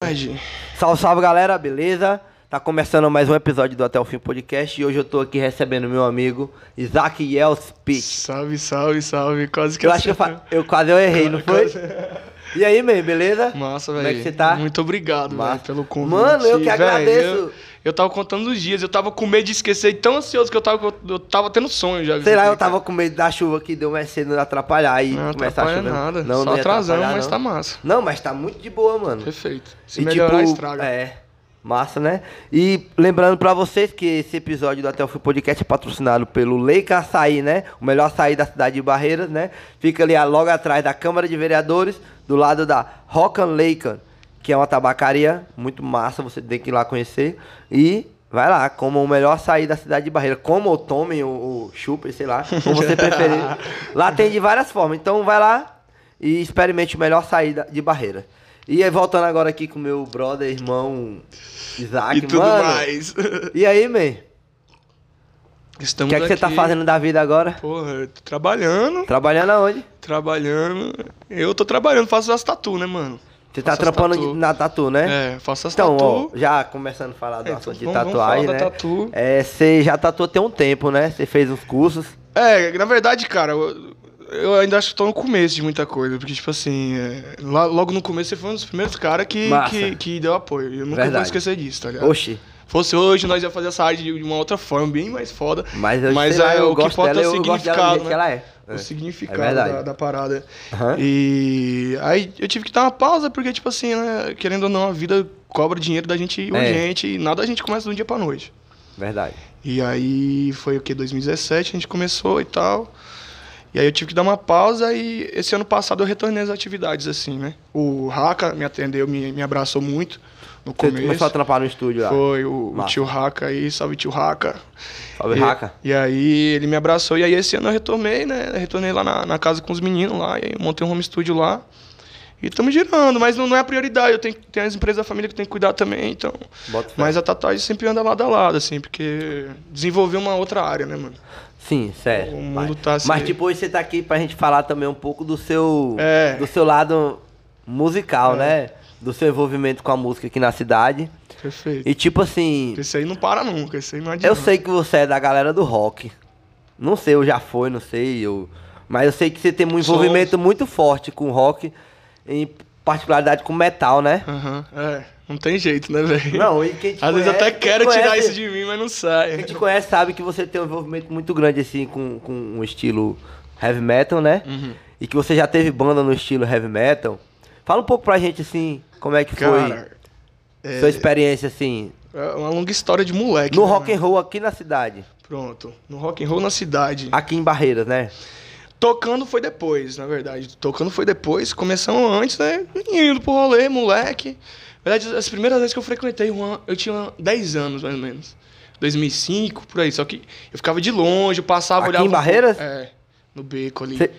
tarde. Salve, salve galera, beleza? Tá começando mais um episódio do Até o Fim Podcast e hoje eu tô aqui recebendo meu amigo Isaac Yelspit. Salve, salve, salve. Quase que Eu acho que eu, acertei. fa- eu quase eu errei, não foi? Quase- E aí, man, beleza? Massa, velho. Como é que você tá? Muito obrigado, Massa. velho, pelo convite. Mano, eu que velho. agradeço. Eu, eu tava contando os dias, eu tava com medo de esquecer, e tão ansioso que eu tava, eu tava tendo sonho já. Sei lá, eu tava com medo da chuva que deu mais cedo atrapalhar e Não começar a atrapalha chover. nada. Não, Só não ia atrasamos, atrapalhar, mas não. tá massa. Não, mas tá muito de boa, mano. Perfeito. Se melhorar, estraga. tipo, É, massa, né? E lembrando pra vocês que esse episódio do Até o Fim Podcast é patrocinado pelo Leica Açaí, né? O melhor açaí da cidade de Barreiras, né? Fica ali ah, logo atrás da Câmara de Vereadores, do lado da Rocan Leica, que é uma tabacaria muito massa, você tem que ir lá conhecer. E vai lá, como o melhor açaí da cidade de Barreiras. Como ou tomem, ou, ou chupem, sei lá, como você preferir. Lá tem de várias formas, então vai lá e experimente o melhor saída de barreira. E aí, voltando agora aqui com meu brother, irmão Isaac, E tudo ah, mano. mais. E aí, man? O Estamos que é que você tá aqui. fazendo da vida agora? Porra, eu tô trabalhando, Trabalhando aonde? trabalhando. Eu tô trabalhando, faço as tatu, né, mano? Você tá Faço as trampando tatu. na tatu, né? É, faço as Então, tatu. ó, já começando a falar do Então, assunto de vamos- vamos tatuagem, falar da né? tatu. É, você já tatuou tem um tempo, né? Você fez uns cursos. É, na verdade, cara, eu, eu ainda acho que tô no começo de muita coisa, porque, tipo assim, é, lá- logo no começo você foi um dos primeiros caras que, Massa. que, que deu apoio. Eu nunca vou Verdade. esquecer disso, tá ligado? Oxi, Fosse hoje, nós ia fazer essa arte de uma outra forma, bem mais foda. mas eu, Mas sei lá, aí, eu o que gosto importa dela, é o eu gosto dela do jeito significado, né? que ela é. O significado verdade. da, da parada. Aham. E aí eu tive que dar uma pausa, porque, tipo assim, né, querendo ou não, a vida cobra dinheiro da É. gente urgente e nada a gente começa de um dia pra noite. Verdade. E aí foi o que? 2017 a gente começou e tal. E aí eu tive que dar uma pausa e esse ano passado eu retornei às atividades, assim, né? O Raka me atendeu, me, me abraçou muito no Você começo. começou a trampar no estúdio lá. Foi o, o Massa. tio Raka aí, salve tio Raka. Salve, E- Raca. E aí ele me abraçou, e aí esse ano eu retornei, né? Retornei lá na, na casa com os meninos lá, e aí eu montei um home studio lá. E estamos girando, mas não, não é a prioridade. Eu tenho, que- tenho as empresas da família que tem que cuidar também, então. Bota fé. Mas a tatuagem sempre anda lado a lado, assim, porque desenvolveu uma outra área, né, mano? Sim, sério. O mas, mundo tá assim- mas depois você tá aqui pra gente falar também um pouco do seu É. do seu lado musical, né? Do seu envolvimento com a música aqui na cidade. Perfeito. E tipo assim, Esse aí não para nunca, esse aí não adianta. eu sei que você é da galera do rock. Não sei, eu já fui, não sei, eu. Mas eu sei que você tem um Sou- envolvimento muito forte com rock, em particularidade com metal, né? Aham, é. Não tem jeito, né, velho? Não, tipo, é, e quem te Às vezes eu conhece- até quem quero conhece- tirar isso de mim, mas não sai. Quem te conhece sabe que você tem um envolvimento muito grande assim com, com um estilo heavy metal, né? Uhum. E que você já teve banda no estilo heavy metal. Fala um pouco pra gente assim, como é que foi Cara, sua experiência assim é uma longa história de moleque. no né, rock mano? and roll aqui na cidade, Pronto. No rock and roll na cidade. aqui em Barreiras, né? Tocando foi depois, na verdade. Tocando foi depois, começamos antes, né? Indo pro rolê, moleque. Na verdade, as primeiras vezes que eu frequentei Juan, eu tinha 10 anos, mais ou menos. 2005, por aí. Só que eu ficava de longe, eu passava, Aqui olhava... em Barreiras? É, no beco ali. Cê-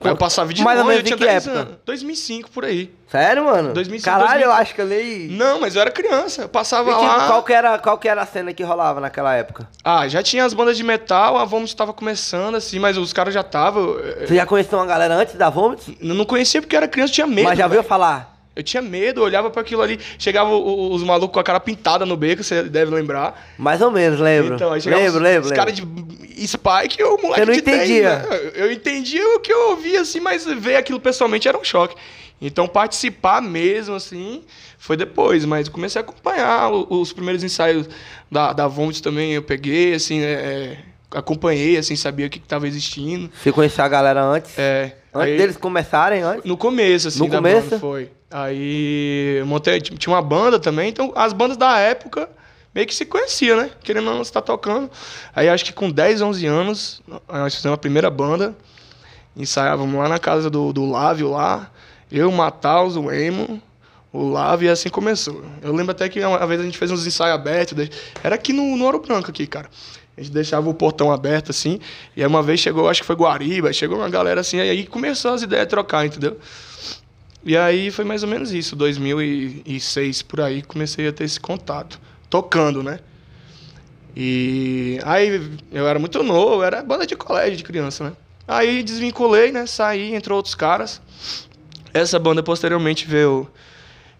Aí eu passava de Mais ou longe, eu menos em tinha que 10 época? anos. 2005, por aí. Sério, mano? 2005, Caralho, 2000. eu acho que eu nem. Não, mas eu era criança, eu E, passava tipo, lá... qual, que era, qual que era a cena que rolava naquela época? Ah, já tinha as bandas de metal, a Vamos tava começando, assim, mas os caras já estavam... Você já conheceu uma galera antes da Vomit? Eu não conhecia porque eu era criança, eu tinha medo. né? Mas já velho. ouviu falar? Eu tinha medo, eu olhava pra aquilo ali, chegava o- o- os malucos com a cara pintada no beco, você deve lembrar. Mais ou menos, lembro. Então, aí chegava lembro, os, lembro, os lembro. caras de Spike e o moleque Você não de 10, entendia. né? Eu entendia o que eu ouvia, assim, mas ver aquilo pessoalmente era um choque. Então, participar mesmo, assim, foi depois. Mas comecei a acompanhar o- os primeiros ensaios da, da Vomit também, eu peguei, assim, né, é, acompanhei, assim, sabia o que, que tava existindo. Você conheceu a galera antes? É, Antes aí- deles começarem, antes? no começo, assim, No da começo? banda, foi. Aí eu montei, t- tinha uma banda também, então as bandas da época meio que se conhecia, né? Querendo ou não, você tá tocando. Aí acho que com 10, 11 anos, nós fizemos a primeira banda, ensaiávamos lá na casa do, do Lávio lá, eu, o Mataus, o Emo, o Lávio, e assim começou. Eu lembro até que uma vez a gente fez uns ensaios abertos, de- era aqui no, no Ouro Branco aqui, cara. A gente deixava o portão aberto, assim, e aí uma vez chegou, acho que foi Guariba, chegou uma galera assim, aí começou as ideias a trocar, entendeu? E aí foi mais ou menos isso, 2006 por aí comecei a ter esse contato, tocando, né? E aí eu era muito novo, era banda de colégio de criança, né? Aí desvinculei, né? Saí, entrou outros caras. Essa banda posteriormente veio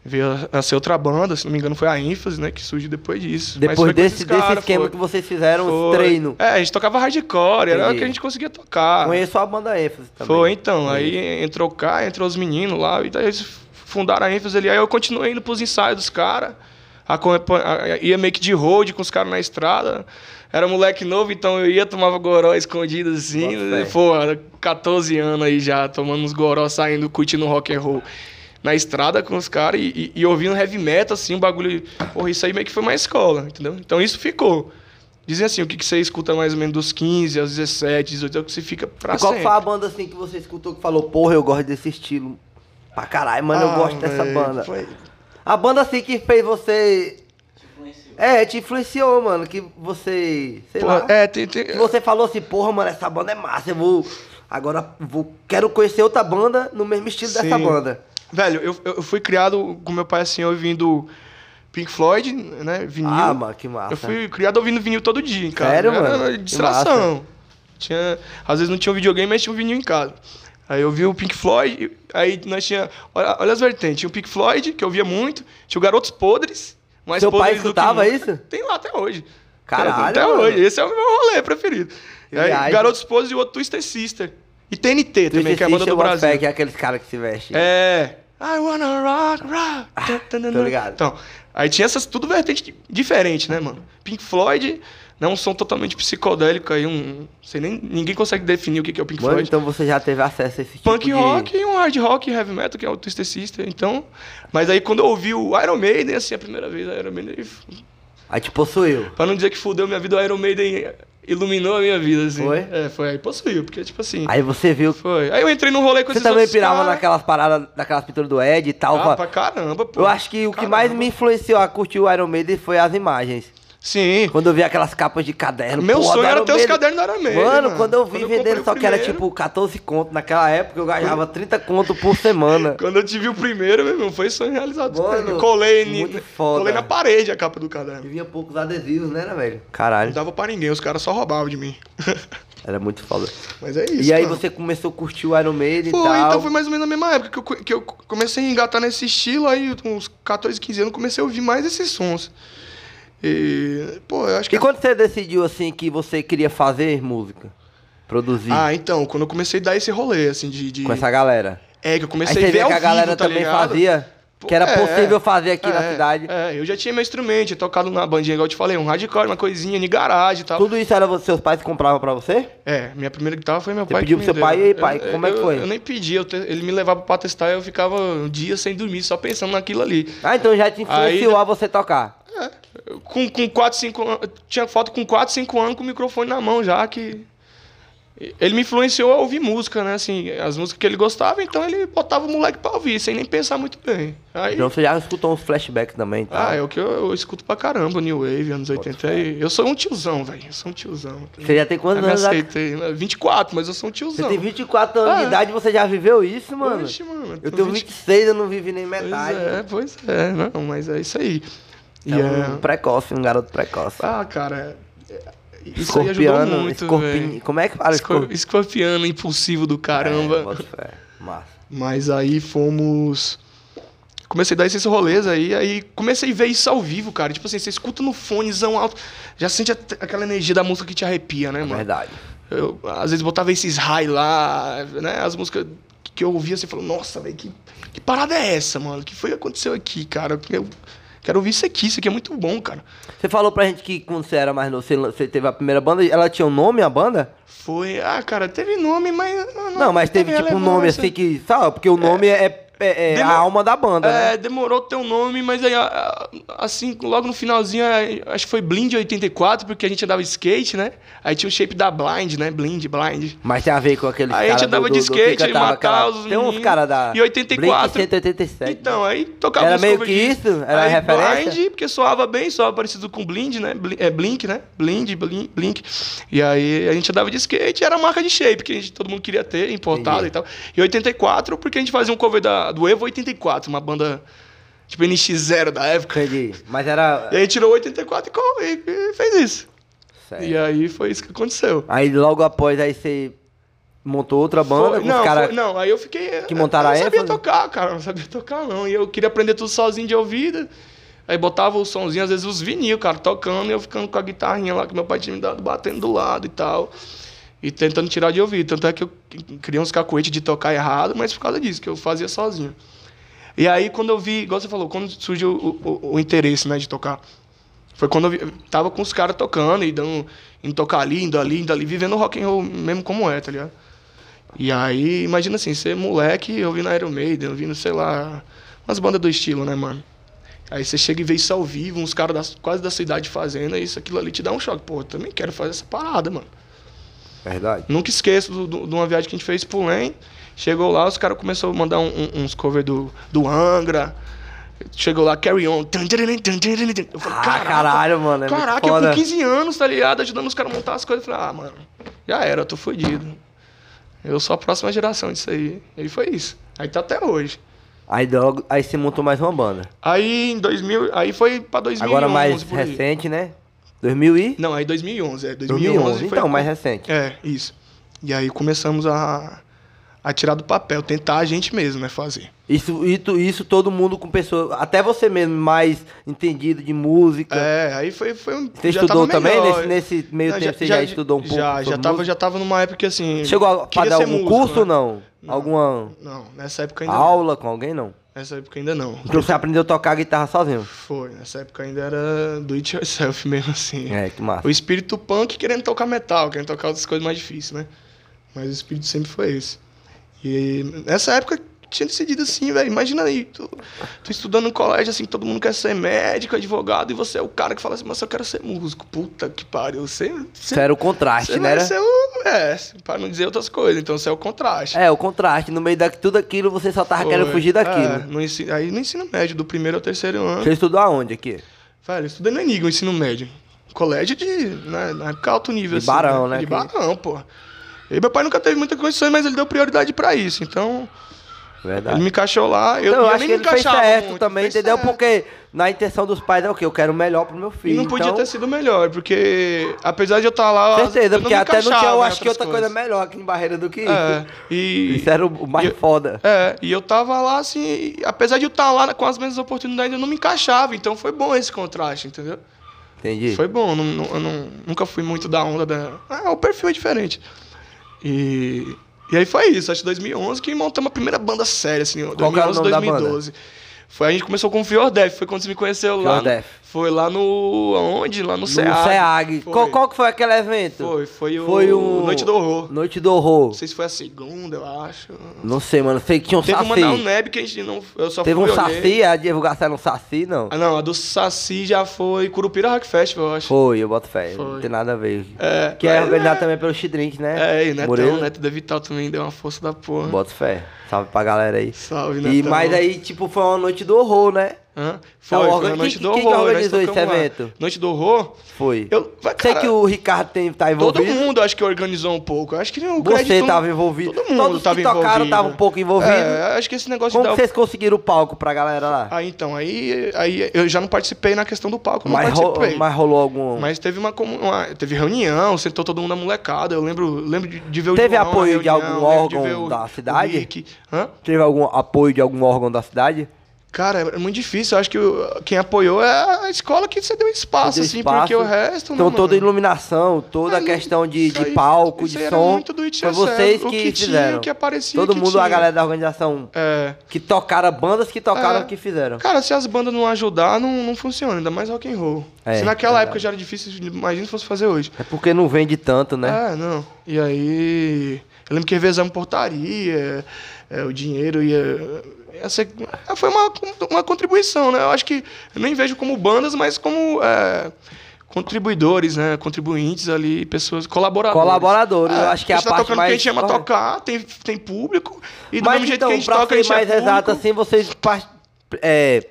Veio a, a ser outra banda, se não me engano, foi a ênfase, né? Que surgiu depois disso. Mas Depois foi com desse, esses cara, desse esquema foi- que vocês fizeram, os foi. treinos. É, a gente tocava hardcore, era o Entendi. que a gente conseguia tocar. Conheço a banda ênfase também. Ah. Foi, então. Aí entrou cá, entrou os meninos lá, e daí eles fundaram a ênfase ali. Aí eu continuei indo pros ensaios dos caras. Ia meio que de road com os caras na estrada. Era moleque novo, então eu ia, tomava goró escondido assim. Bota fé. Pô, era 14 anos aí já, tomando uns goró, saindo, curtindo rock and roll na estrada com os caras e, e, e ouvindo heavy metal, assim, um bagulho. Porra, isso aí meio que foi uma escola, entendeu? Então isso ficou. Dizem assim, o que, que você escuta mais ou menos dos 15 aos 17, 18, é o que você fica pra E qual sempre. foi a banda assim que você escutou que falou, porra, eu gosto desse estilo? Pra caralho, mano, eu Ah, gosto dessa velho, banda. foi- A banda assim que fez você. É, te influenciou, mano. Que você. Sei Pô, lá. é, tem, tem- Que você falou assim, porra, mano, essa banda é massa, eu vou. Agora vou. Quero conhecer outra banda no mesmo estilo dessa Sim. banda. Velho, eu, eu fui criado com meu pai assim, ouvindo Pink Floyd, né? Vinil. Ah, mano, que massa. Eu fui criado ouvindo vinil todo dia, cara. Sério, Era mano? Que distração. Tinha, às vezes não tinha um videogame, mas tinha um vinil em casa. Aí eu vi o Pink Floyd, aí nós tinha. Olha, olha as vertentes. Tinha o Pink Floyd, que eu via muito. Tinha o Garotos Podres. Mais Seu pai podres do que escutava nunca. isso? Tem lá até hoje. Caralho, Até mano. hoje. Esse é o meu rolê preferido. Que Aí, viagem. Garotos Podres e o outro Twister Sister. E TNT também, que é a banda do Twisted Sister, Brasil. que é aqueles caras que se vestem. É. I wanna rock, rock. Ah, Tá, tá, tá, tô ligado. Então, aí tinha essas tudo vertente di- diferente, né, mano? Pink Floyd, né, um som totalmente psicodélico aí, um, sei nem, ninguém consegue definir o que que é o Pink mano, Floyd. então você já teve acesso a esse tipo Punk de... rock e um hard rock heavy metal, que é o Twisted Sister, então... Mas aí quando eu ouvi o Iron Maiden, assim, a primeira vez, Iron Maiden... Aí te possuiu. Pra não dizer que fudeu minha vida, o Iron Maiden iluminou a minha vida, assim. Foi? É, foi aí, possuiu, porque, tipo assim... Aí você viu. Foi. Aí eu entrei num rolê com Você esses também outros pirava cara. naquelas paradas, naquelas pinturas do Ed e tal. Ah, pá. pra caramba, pô. eu acho que o que mais Caramba. me influenciou a curtir o Iron Maiden foi as imagens. Sim. Quando eu vi aquelas capas de caderno. Meu pô, sonho do era Iron ter os Maiden. cadernos da Iron Maiden, Mano, mano. quando eu vi Quando eu vendendo comprei o só que era primeiro. tipo 14 conto naquela época, eu ganhava 30 conto por semana. Quando eu tive o primeiro, meu irmão, foi sonho realizado. Mano, colei, ni- muito foda. colei na parede a capa do E caderno. vinha poucos adesivos, né, né, velho? Não Caralho, dava pra ninguém, os caras só roubavam de mim. era muito foda. Mas é isso. E aí mano. você começou a curtir o Iron Maiden e Foi, tal. então foi mais ou menos na mesma época que eu, co- que eu comecei a engatar nesse estilo, aí com uns 14, 15 anos comecei a ouvir mais esses sons. E, pô, eu acho que. E quando você decidiu, assim, que você queria fazer música? Produzir Ah, então, quando eu comecei a dar esse rolê, assim, de. de- com essa galera? É, que eu Aí comecei você a ver vê ao que a galera vivo, tá também ligado? fazia, Pô, que era é, possível é. fazer aqui na É, cidade. É, eu já tinha meu instrumento, tinha tocado na bandinha, igual eu te falei, um hardcore, uma coisinha, de garagem e tal. Tudo isso era você, seus pais compravam pra você? É, minha primeira guitarra foi meu Você pai. pediu que pro me seu pai, deu. "Ei, pai, Eu- como é que eu- foi?" Eu nem pedi, eu te- ele me levava pra testar e eu ficava um dia sem dormir, só pensando naquilo ali. Ah, então já te influenciou Aí- a você tocar. É, eu- com, com 4, 5 anos, eu tinha foto com 4, 5 anos com o microfone na mão já, que... Ele me influenciou a ouvir música, né, assim, as músicas que ele gostava, então ele botava o moleque pra ouvir, sem nem pensar muito bem. Aí... Então tá. você já escutou uns flashbacks também e tal. Ah, é o que eu, eu escuto pra caramba, New Wave, anos 80. e- Eu sou um tiozão, velho. Eu sou um tiozão. Você já tem Eu quantos me anos? aceitei. né? 24, mas eu sou um Você tiozão. tem 24 anos Ah, de é. idade e você já viveu isso, mano? Oxe, mano, eu tenho 20 26, eu não vivi nem Pois metade. é, pois é, não, mas é isso aí. E É é. um precoce, um garoto precoce. Ah, cara. é- Isso aí ajudou Escorpiano, muito, escorpin- velho. Como é que fala? Escor- Escorpiano impulsivo do É, caramba. bota fé. Massa. é Mas aí fomos. Comecei a dar esses rolês aí, aí comecei a ver isso ao vivo, cara. Tipo assim, você escuta no fonezão alto, já sente at- aquela energia da música que te arrepia, É né, mano? Verdade. Eu, às vezes botava esses high lá, né? As músicas que eu ouvia, você falou, nossa, velho, que, que parada é essa, mano? O que foi que aconteceu aqui, cara? Eu quero ouvir isso aqui, isso aqui é muito bom, cara. Você falou pra gente que quando você era mais novo, você, lan- você teve a primeira banda, ela tinha um nome, a banda? Foi, ah, cara, teve nome, mas. Não, mas teve tipo um nome assim que, sabe, porque o nome é, é- é- é Demo- a alma da banda, né? É, demorou ter um nome, mas aí, a- a- assim, logo no finalzinho, aí, acho que foi Blind 84, porque a gente andava de skate, né? Aí tinha o shape da Blind, né? Blind, Blind. Mas tem a ver com aquele Aí a gente andava de skate, matava os Tem uns meninos. caras da... E 84. Blink 187. Então, aí tocava Era uns meio cover que de- isso? Era aí referência? Blind, porque soava bem, soava parecido com Blind, né? Bli- é Blink, né? Blind, Blink, Blink. E aí a gente andava de skate, era a marca de shape que a gente, todo mundo queria ter, importada Entendi. e tal. E 84, porque a gente fazia um cover da, do Evo 84, uma banda tipo NX0 da época. Entendi. Mas era... E aí tirou 84 e co- e, e fez isso. Certo. E aí foi isso que aconteceu. Aí logo após aí você montou outra banda Foi- com os não, caras. foi- não, aí eu fiquei. que eu montaram a né? não sabia ênfase? tocar, cara. eu Não sabia tocar, não. E eu queria aprender tudo sozinho de ouvido. Aí botava o somzinho, às vezes os vinil, cara, tocando e eu ficando com a guitarrinha lá que meu pai tinha me dado, batendo do lado e tal. E tentando tirar de ouvido. Tanto é que eu queria uns cacoetes de tocar errado, mas por causa disso, que eu fazia sozinho. E aí, quando eu vi, igual você falou, quando surgiu o, o- o interesse, né, de tocar, foi quando eu vi, tava com os caras tocando e dando, indo tocar ali, indo ali, indo ali, vivendo o rock and roll mesmo como é, tá ligado? E aí, imagina assim, ser moleque, ouvindo Iron Maiden, ouvindo, sei lá, umas bandas do estilo, né, mano? Aí você chega e vê isso ao vivo, uns caras da- quase da sua idade fazendo, e isso, aquilo ali te dá um choque. Pô, eu também quero fazer essa parada, mano. Verdade. Nunca esqueço do- do- de uma viagem que a gente fez pro Lem. Chegou lá, os caras começaram a mandar um- um- uns covers do, do Angra. Chegou lá, Carry On. Tan, tiririm, tan, tiririm, tan. Eu falei, Ah, caraca, caralho, mano, é muito caraca, eu foda. com 15 anos, tá ligado? Ajudando os caras a montar as coisas. Eu falei, ah, mano, já era, eu tô fudido. Eu sou a próxima geração disso aí. E foi isso. Aí tá até hoje. Aí, logo, aí você montou mais uma banda. Aí em 2000, aí foi pra 2011. Agora mais por aí. recente, né? 2000 e? Não, aí 2011, é. 2011, 2011, foi então, mais recente. É, isso. E aí começamos a, a tirar do papel, tentar a gente mesmo, né, fazer. Isso, isso, isso todo mundo com pessoa, até você mesmo mais entendido de música. É, aí foi, foi um. Então, Você já estudou tava também? melhor. Nesse- nesse meio tempo você já estudou um pouco Já, já sobre tava, música? já tava numa época que assim. Chegou a queria fazer ser algum músico, curso ou né? não? Alguma Não, nessa época ainda não. aula com alguém não? Nessa época ainda não. Então você aprendeu a tocar guitarra sozinho? Foi, nessa época ainda era do it yourself mesmo, assim. É, que massa. O espírito punk querendo tocar metal, querendo tocar outras coisas mais difíceis, né? Mas o espírito sempre foi esse. E nessa época tinha decidido assim, velho. Imagina aí, tu, tu estudando no colégio, assim, todo mundo quer ser médico, advogado, e você é o cara que fala assim, mas eu quero ser músico. Puta que pariu. Você, você, Isso era o contraste, você né? vai Era? ser o. É, pra não dizer outras coisas. Então você é o contraste. É, o contraste. No meio de tudo aquilo, você só tava Foi. querendo fugir né? É, daquilo. no ensino- aí no ensino médio, do primeiro ao terceiro ano. Você estudou aonde aqui? Velho, eu estudei no Enigma, ensino médio. Colégio de. Na, na época alto nível, assim, De barão, né? De barão, pô. E meu pai nunca teve muita condições, mas ele deu prioridade pra isso. Então, ele Verdade. me encaixou lá. Eu, Então, e eu eu acho nem que me ele fez encaixava certo muito, também, fez entendeu? certo. Porque na intenção dos pais é o quê? Eu quero o melhor pro meu E filho. não podia então... ter sido melhor, porque apesar de eu estar lá. eu Certeza, me porque até não encaixava tinha, eu em acho que outras outra coisa coisas. melhor aqui em Barreira do que isso. É, e. Isso era o mais e- foda. É, e eu tava lá assim, e apesar de eu estar lá com as mesmas oportunidades, eu não me encaixava. Então foi bom esse contraste, entendeu? Entendi. Foi bom, não- não- eu não- nunca fui muito da onda da. Ah, o perfil é diferente. E, e aí foi isso, acho que 2011 que montamos a primeira banda séria, assim, Qual que era o 2011, nome da 2012. Foi, a gente começou com o Fiordef, foi quando você me conheceu lá. Fiordef. Foi lá no. Aonde? Lá no, No CEAG. SEAG. Foi. Qual, qual que foi aquele evento? Foi, foi o. Foi o- Noite do Horror. Noite do Horror. Não sei se foi a segunda, eu acho. Não sei, mano. Sei que tinha um Teve uma na saci. Uneb que a gente não. Eu só Teve fui um olhei. saci, a divulgação era um saci, não? Ah, não, a do Saci já foi Curupira Rock Festival, eu acho. Foi, eu boto fé. Não Foi. tem nada a ver. É, Que é mas, organizado né? também pelo Chidrink, né? É, e o Netão, Moreira. o Neto da Vital também deu uma força da porra. Boto fé. Salve pra galera aí. Salve, Netão. E, mas aí, tipo, foi uma noite do horror, né? Hã? Tá, Foi, o foi organ- a Noite quem- do quem que Horror. nós organizou esse tocamos lá. evento? Noite do Horror? Foi. Eu, vai, Sei cara, que o Ricardo tem, tá envolvido. Todo mundo acho que organizou um pouco. Acho que o Você crédito- tava envolvido. Todo mundo Todos tava que tocaram envolvido. estavam um pouco envolvidos. É, acho que esse negócio Como de que dar vocês conseguiram o palco pra galera lá? Ah, então, aí, aí eu já não participei na questão do palco, não mas, ro- Ah, participei. mas rolou algum. Mas teve uma, comu- uma- teve reunião, sentou todo mundo na molecada. Eu lembro, lembro de, de ver o Teve João na apoio de reunião, algum lembro de órgão ver o- da o cidade? Rick. Hã? Teve algum apoio de algum órgão da cidade? Cara, é muito difícil. Eu acho que o- quem apoiou é a escola que você deu espaço, Deu assim, espaço. porque o resto. Então né, toda a mano? iluminação, toda a É, questão de, isso de aí- palco, isso de aí era som. muito do It Foi Yourself, vocês o que, que tinha, fizeram. o que aparecia, Todo o que mundo, a tinha. galera da organização É. que tocaram, bandas que tocaram É. que fizeram. Cara, se as bandas não ajudar, não, não funciona, ainda mais rock and roll. É, se naquela verdade. época já era difícil, imagina se fosse fazer hoje. É porque não vende tanto, né? Ah, não. E aí. Eu lembro que revezamos portaria, é, o dinheiro ia. Essa, foi uma, uma contribuição, né? Eu acho que. Eu nem vejo como bandas, mas como. é, contribuidores, né? Contribuintes ali, pessoas. Colaboradores. Colaboradores, eu É, acho que é a gente tá parte tocando mais porque a gente ama correta. tocar, tem, tem público. E do Mas mesmo jeito então, que a gente pra toca, a ser gente é mais público. exato assim, vocês par- é,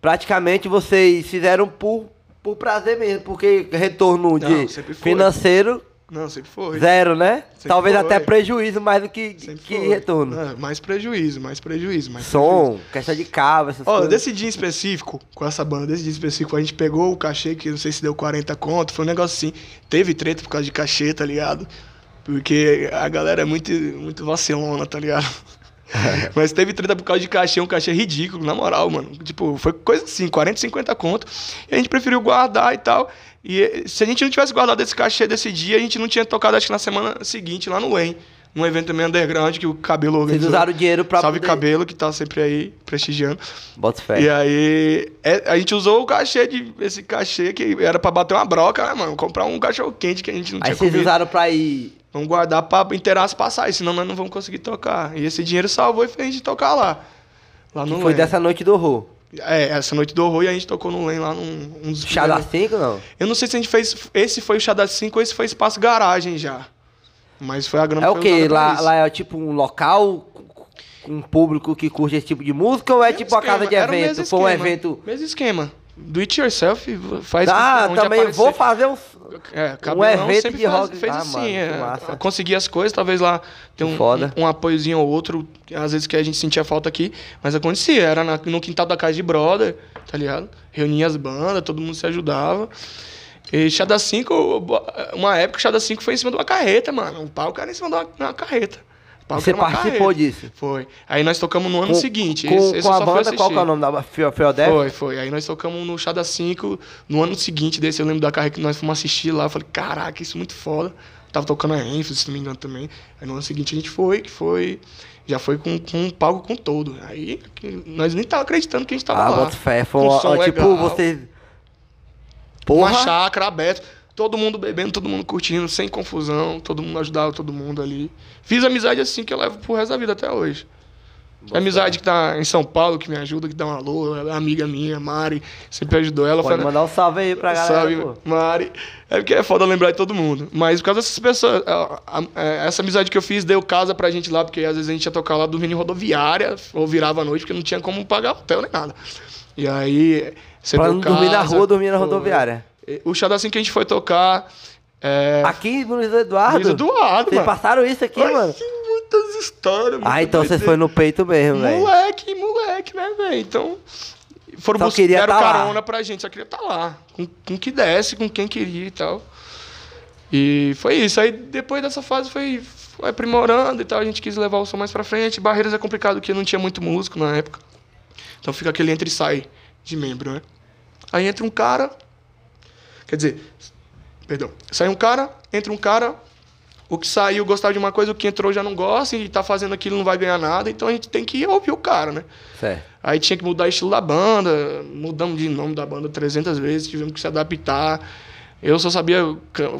praticamente vocês fizeram por, por prazer mesmo, porque retorno de sempre foi. financeiro Não, sempre foi. zero, né? Sempre Talvez foi. até prejuízo mais do que, Sempre que foi. retorno. É, mais prejuízo, mais prejuízo, mais prejuízo. Som, caixa de cava, essas Ó, coisas. desse dia em específico, com essa banda, desse dia em específico, a gente pegou o cachê, que não sei se deu 40 conto, foi um negócio assim. Teve treta por causa de cachê, tá ligado? Porque a galera é muito, muito vacilona, tá ligado? Mas teve treta por causa de cachê, um cachê ridículo, na moral, mano. Tipo, foi coisa assim, 40, 50 conto. E a gente preferiu guardar e tal. E eh, se a gente não tivesse guardado esse cachê desse dia, a gente não tinha tocado, acho que na semana seguinte, lá no WEM. Num evento também underground que o Cabelo Vocês organizou. usaram o dinheiro pra Salve poder- Cabelo, que tá sempre aí prestigiando. Bota fé. E aí, é, a gente usou o cachê de. Esse cachê que era pra bater uma broca, né, mano? Comprar um cachorro quente que a gente é não Aí tinha vocês comido. usaram pra ir. Vamos guardar pra inteirar as passagens, senão nós não vamos conseguir tocar. E esse dinheiro salvou e fez a gente tocar lá. Lá Que no foi Lem. dessa noite do horror. É, essa noite do horror e a gente tocou no Lem lá num um dos Chá da primeiros- 5, não? Eu não sei se a gente fez. Esse foi o Chá das 5 ou esse foi Espaço Garagem já. Mas foi a grana É o foi quê? usada pra Lá, isso. lá é tipo um local com- com um público que curte esse tipo de música ou é Mesmo tipo a casa esquema, de era o mesmo evento? Foi um esquema, É evento. Mesmo esquema. Do it yourself, faz. Ah, onde também aparecer. vou fazer um. É, Cabelão evento sempre de faz- rock. fez Ah, assim, mano, que é, massa. conseguir as coisas, talvez lá tem um, Foda. um, um apoiozinho ou outro, às vezes que a gente sentia falta aqui, mas acontecia, era na- no quintal da casa de brother, tá ligado? Reunia as bandas, todo mundo se ajudava. E Chá da 5, bo- uma época o Chá da 5 foi em cima de uma carreta, mano, um palco era em cima de uma, de uma carreta. O palco Você era uma participou carreta. disso? Foi. Aí nós tocamos no ano Com- seguinte, Com, esse- esse com eu a só fui banda, qual que é o assistir. nome da Fio- Fiodef? Foi, foi. Aí nós tocamos no Chá da 5, no ano seguinte desse, eu lembro da carreira que nós fomos assistir lá, eu falei, caraca, isso é muito foda. Tava tocando a ênfase, se não me engano, também. Aí no ano seguinte a gente foi, que foi. Já foi com, com um palco com todo. Aí que- nós nem tava acreditando que a gente tava Ah, lá. bota fé. Foi Um uma- som tipo, legal. você. Uma Porra. chácara aberta, todo mundo bebendo, todo mundo curtindo, sem confusão, todo mundo ajudava todo mundo ali. Fiz amizade assim que eu levo pro resto da vida até hoje. Bota amizade que tá em São Paulo, que me ajuda, que dá um alô, ela é amiga minha, Mari, sempre ajudou ela. Pode foi- mandar um salve aí pra galera. Sabe, pô. Mari. É porque é foda lembrar de todo mundo. Mas por causa dessas pessoas, a- a- a- essa amizade que eu fiz deu casa pra gente lá, porque às vezes a gente ia tocar lá dormindo em rodoviária, ou virava à noite, porque não tinha como pagar hotel nem nada. E aí. Você Pra deu não dormir na casa, rua, dormir na pô, rodoviária. é. O Xadá assim que a gente foi tocar. É, Aqui no Luiz Eduardo? Luiz Eduardo, Vocês mano. passaram isso aqui, Ai, mano? que muitas histórias, Ah, muita então vocês doideira. foram no peito mesmo, velho. Moleque, moleque, né, velho? Então, foram Só bus- queria deram tá lá. carona pra gente, só queria estar lá. Com, com que desse, com quem queria e tal. E foi isso. Aí depois dessa fase foi, foi aprimorando e tal. A gente quis levar o som mais pra frente. Barreiras é complicado porque não tinha muito músico na época. Então fica aquele entra e sai de membro, né? Aí entra um cara. Quer dizer, perdão. Sai um cara, entra um cara, o que saiu gostava de uma coisa, o que entrou já não gosta, e tá fazendo aquilo não vai ganhar nada, então a gente tem que ouvir o cara, né? Certo. Aí tinha que mudar o estilo da banda, mudamos de nome da banda 300 vezes, tivemos que se adaptar. Eu só sabia can-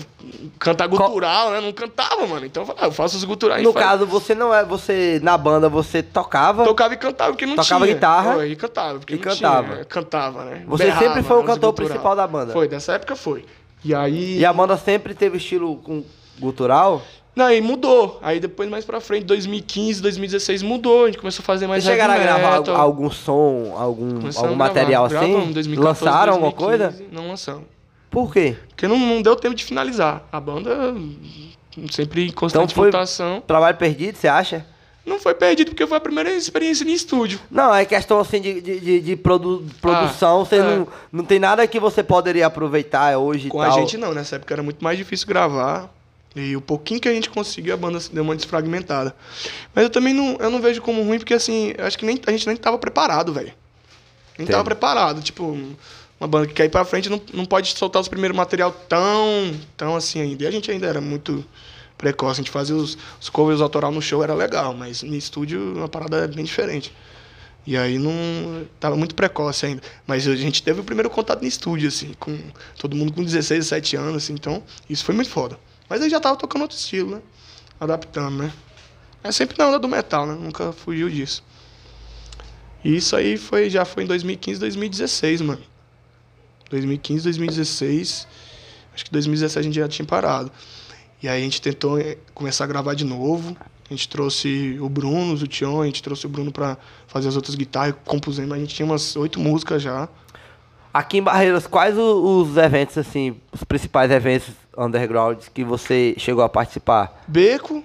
cantar gutural, né? Não cantava, mano. Então eu falei, ah, eu faço os guturais. No Falei, caso, você não é. Você, na banda, você tocava. Tocava e cantava, porque não Tocava tinha. guitarra. Foi, e cantava, porque E não cantava. tinha. Cantava, né? Você sempre foi o cantor principal da banda. Foi, dessa época foi. E aí... E a banda sempre teve estilo com gutural. Não, aí mudou. Aí depois, mais pra frente, 2015, 2016, mudou. A gente começou a fazer mais Vocês chegaram a heavy gravar al- é metal. algum som, algum, Começamos algum a gravar. material assim? Gravamos, 2014, Lançaram alguma 2015, coisa? Não lançamos. Por quê? Porque não, não deu tempo de finalizar. A banda hum, sempre em constante foi- mutação. Trabalho perdido, você acha? Não foi perdido, porque foi a primeira experiência em estúdio. Não, é questão assim de, de, de- de produ- produção. Você é. não, não tem nada que você poderia aproveitar hoje Com e tal. a gente não, nessa época era muito mais difícil gravar. E o pouquinho que a gente conseguiu, a banda se deu uma desfragmentada. Mas eu também não, eu não vejo como ruim, porque assim, eu acho que nem, a gente nem tava preparado, velho. Nem Entendo. tava preparado. Tipo, uma banda que quer ir pra frente não, não pode soltar os primeiros material tão, tão assim ainda. E a gente ainda era muito precoce. A gente fazia os, os covers autoral no show, era legal, mas no estúdio uma parada é bem diferente. E aí não. Tava muito precoce ainda. Mas a gente teve o primeiro contato no estúdio, assim, com todo mundo com 16, 17 anos, assim, então isso foi muito foda. Mas aí já tava tocando outro estilo, né? Adaptando, né? É sempre na onda do metal, né? Nunca fugiu disso. E isso aí foi, já foi em 2015, 2016, mano. 2015, 2016. Acho que 2017 a gente já tinha parado. E aí a gente tentou eh, começar a gravar de novo. A gente trouxe o Bruno, o Tion, a gente trouxe o Bruno pra fazer as outras guitarras, compusemos. A gente tinha umas oito músicas já. Aqui em Barreiras, quais o- os eventos, assim, os principais eventos undergrounds que você chegou a participar? Beco,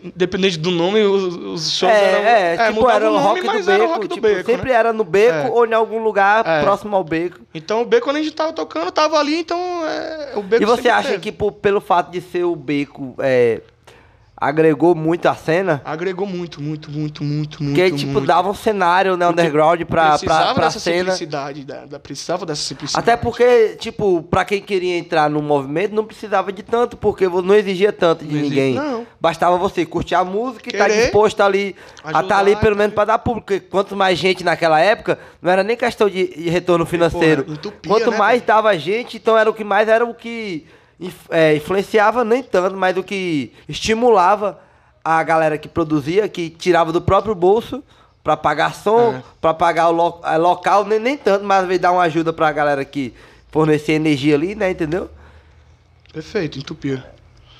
Independente do nome, os, os shows eram. É, é, tipo, mudava era o o nome, rock do mas beco, era o rock do tipo, beco. né? sempre era no beco É. ou em algum lugar É. próximo ao beco. Então o beco, quando a gente tava tocando, tava ali, então é, o beco E você sempre acha teve. que por- pelo fato de ser o beco é, agregou muito a cena? Agregou muito, muito, muito, muito, muito. Porque, tipo, muito. dava um cenário, né, Porque underground pra, precisava pra, pra dessa cena. simplicidade, da, da- precisava dessa simplicidade. Até porque, tipo, pra quem queria entrar no movimento, não precisava de tanto, porque vo- não exigia tanto de Não exi- ninguém. não. Bastava você curtir a música e estar tá Querer, disposto ali, a estar ajudar ali e pelo tal. menos pra dar público. Porque quanto mais gente naquela época, não era nem questão de, de retorno financeiro. porra, entupia, quanto né, mais dava gente, então era o que mais era o que inf- é, influenciava, nem tanto, mas o que estimulava a galera que produzia, que tirava do próprio bolso pra pagar som, É. Pra pagar o lo- a local, nem, nem tanto, mas às vezes dar uma ajuda pra galera que fornecer energia ali, né? Entendeu? Perfeito, entupia.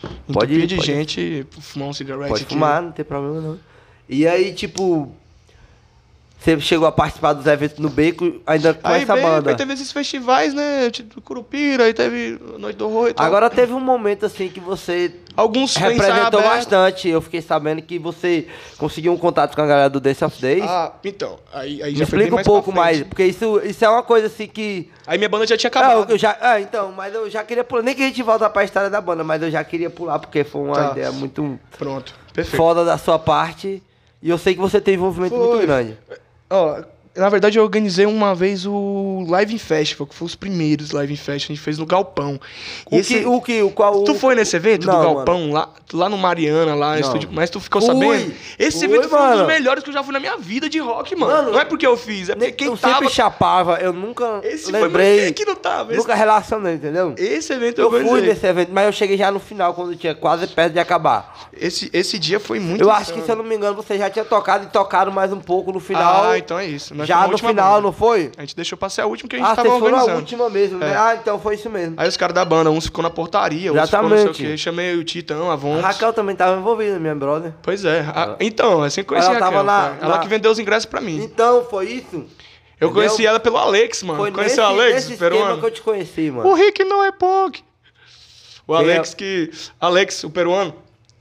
Entupia Pode ir, de pode ir. gente, fumar um cigarette. Pode aqui. fumar, não tem problema não. E aí, tipo. Você chegou a participar dos eventos no beco, ainda com Aí, essa bem, banda. aí teve um esses festivais, né? Tipo Curupira, aí teve Noite do Horror e tal. Agora teve um momento assim que você alguns foi é. ensaio representou aberto. bastante. Eu fiquei sabendo que você conseguiu um contato com a galera do Dance of Days. Ah, então, aí, aí Me já foi bem explica um mais pra pouco mais, frente. Tá porque isso, isso é uma coisa assim que Aí minha banda já tinha Ah, eu- acabado. eu já, ah, então, mas eu já queria pular. Nem que a gente volta pra história da banda, mas eu já queria pular, porque foi uma Tá. ideia muito Pronto, perfeito. foda da sua parte. E eu sei que você teve um envolvimento muito Foi. grande. Ó, na verdade eu organizei uma vez o Live in Festival, que foi os primeiros Live in Festival, a gente fez no Galpão. O E esse- que, o que, o qual... o- Tu foi nesse evento Não, do mano. Galpão, lá, lá no Mariana, lá no Não. estúdio, mas tu ficou Fui. sabendo? Esse Fui, evento foi um mano. dos melhores que eu já fui na minha vida de rock, mano. Mano, não é porque eu fiz, é porque Nem- quem eu tava... sempre chapava, eu nunca Esse foi, mas lembrei, quem que não tava? Esse, nunca relacionei, entendeu? esse é evento eu, Eu fui organizei. nesse evento, mas eu cheguei já no final, quando tinha quase perto de acabar. Esse, esse dia foi muito eu acho que, insano. se eu não me engano, você já tinha tocado e tocaram mais um pouco no final. Ah, então é isso. Nós já fomos a no última final, banda. não foi? A gente deixou passar a última que a gente Ah, tava vocês foram a organizando. última mesmo, né? É. Ah, então foi isso mesmo. Aí os caras da banda, uns ficou na portaria, outros ficou não sei o Exatamente. quê. Chamei o Titão, a Vontos. Raquel também tava envolvida, minha brother. Pois é. A- então, assim conheci Ela a tava Raquel. na- cara. ela na- que vendeu os ingressos pra mim. Então, foi isso? Eu Entendeu? conheci ela pelo Alex, mano. Foi Conheceu nesse, o Alex, nesse esquema peruano? que eu te conheci, mano. O Rick não é punk. O Quem Alex que... Alex, o peruano.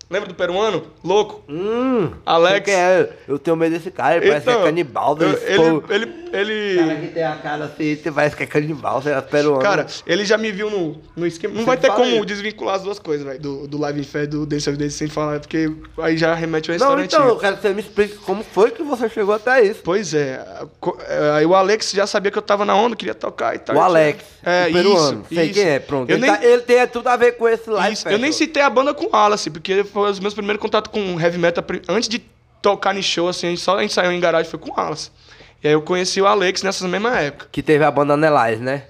Lembra do peruano? Louco. Hum, Alex. sei quem é. Eu tenho medo desse cara, ele parece que é Então, canibal. eu- desse povo. Ele... é- ele, ele... cara que tem a cara assim, ele parece que é canibal, será peruano. Cara, ele já me viu no, no esquema. Não Sempre vai ter fala como isso. desvincular as duas coisas, velho. Do, do Live in Fé, do Dance of Days, sem falar, porque aí já remete ao não, restaurante. então, eu quero que você me explique como foi que você chegou até isso. Pois é. co- é, Aí o Alex já sabia que eu tava na onda, queria tocar e tal. o Eu Alex, tinha- É, o peruano, isso, sei isso. quem é, pronto. Eu ele, nem, tá- ele tem tudo a ver com esse live isso, eu nem festival. citei a banda com o Alice, porque foi os meus primeiros contatos com heavy metal. pri- Antes de tocar em show, assim, a gente só ensaiou em garagem, foi com o Alice. E aí eu conheci o Alex nessa mesma época. Que teve a banda Anelais, né?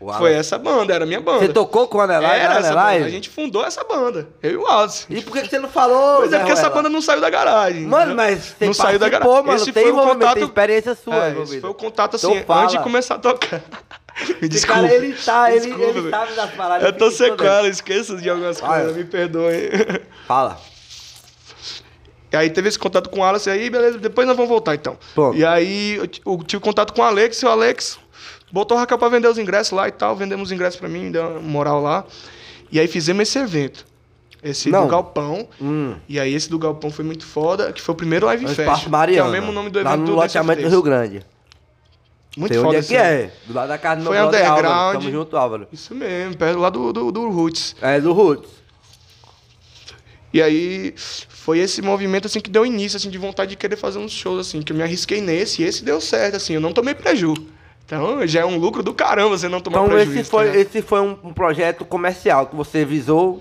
O Foi Alex. essa banda, era a minha banda. Você tocou com o Anelais? Era essa Anelais? banda. A gente fundou essa banda, eu e o Alice. E por que que você não falou? Pois é, Zé porque essa Ruela? banda não saiu da garagem. Então, né, Mano, entendeu? mas você não saiu da participou, garagem. mano, esse tem foi o envolvimento, contato. tem experiência sua É, esse envolvida. foi o contato assim, Então fala. antes de começar a tocar. Me Esse desculpa. cara, ele tá, ele, Desculpa, ele velho. sabe das paradas. Eu tô fica escondendo. sequela, esqueço de algumas Vai. coisas, me perdoem. Fala. E aí teve esse contato com o Alice aí, beleza, depois nós vamos voltar então. Pronto. E aí eu, ti- eu tive contato com o Alex, e o Alex botou o Raquel pra vender os ingressos lá e tal, vendemos os ingressos pra mim, deu uma moral lá. E aí fizemos esse evento. Esse Não. do Galpão. Hum. E aí esse do Galpão foi muito foda, que foi o primeiro Live No Fest. Espaço Mariana. Que é o mesmo nome do lá evento no do Dance of loteamento do Days. Rio Grande. Muito Sei foda onde é esse que evento. é. Do lado da casa do meu Foi brother Álvaro. underground. Tamo junto, Álvaro. Isso mesmo, perto lá do, do, do Roots. É do Roots. E aí foi esse movimento assim que deu início assim de vontade de querer fazer uns shows assim, que eu me arrisquei nesse e esse deu certo assim, eu não tomei preju. Então já é um lucro do caramba você não tomar Então prejuízo. esse foi, tá ligado? esse foi um, um projeto comercial que você visou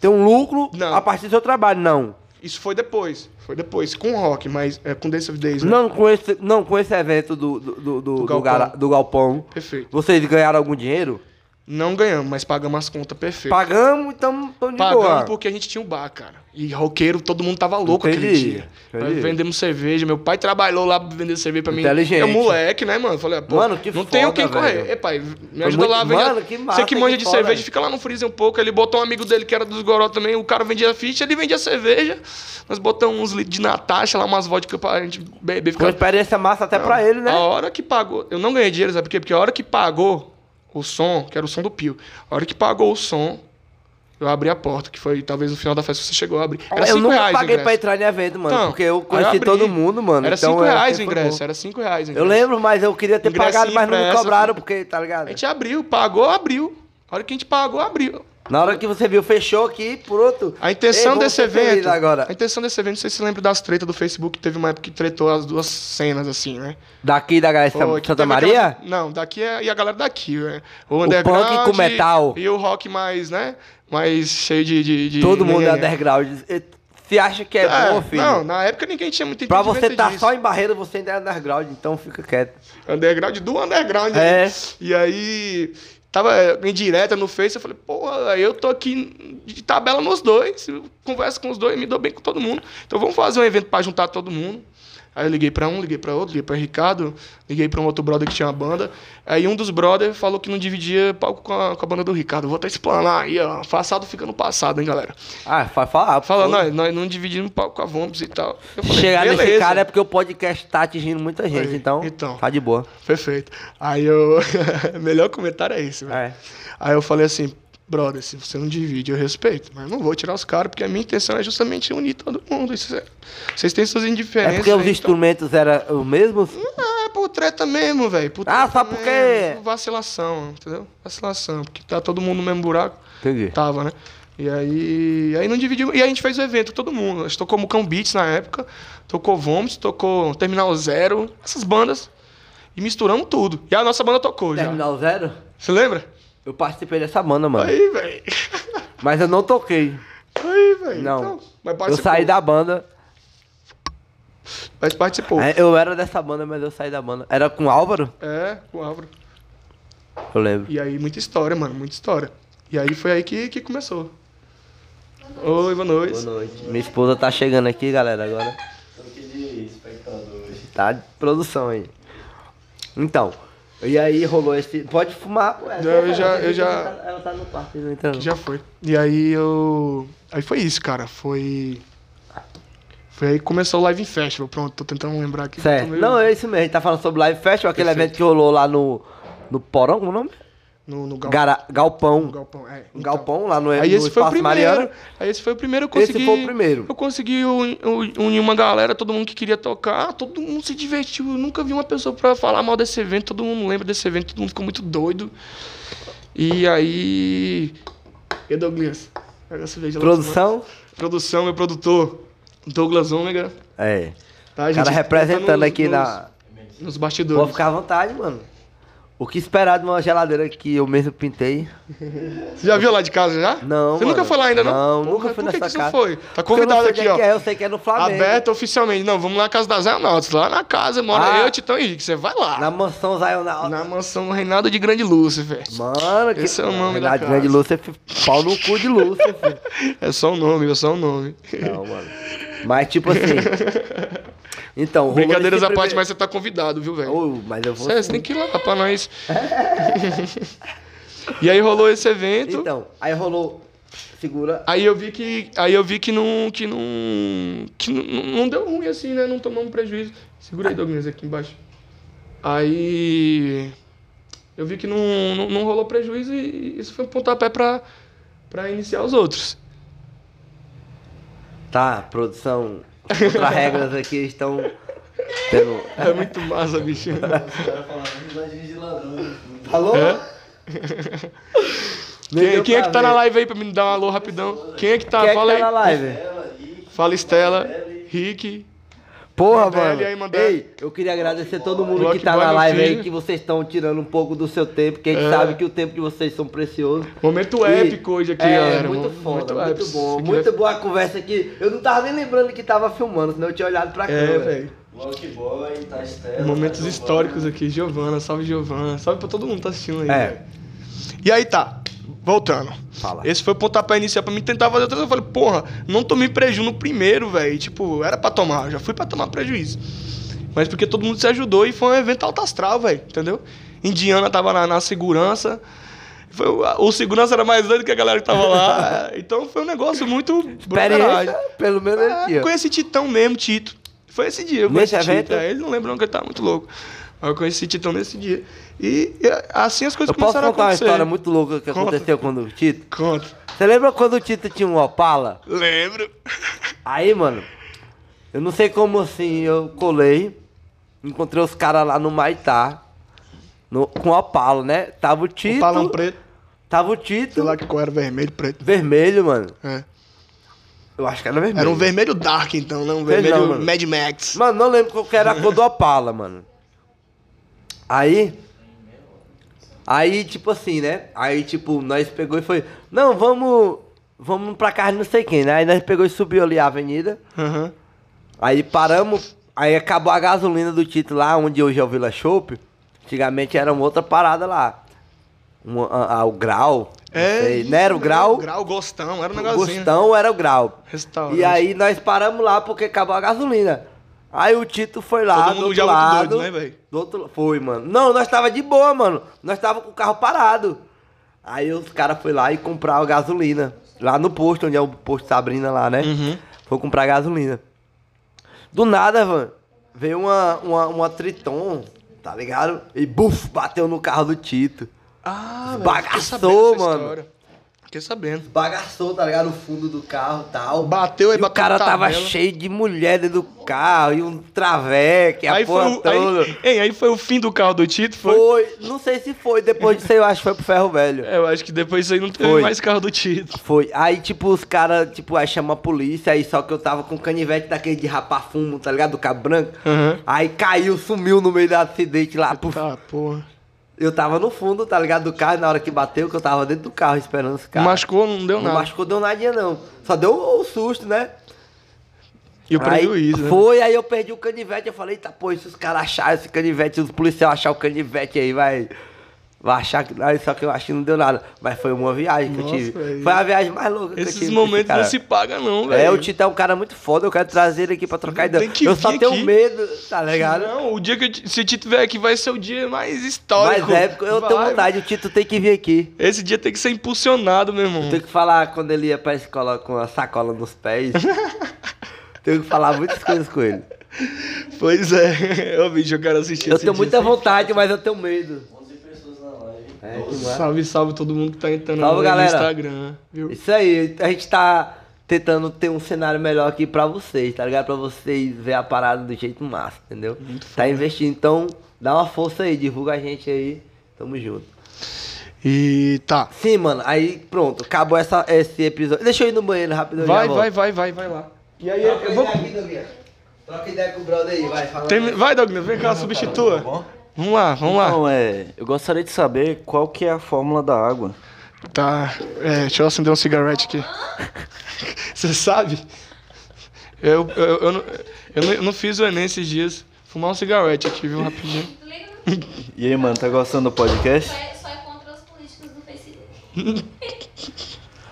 ter um lucro Não. a partir do seu trabalho, não. Isso foi depois, foi depois com o rock, mas é, com Dance of Days, né? Não com esse, não com esse evento do, do, do, do, do Galpão. gara- do galpão. Perfeito. Vocês ganharam algum dinheiro? Não ganhamos, mas pagamos as contas perfeito. Pagamos, então tamo de Pagamos boa. porque a gente tinha um bar, cara. E roqueiro, todo mundo tava louco aquele Entendi, dia. entendi. Nós vendemos cerveja, meu pai trabalhou lá pra vender cerveja pra mim. Inteligente. Eu moleque, né, mano? Falei, ah, pô, Mano, que não tenho foda, quem correr. velho. Ei, pai, me ajuda muito- lá, vende. Mano, que massa, Você que manja que de foda, cerveja, velho. fica lá no freezer um pouco. Ele botou um amigo dele que era dos Goró também, o cara vendia ficha, ele vendia cerveja. Nós botamos uns litros de Natasha lá, umas vodka pra gente beber. Foi uma Ficar... experiência massa até pra ele, né? A hora que pagou... Eu não ganhei dinheiro, sabe por quê? Porque a hora que pagou o som, que era o som do Pio, a hora que pagou o som, Eu abri a porta, que foi talvez no final da festa você chegou a abrir. Era eu cinco nunca reais o paguei ingresso. pra entrar no evento, mano. Então, porque eu aí conheci abri. todo mundo, mano. Era então, 5 reais o sempre ingresso, bom. era 5 reais o Eu ingresso. lembro, mas eu queria ter Ingressinho pagado, mas não pra me essa, cobraram, porque, tá ligado? A gente abriu, pagou, abriu. A hora que a gente pagou, abriu. Na hora que você viu, fechou aqui, pronto. A intenção Ei, vamos desse ser felizes evento. agora. A intenção desse evento, não sei se você lembra das tretas do Facebook, que teve uma época que tretou as duas cenas, assim, né? Daqui da galera de Pô, Santa, que Santa teve Maria? aquela- Não, daqui é, e a galera daqui, né? O underground. punk com metal. E o rock mais, né? Mais cheio de. de, de Todo mundo é nhenhenhen. underground. Se acha que é, bom, filho. Não, na época ninguém tinha muito pra entendimento você estar disso. só em barreira, você ainda é underground, então fica quieto. Underground do underground. É. né? E aí, tava em direta no Face, eu falei, pô, eu tô aqui de tabela nos dois, eu converso com os dois, me dou bem com todo mundo. Então vamos fazer um evento pra juntar todo mundo. Aí eu liguei pra um, liguei pra outro, liguei pra Ricardo, liguei pra um outro brother que tinha uma banda. Aí um dos brothers falou que não dividia palco com a, com a banda do Ricardo. Vou até explanar aí, ó. Passado fica no passado, hein, galera. Ah, vai falar. Fala, pô. nós, nós não dividimos palco com a Vomps e tal. Eu falei, Chegar nesse beleza. cara é porque o podcast tá atingindo muita gente, Aí, então, então. tá de boa. Perfeito. Aí eu. Melhor comentário é esse, velho. É. Aí eu falei assim, brother, se você não divide, eu respeito, mas não vou tirar os caras, porque a minha intenção é justamente unir todo mundo. Isso é- Vocês têm suas indiferenças. É porque os aí, então- instrumentos eram os mesmos? Ah, é por treta mesmo, velho. por Ah, treta só porque- mesmo, por Vacilação, entendeu? Vacilação, porque tá todo mundo no mesmo buraco. Entendi. Tava, né? E aí, aí não dividiu. E aí a gente fez o evento, todo mundo. A gente tocou Mucão Beats na época, tocou Vomits, tocou Terminal Zero, essas bandas. E misturamos tudo. E a nossa banda tocou já. Terminal Zero? Você lembra? Eu participei dessa banda, mano. Aí, velho. Mas eu não toquei. Aí, velho. Não. Então, mas eu participou. saí da banda. Mas participou. É, É, Eu era dessa banda, mas eu saí da banda. Era com o Álvaro? É, com o Álvaro. Eu lembro. E aí, muita história, mano, muita história. E aí foi aí que, que começou. Oi, boa noite. Boa noite. Minha esposa tá chegando aqui, galera, agora. Tá de produção aí. Então, e aí rolou esse. Pode fumar, ué. Já, eu já- eu já- Ela tá- Ela tá no quarto, não entra não. Que já foi. E aí eu. Aí foi isso, cara. Foi. Foi aí que começou o Live in Festival. Pronto, tô tentando lembrar aqui. Certo. Tô meio- Não, é isso mesmo. A gente tá falando sobre Live Festival, aquele um- Perfeito. evento que rolou lá no. No Porão, como é o nome? No, no gal... Gara- no Galpão. galpão. É. então. Galpão, lá no, Aí no esse foi o Espaço primeiro. Mariano. Aí esse foi o primeiro. Eu Esse consegui, foi o primeiro. Eu consegui un- un- unir uma galera, todo mundo que queria tocar. Todo mundo se divertiu. Eu nunca vi uma pessoa pra falar mal desse evento. Todo mundo lembra desse evento. Todo mundo ficou muito doido. E aí... E Douglas? Pega essa cerveja lá. Produção. Produção, meu produtor. Douglas Ômega. É. Tá, O cara Tá representando nos- aqui nos- na. Nos Pode bastidores. ficar à vontade, mano. O que esperar de uma geladeira que eu mesmo pintei? Você já viu lá de casa já? Não, Você nunca mano. foi lá ainda, não? Não, Porra, nunca fui por que nessa que casa. você foi? Tá Porque eu não convidado sei aqui, onde é ó. que é, eu sei que é no Flamengo. Aberto oficialmente. Não, vamos lá na casa das aeronautas. Lá na casa mora Ah. eu, Titão e Henrique. Você vai lá. Na Na, mansão Zional. mansão Reinaldo de Grande Lúcifer. Mano, que. Esse é o nome da Renato casa. Grande Lúcia, pau no cu de Lúcia, filho. É só o nome, é só o nome. Não, mano. Mas tipo assim. Então, rolou Brincadeiras à esse parte, primeiro- mas você tá convidado, viu, velho? Ô, mas eu vou. Você é você tem que ir lá pra nós. e aí rolou esse evento. Então, aí rolou. Segura. Aí eu vi que. Aí eu vi que não. Que não. Que não, não deu ruim assim, né? Não tomamos prejuízo. Segura aí, Douglas, aqui embaixo. Aí. Eu vi que não, não, não rolou prejuízo e isso foi um pontapé pra, pra iniciar os outros. Tá, produção. Contra regras aqui estão. Tendo... É muito massa, bicho. Alô? Quem, quem é que tá na live aí pra me dar um alô rapidão? Quem é que tá? Quem é que Fala tá na aí. live? Fala, Estela. Rick. Porra, Mandele mano. aí, Mandele. Ei, eu queria agradecer todo mundo Block que tá boy, na meu live aí, filho. que vocês estão tirando um pouco do seu tempo, que a gente É. sabe que o tempo de vocês são precioso. Momento E- épico hoje aqui, é, galera. Muito foda, muito, épico. bom. Isso aqui é Muito vai- boa a conversa aqui. Eu não tava nem lembrando que tava filmando, senão eu tinha olhado pra É, câmera. velho. Lock Boy, tá Estela. Momentos tá históricos aqui, Giovana, salve Giovana, salve pra todo mundo que tá assistindo aí. É. velho. E aí tá, voltando. Fala. Esse foi o pontapé inicial pra mim tentar fazer outra coisa. Eu falei, porra, não tomei prejuízo no primeiro, velho. Tipo, era pra tomar, eu já fui pra tomar prejuízo. Mas porque todo mundo se ajudou e foi um evento alto astral, velho, entendeu? Indiana tava na, na segurança. Foi, o- o segurança era mais doido que a galera que tava lá. então foi um negócio muito. Experiência, broderagem. pelo menos É, ele tinha. conheci Titão mesmo, Tito. Foi esse dia, eu Nesse conheci evento? Tito. É, ele não lembra não, que ele tava muito louco. Mas eu conheci Titão nesse dia. E, e, assim as coisas Eu posso começaram a contar uma acontecer. história muito louca que Conta. aconteceu quando o Tito. Conta. Você lembra quando o Tito tinha um Opala? Lembro. Aí, mano, eu não sei como assim, eu colei, encontrei os caras lá no Maitá, no, com Opala, né? Tava o Tito, Palão é um preto. tava o Sei Tito, lá que cor era vermelho, preto. vermelho, mano. É. Eu acho que era vermelho. Era um vermelho dark, então, né? Um Sei vermelho não, mano. Mad Max. Mano, não lembro qual que era a cor do Opala, mano. Aí. Aí, tipo assim, né? Aí, tipo, nós pegou e foi. Não, vamos. Vamos pra casa de não sei quem, né? Aí nós pegou e subiu ali a avenida. Aham. Aí paramos. Aí acabou a gasolina do Tito lá, onde hoje é o Vila Chopp. Antigamente era uma outra parada lá. Uma- a- a- o grau. Não, sei. não É, era o grau. É, Grau, gostão, era um O negocinho. Gostão era o grau. Restaurante. E aí nós paramos lá porque acabou a gasolina. Aí o Tito foi lá Todo do mundo outro já muito lado. doido, né, velho? do outro la- Foi, mano. Não, nós tava de boa, mano. Nós tava com o carro parado. Aí os caras foi lá e comprar a gasolina. Lá no posto, onde é o posto Sabrina lá, né? Uhum. Foi comprar gasolina. Do nada, mano, veio uma, uma, uma Triton, tá ligado? E buf, bateu no carro do Tito. Ah, Bagaçou, mano. História. Fiquei sabendo. Bagaçou, tá ligado? O fundo do carro e tal. Bateu aí, E o bateu cara na tava tabela. cheio de mulher dentro do carro e um traveque, a Aí foi, porra o, toda. aí, hein, aí foi o fim do carro do Tito, foi? Foi, não sei se foi, depois disso aí eu acho que foi pro Ferro Velho. É, eu acho que depois isso aí não teve Foi. mais carro do Tito. Foi. Aí, tipo, os caras, tipo, aí chama a polícia, aí só que eu tava com um canivete daquele de rapar fumo, tá ligado? Do cabo branco. Aham. Aí caiu, sumiu no meio do acidente lá. puf. Tá, porra. Eu tava no fundo, tá ligado? Do carro, na hora que bateu, que eu tava dentro do carro esperando os caras. Machucou, não deu Não nada. machucou, deu nadinha não. Só deu o susto, né? E o prejuízo, aí, né? Foi, aí eu perdi o canivete. Eu falei, tá, pô, e se os caras acharem esse canivete, se os policiais acharem o canivete aí, vai. Vai achar que. Aí, só que eu acho que não deu nada. Mas foi uma viagem que Nossa, eu tive. velho. Foi a viagem mais louca que eu tive. Esses com esse momentos não cara. se pagam, não, velho. É, o Tito é um cara muito foda, eu quero trazer ele aqui pra trocar ideia. Tem que Eu só vir tenho aqui. medo, tá ligado? Não, o dia que o Ti- se o Tito vier aqui vai ser o dia mais histórico. Mas é, eu tenho Vai. vontade, o Tito tem que vir aqui. Esse dia tem que ser impulsionado, meu irmão. Tenho que falar quando ele ia pra escola com a sacola nos pés. Tenho que falar muitas coisas com ele. Pois é. Ô, bicho, eu quero assistir Eu esse tenho dia. muita vontade, mas eu tenho medo. 11 pessoas na live. É, que massa. Salve, salve todo mundo que tá entrando Salve, no galera. Instagram, viu? Isso aí, a gente tá tentando ter um cenário melhor aqui pra vocês, tá ligado? Pra vocês ver a parada do jeito massa, entendeu? tá investindo, então dá uma força aí, divulga a gente aí, tamo junto. E tá. Sim, mano, aí pronto, acabou essa, esse episódio. Deixa eu ir no banheiro rápido. eu Vai, já vai, volto. vai, vai, vai lá. E aí, Troca eu vou... ideia aqui, Doguinha. Troca ideia com o brother aí, vai, fala. Termi- Vai, Dogner, vem cá, substitua. Vamos lá, vamos lá. Então, é, eu gostaria de saber qual que é a fórmula da água. Tá, é, deixa eu acender um cigarrete aqui. Você sabe? Eu, eu, eu, não, eu não- eu não fiz o Enem esses dias. Fumar um cigarrete aqui, viu, rapidinho. Tu liga no Facebook, E aí, mano, tá gostando do podcast? só é- só é contra os políticos do Facebook.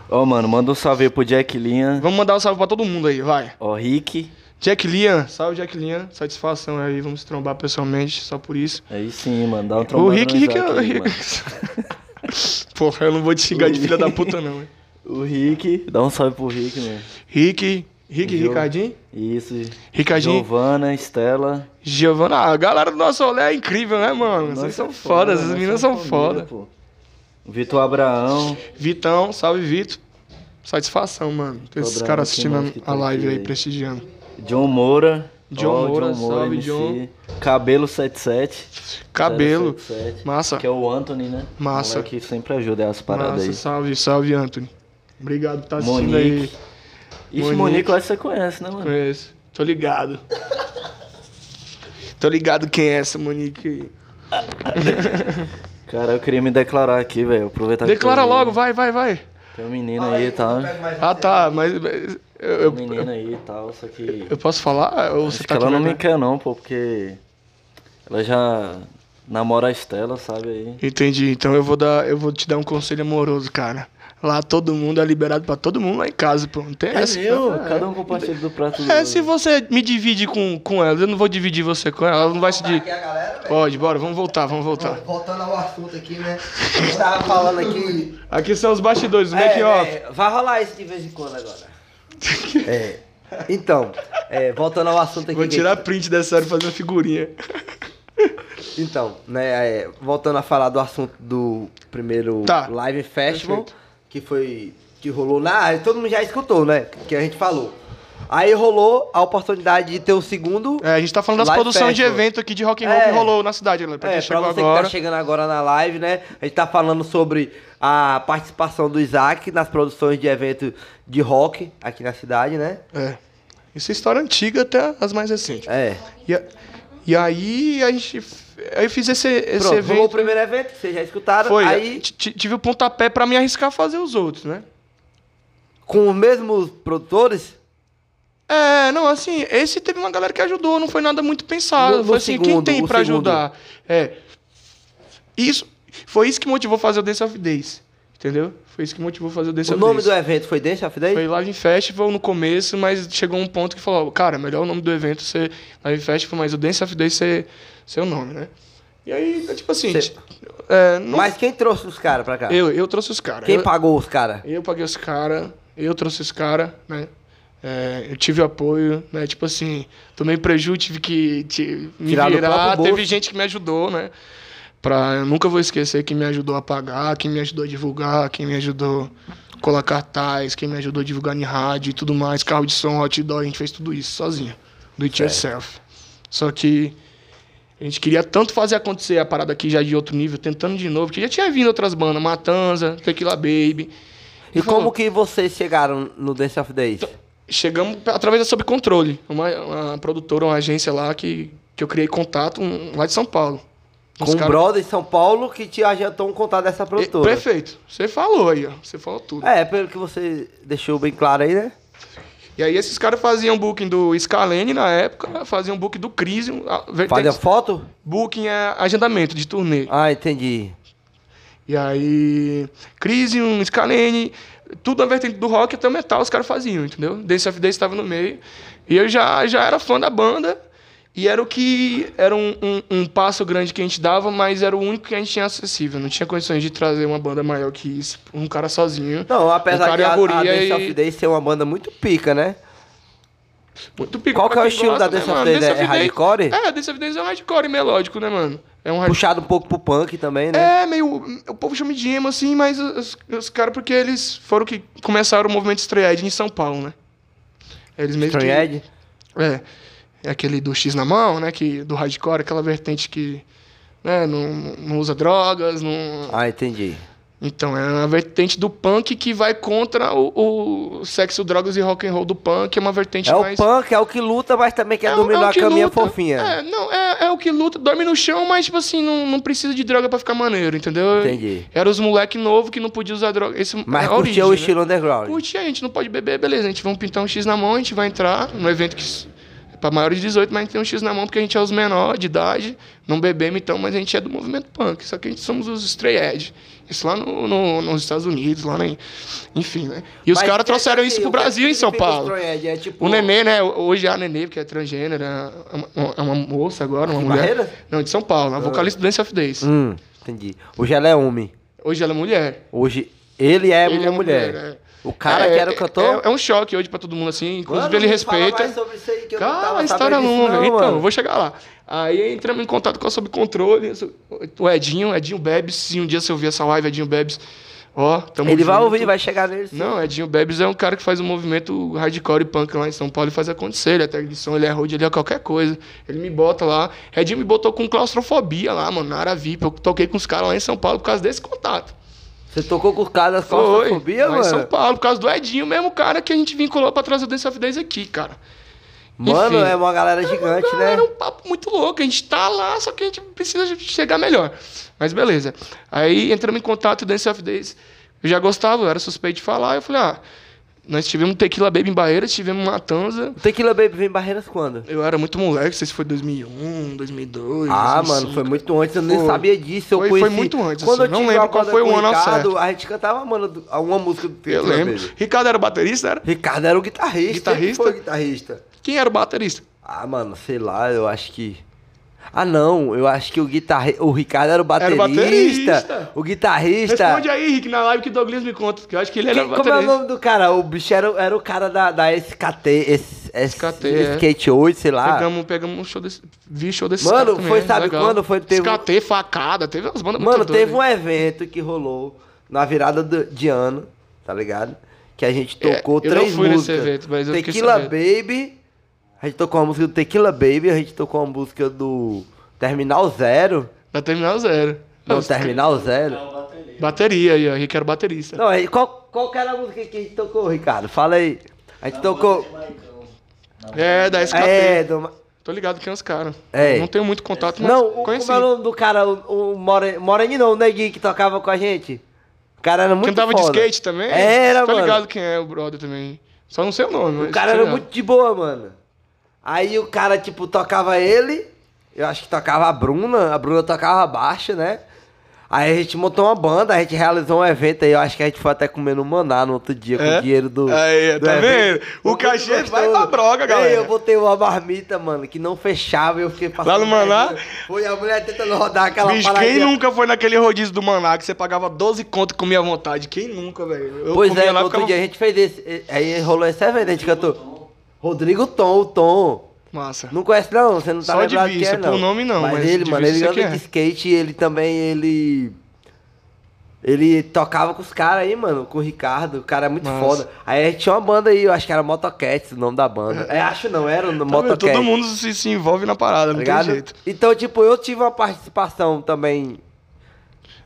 Ó, mano, manda um salve aí pro Jack Linha. Vamos mandar um salve pra todo mundo aí, vai. Ó, Rick. Jack Lian, salve Jack Lian, satisfação aí, vamos se trombar pessoalmente, só por isso. Aí sim, mano, dá um o trombadão Rick, no Rick, é Isaac o aí, Rick. mano. Porra, eu não vou te xingar de filha da puta, não. hein. O Rick, dá um salve pro Rick, mano. Rick, Rick, Gio- Ricardinho? Isso. Ricardinho, Giovana, Estela. Giovana, ah, a galera do nosso olé é incrível, né, mano? Vocês Nossa, são é foda, essas nós meninas são somos foda. família, pô. Vitor Abraão. Vitão, salve Vito. Satisfação, mano. ter esses Sobrando caras quem assistindo mais que tá a live aqui aí, aí? prestigiando. John Moura. John Ó, Moura, salve, John. Cabelo 77. Cabelo. 077, Massa. Que é o Anthony, né? Massa. que sempre ajuda as paradas Massa, salve, salve, Anthony. Obrigado por estar aí. assistindo aí. Monique. Ixi, Monique. Monique. eu acho que você conhece, né, mano? Conheço. Tô ligado. Tô ligado quem é essa Monique aí. Cara, eu queria me declarar aqui, velho. Aproveitar Declara que eu- logo, vai, vai, vai. Tem um menino aí e tal. Ah, tá, mas. mas Eu, Tem eu, um menino aí e tal, só que. eu posso falar? Ou Acho você que tá ela com não me vergonha? quer, não, pô, porque. Ela já namora a Estela, sabe aí. Entendi. Então eu vou dar, eu vou te dar um conselho amoroso, cara. Lá todo mundo é liberado pra todo mundo lá em casa, pô. Não tem É essa. meu, É. cada um compartilha do prato do É, se você me divide com, com ela, eu não vou dividir você com ela, ela não vai se Tá aqui dividir. a galera, velho. Pode, bora, vamos voltar, vamos voltar. Voltando ao assunto aqui, né? A gente tava falando aqui. Aqui são os bastidores, o making off. é, vai rolar isso de vez em quando agora. É. Então, é, voltando ao assunto aqui. Vou tirar gente. print dessa hora e fazer uma figurinha. Então, né, é, voltando a falar do assunto do primeiro Tá. Live Festival, Perfeito. que foi que rolou na área, todo mundo já escutou, né? Que a gente falou. Aí rolou a oportunidade de ter o segundo. É, a gente tá falando das Live produções de Festival. evento aqui de rock and roll É. que rolou na cidade, né? pra É, quem pra chegou você que agora. tá chegando agora na live, né? A gente tá falando sobre a participação do Isaac nas produções de evento de rock aqui na cidade, né? É. Isso é história antiga até as mais recentes. É. E, a- e aí a gente. Aí eu fiz esse, esse Pronto, rolou o evento. primeiro evento, que vocês já escutaram. Foi. é, Aí, t- t- Tive o pontapé pra me arriscar a fazer os outros, né? com os mesmos produtores, É, não, assim, esse teve uma galera que ajudou, não foi nada muito pensado. No- no foi assim, segundo, quem tem o pra segundo. ajudar? É. Isso. Foi isso que motivou fazer o Dance of Days. Entendeu? Foi isso que motivou fazer o Dance o of nome Days. do evento foi Dance of Day? Foi Live Festival no começo, mas chegou um ponto que falou, cara, melhor o nome do evento ser Live Festival, mas o Dance of Days ser seu nome, né? E aí, é tipo assim, Cê- t- é, não- Mas quem trouxe os caras pra cá? eu, eu trouxe os caras. Quem Eu, pagou os caras? eu paguei os caras, eu trouxe os caras, né? É, eu tive apoio, né? Tipo assim, tomei preju, tive que te, me Tirar do virar. próprio Teve bolso. gente que me ajudou, né? Pra, eu nunca vou esquecer quem me ajudou a pagar, quem me ajudou a divulgar, quem me ajudou a colar cartaz, quem me ajudou a divulgar em rádio e tudo mais, carro de som, outdoor, a gente fez tudo isso sozinho. Do it yourself. Só que a gente queria tanto fazer acontecer a parada aqui já de outro nível, tentando de novo, que já tinha vindo outras bandas, Matanza, Tequila Baby. E Falou, como que vocês chegaram no Dance of Days? Chegamos p- através da Sob Controle, uma, uma produtora, uma agência lá que, que eu criei contato um, lá de São Paulo. Os Com um cara- brother em São Paulo que te adiantou um contato dessa E- produtora. Perfeito. Você falou aí, ó. Você falou tudo. É, pelo que você deixou bem claro aí, né? E aí esses caras faziam booking do Scalene na época, faziam booking do Crisium. a- ver- Fazer tem- foto? Booking é agendamento de turnê. Ah, entendi. E aí, Crisium, Scalene, tudo na vertente do rock até o metal os caras faziam, entendeu? Dance of Days estava no meio. E eu já, já era fã da banda. E era o que. Era um, um, um passo grande que a gente dava, mas era o único que a gente tinha acessível. Não tinha condições de trazer uma banda maior que isso, um cara sozinho. Não, Um apesar cara de e a, a a guria Dance e- of Days ser uma banda muito pica, né? Muito pico Qual pra que é o quem estilo da gosta, Dance né, of mano? Days? É of hardcore? É, Dance of Days é um hardcore melódico, né, mano? É um hardcore. Puxado um pouco pro punk também, né? É, meio. O povo chama de emo, assim, mas os, os caras, porque eles foram que começaram o movimento Stray Edge em São Paulo, né? Eles meio Strong que. Edge. É. É aquele do X na mão, né? Que, do hardcore, aquela vertente que. Né, não, não usa drogas, não. Ah, entendi. Então, é a vertente do punk que vai contra o, o sexo, drogas e rock and roll do punk. É uma vertente É o mais. punk, é o que luta, mas também quer É o- dormir o numa que caminha luta. fofinha. É, não, é, é o que luta, dorme no chão, mas, tipo assim, não, não precisa de droga pra ficar maneiro, entendeu? Entendi. Era os moleque novo que não podia usar droga. Esse Mas é a origem, curtia o né? estilo underground. Curtia, a gente não pode beber, beleza. A gente vai pintar um X na mão, a gente vai entrar num evento que s- é pra maiores de 18, mas a gente tem um X na mão porque a gente é os menores de idade, não bebemos então, mas a gente é do movimento punk. Só que a gente somos os Stray Edge. Isso lá no- no- nos Estados Unidos, lá na... Enfim, né? E os Mas caras trouxeram assim, isso pro o que Brasil em São significa Paulo. Strong Edge? É tipo- O Nenê, né? Hoje é a Nenê, porque é transgênero, é uma, é uma moça agora, uma mulher. Barreiras? Não, de São Paulo, a vocalista do Dance of Days. Ah. Hum, entendi. Hoje ela é homem. Hoje ela é mulher. Hoje ele é Ele uma é mulher. mulher, é. O cara é, que era o é- cantor. É, é um choque hoje pra todo mundo, assim. Inclusive, Mano, ele me fala respeita. mais sobre isso aí que eu não Calma, tava a história é sabendo disso longa. não, então, mano. eu vou chegar lá. Aí entramos em contato com a Sob Controle, o Edinho, Edinho Bebes. Se um dia você ouvir essa live, Edinho Bebes, ó, tamo Ele vai junto. ouvir, vai chegar nele. sim. então. Não, Edinho Bebes é um cara que faz um movimento hardcore e punk lá em São Paulo e faz acontecer. Ele é técnico de som, ele é road, ele é qualquer coisa. Ele me bota lá. Edinho me botou com claustrofobia lá, mano, na área VIP. Eu toquei com os caras lá em São Paulo por causa desse contato. Você tocou com o cara das Foi, claustrofobia, lá em São mano? Paulo, por causa do Edinho, o mesmo cara que a gente vinculou pra trazer o Dance of Days aqui, cara. Mano, Enfim. é uma galera gigante, Cara, né? Era um papo muito louco. A gente tá lá, só que a gente precisa chegar melhor. Mas beleza. Aí entramos em contato Dance of Days. Eu já gostava, eu era suspeito de falar. Eu falei, ah, nós tivemos Tequila Baby em Barreiras, tivemos Matanza. O Tequila Baby vem em Barreiras quando? Eu era muito moleque, não sei se foi 2001, 2002. Ah, 2005. mano, foi muito antes, eu nem Foi. sabia disso. Eu Foi- foi conheci... muito antes, Quando assim, eu não tive lembro uma qual banda foi com o ano ao Ricardo, certo. A gente cantava, mano, do- uma música do Eu Tequila lembro. Baby. Ricardo era baterista, era? Ricardo era o guitarrista. Guitarrista? sempre Foi guitarrista. Quem era o baterista? Ah, mano, sei lá, eu acho que. Ah, não, eu acho que o guitarrista. O Ricardo era o Era o baterista. baterista. O guitarrista. Responde aí, Rick, na live que o Douglas me conta, porque eu acho que ele era Quem- o como é o baterista. nome do cara? O bicho era, era o cara da, da SKT, S, S, SKT, é. Skate 8, sei lá. Pegamos, pegamos um show desse. Vi show desse Ah. Mano, cara também, foi, sabe legal. quando? Foi- teve um- Escatei, facada, teve umas bandas Mano, um muito teve doidas. um evento que rolou na virada do- de ano, tá ligado? que a gente tocou É, eu não três fui nesse músicas. evento, mas eu fiquei Tequila sabendo. Baby, a gente tocou a música do Tequila Baby, a gente tocou a música do Terminal Zero. Na Terminal Zero. Não, Nossa, Terminal Zero. Bateria aí, ó. Henrique era baterista. Não, aí, qual, qual que era a música que a gente tocou, Ricardo? Fala aí. A gente Tá tocou. É, da SKP. É, do... Tô ligado que é uns caras. É. Não tenho muito contato, mas Não, o, conheci. como é o nome do cara, o, o More- Moreni não, o Neguinho que tocava com a gente. O cara era é muito Quem tava foda. de skate também? Era, Tô mano. ligado quem é o brother também. Só não sei o nome, mas. O cara tô era ligado. muito de boa, mano. Aí o cara, tipo, tocava ele, eu acho que tocava a Bruna, a Bruna tocava baixo, né? Aí a gente montou uma banda, a gente realizou um evento aí, eu acho que a gente foi até comer no Maná no outro dia com É? o dinheiro do. Aí, do tá evento. vendo? Foi O muito cachê gostoso. vai pra droga, galera. Ei, eu botei uma marmita, mano, que não fechava e eu fiquei passando. no Maná? vergonha. Foi a mulher tentando rodar aquela Bicho, quem paradinha. nunca foi naquele rodízio do Maná que você pagava 12 conto e comia à vontade? Quem nunca, velho? Eu Pois comia é, lá, no outro ficava- dia a gente fez esse. Aí rolou esse evento, a gente cantou. Rodrigo Tom, o Tom. Massa. Não conhece não, você não tá Só de lembrado vista, quem é, não. por nome, não, Mas, mas ele, de mano, vista ele eu sei anda quem de é. skate e ele também, ele... Ele tocava com os caras aí, mano, com o Ricardo, o cara é muito Massa. foda. Aí a gente tinha uma banda aí, eu acho que era Motocats o nome da banda. É, acho não, era o Tá vendo? Motocats. Todo mundo se, se envolve na parada, tá não ligado? tem jeito. Então, tipo, eu tive uma participação também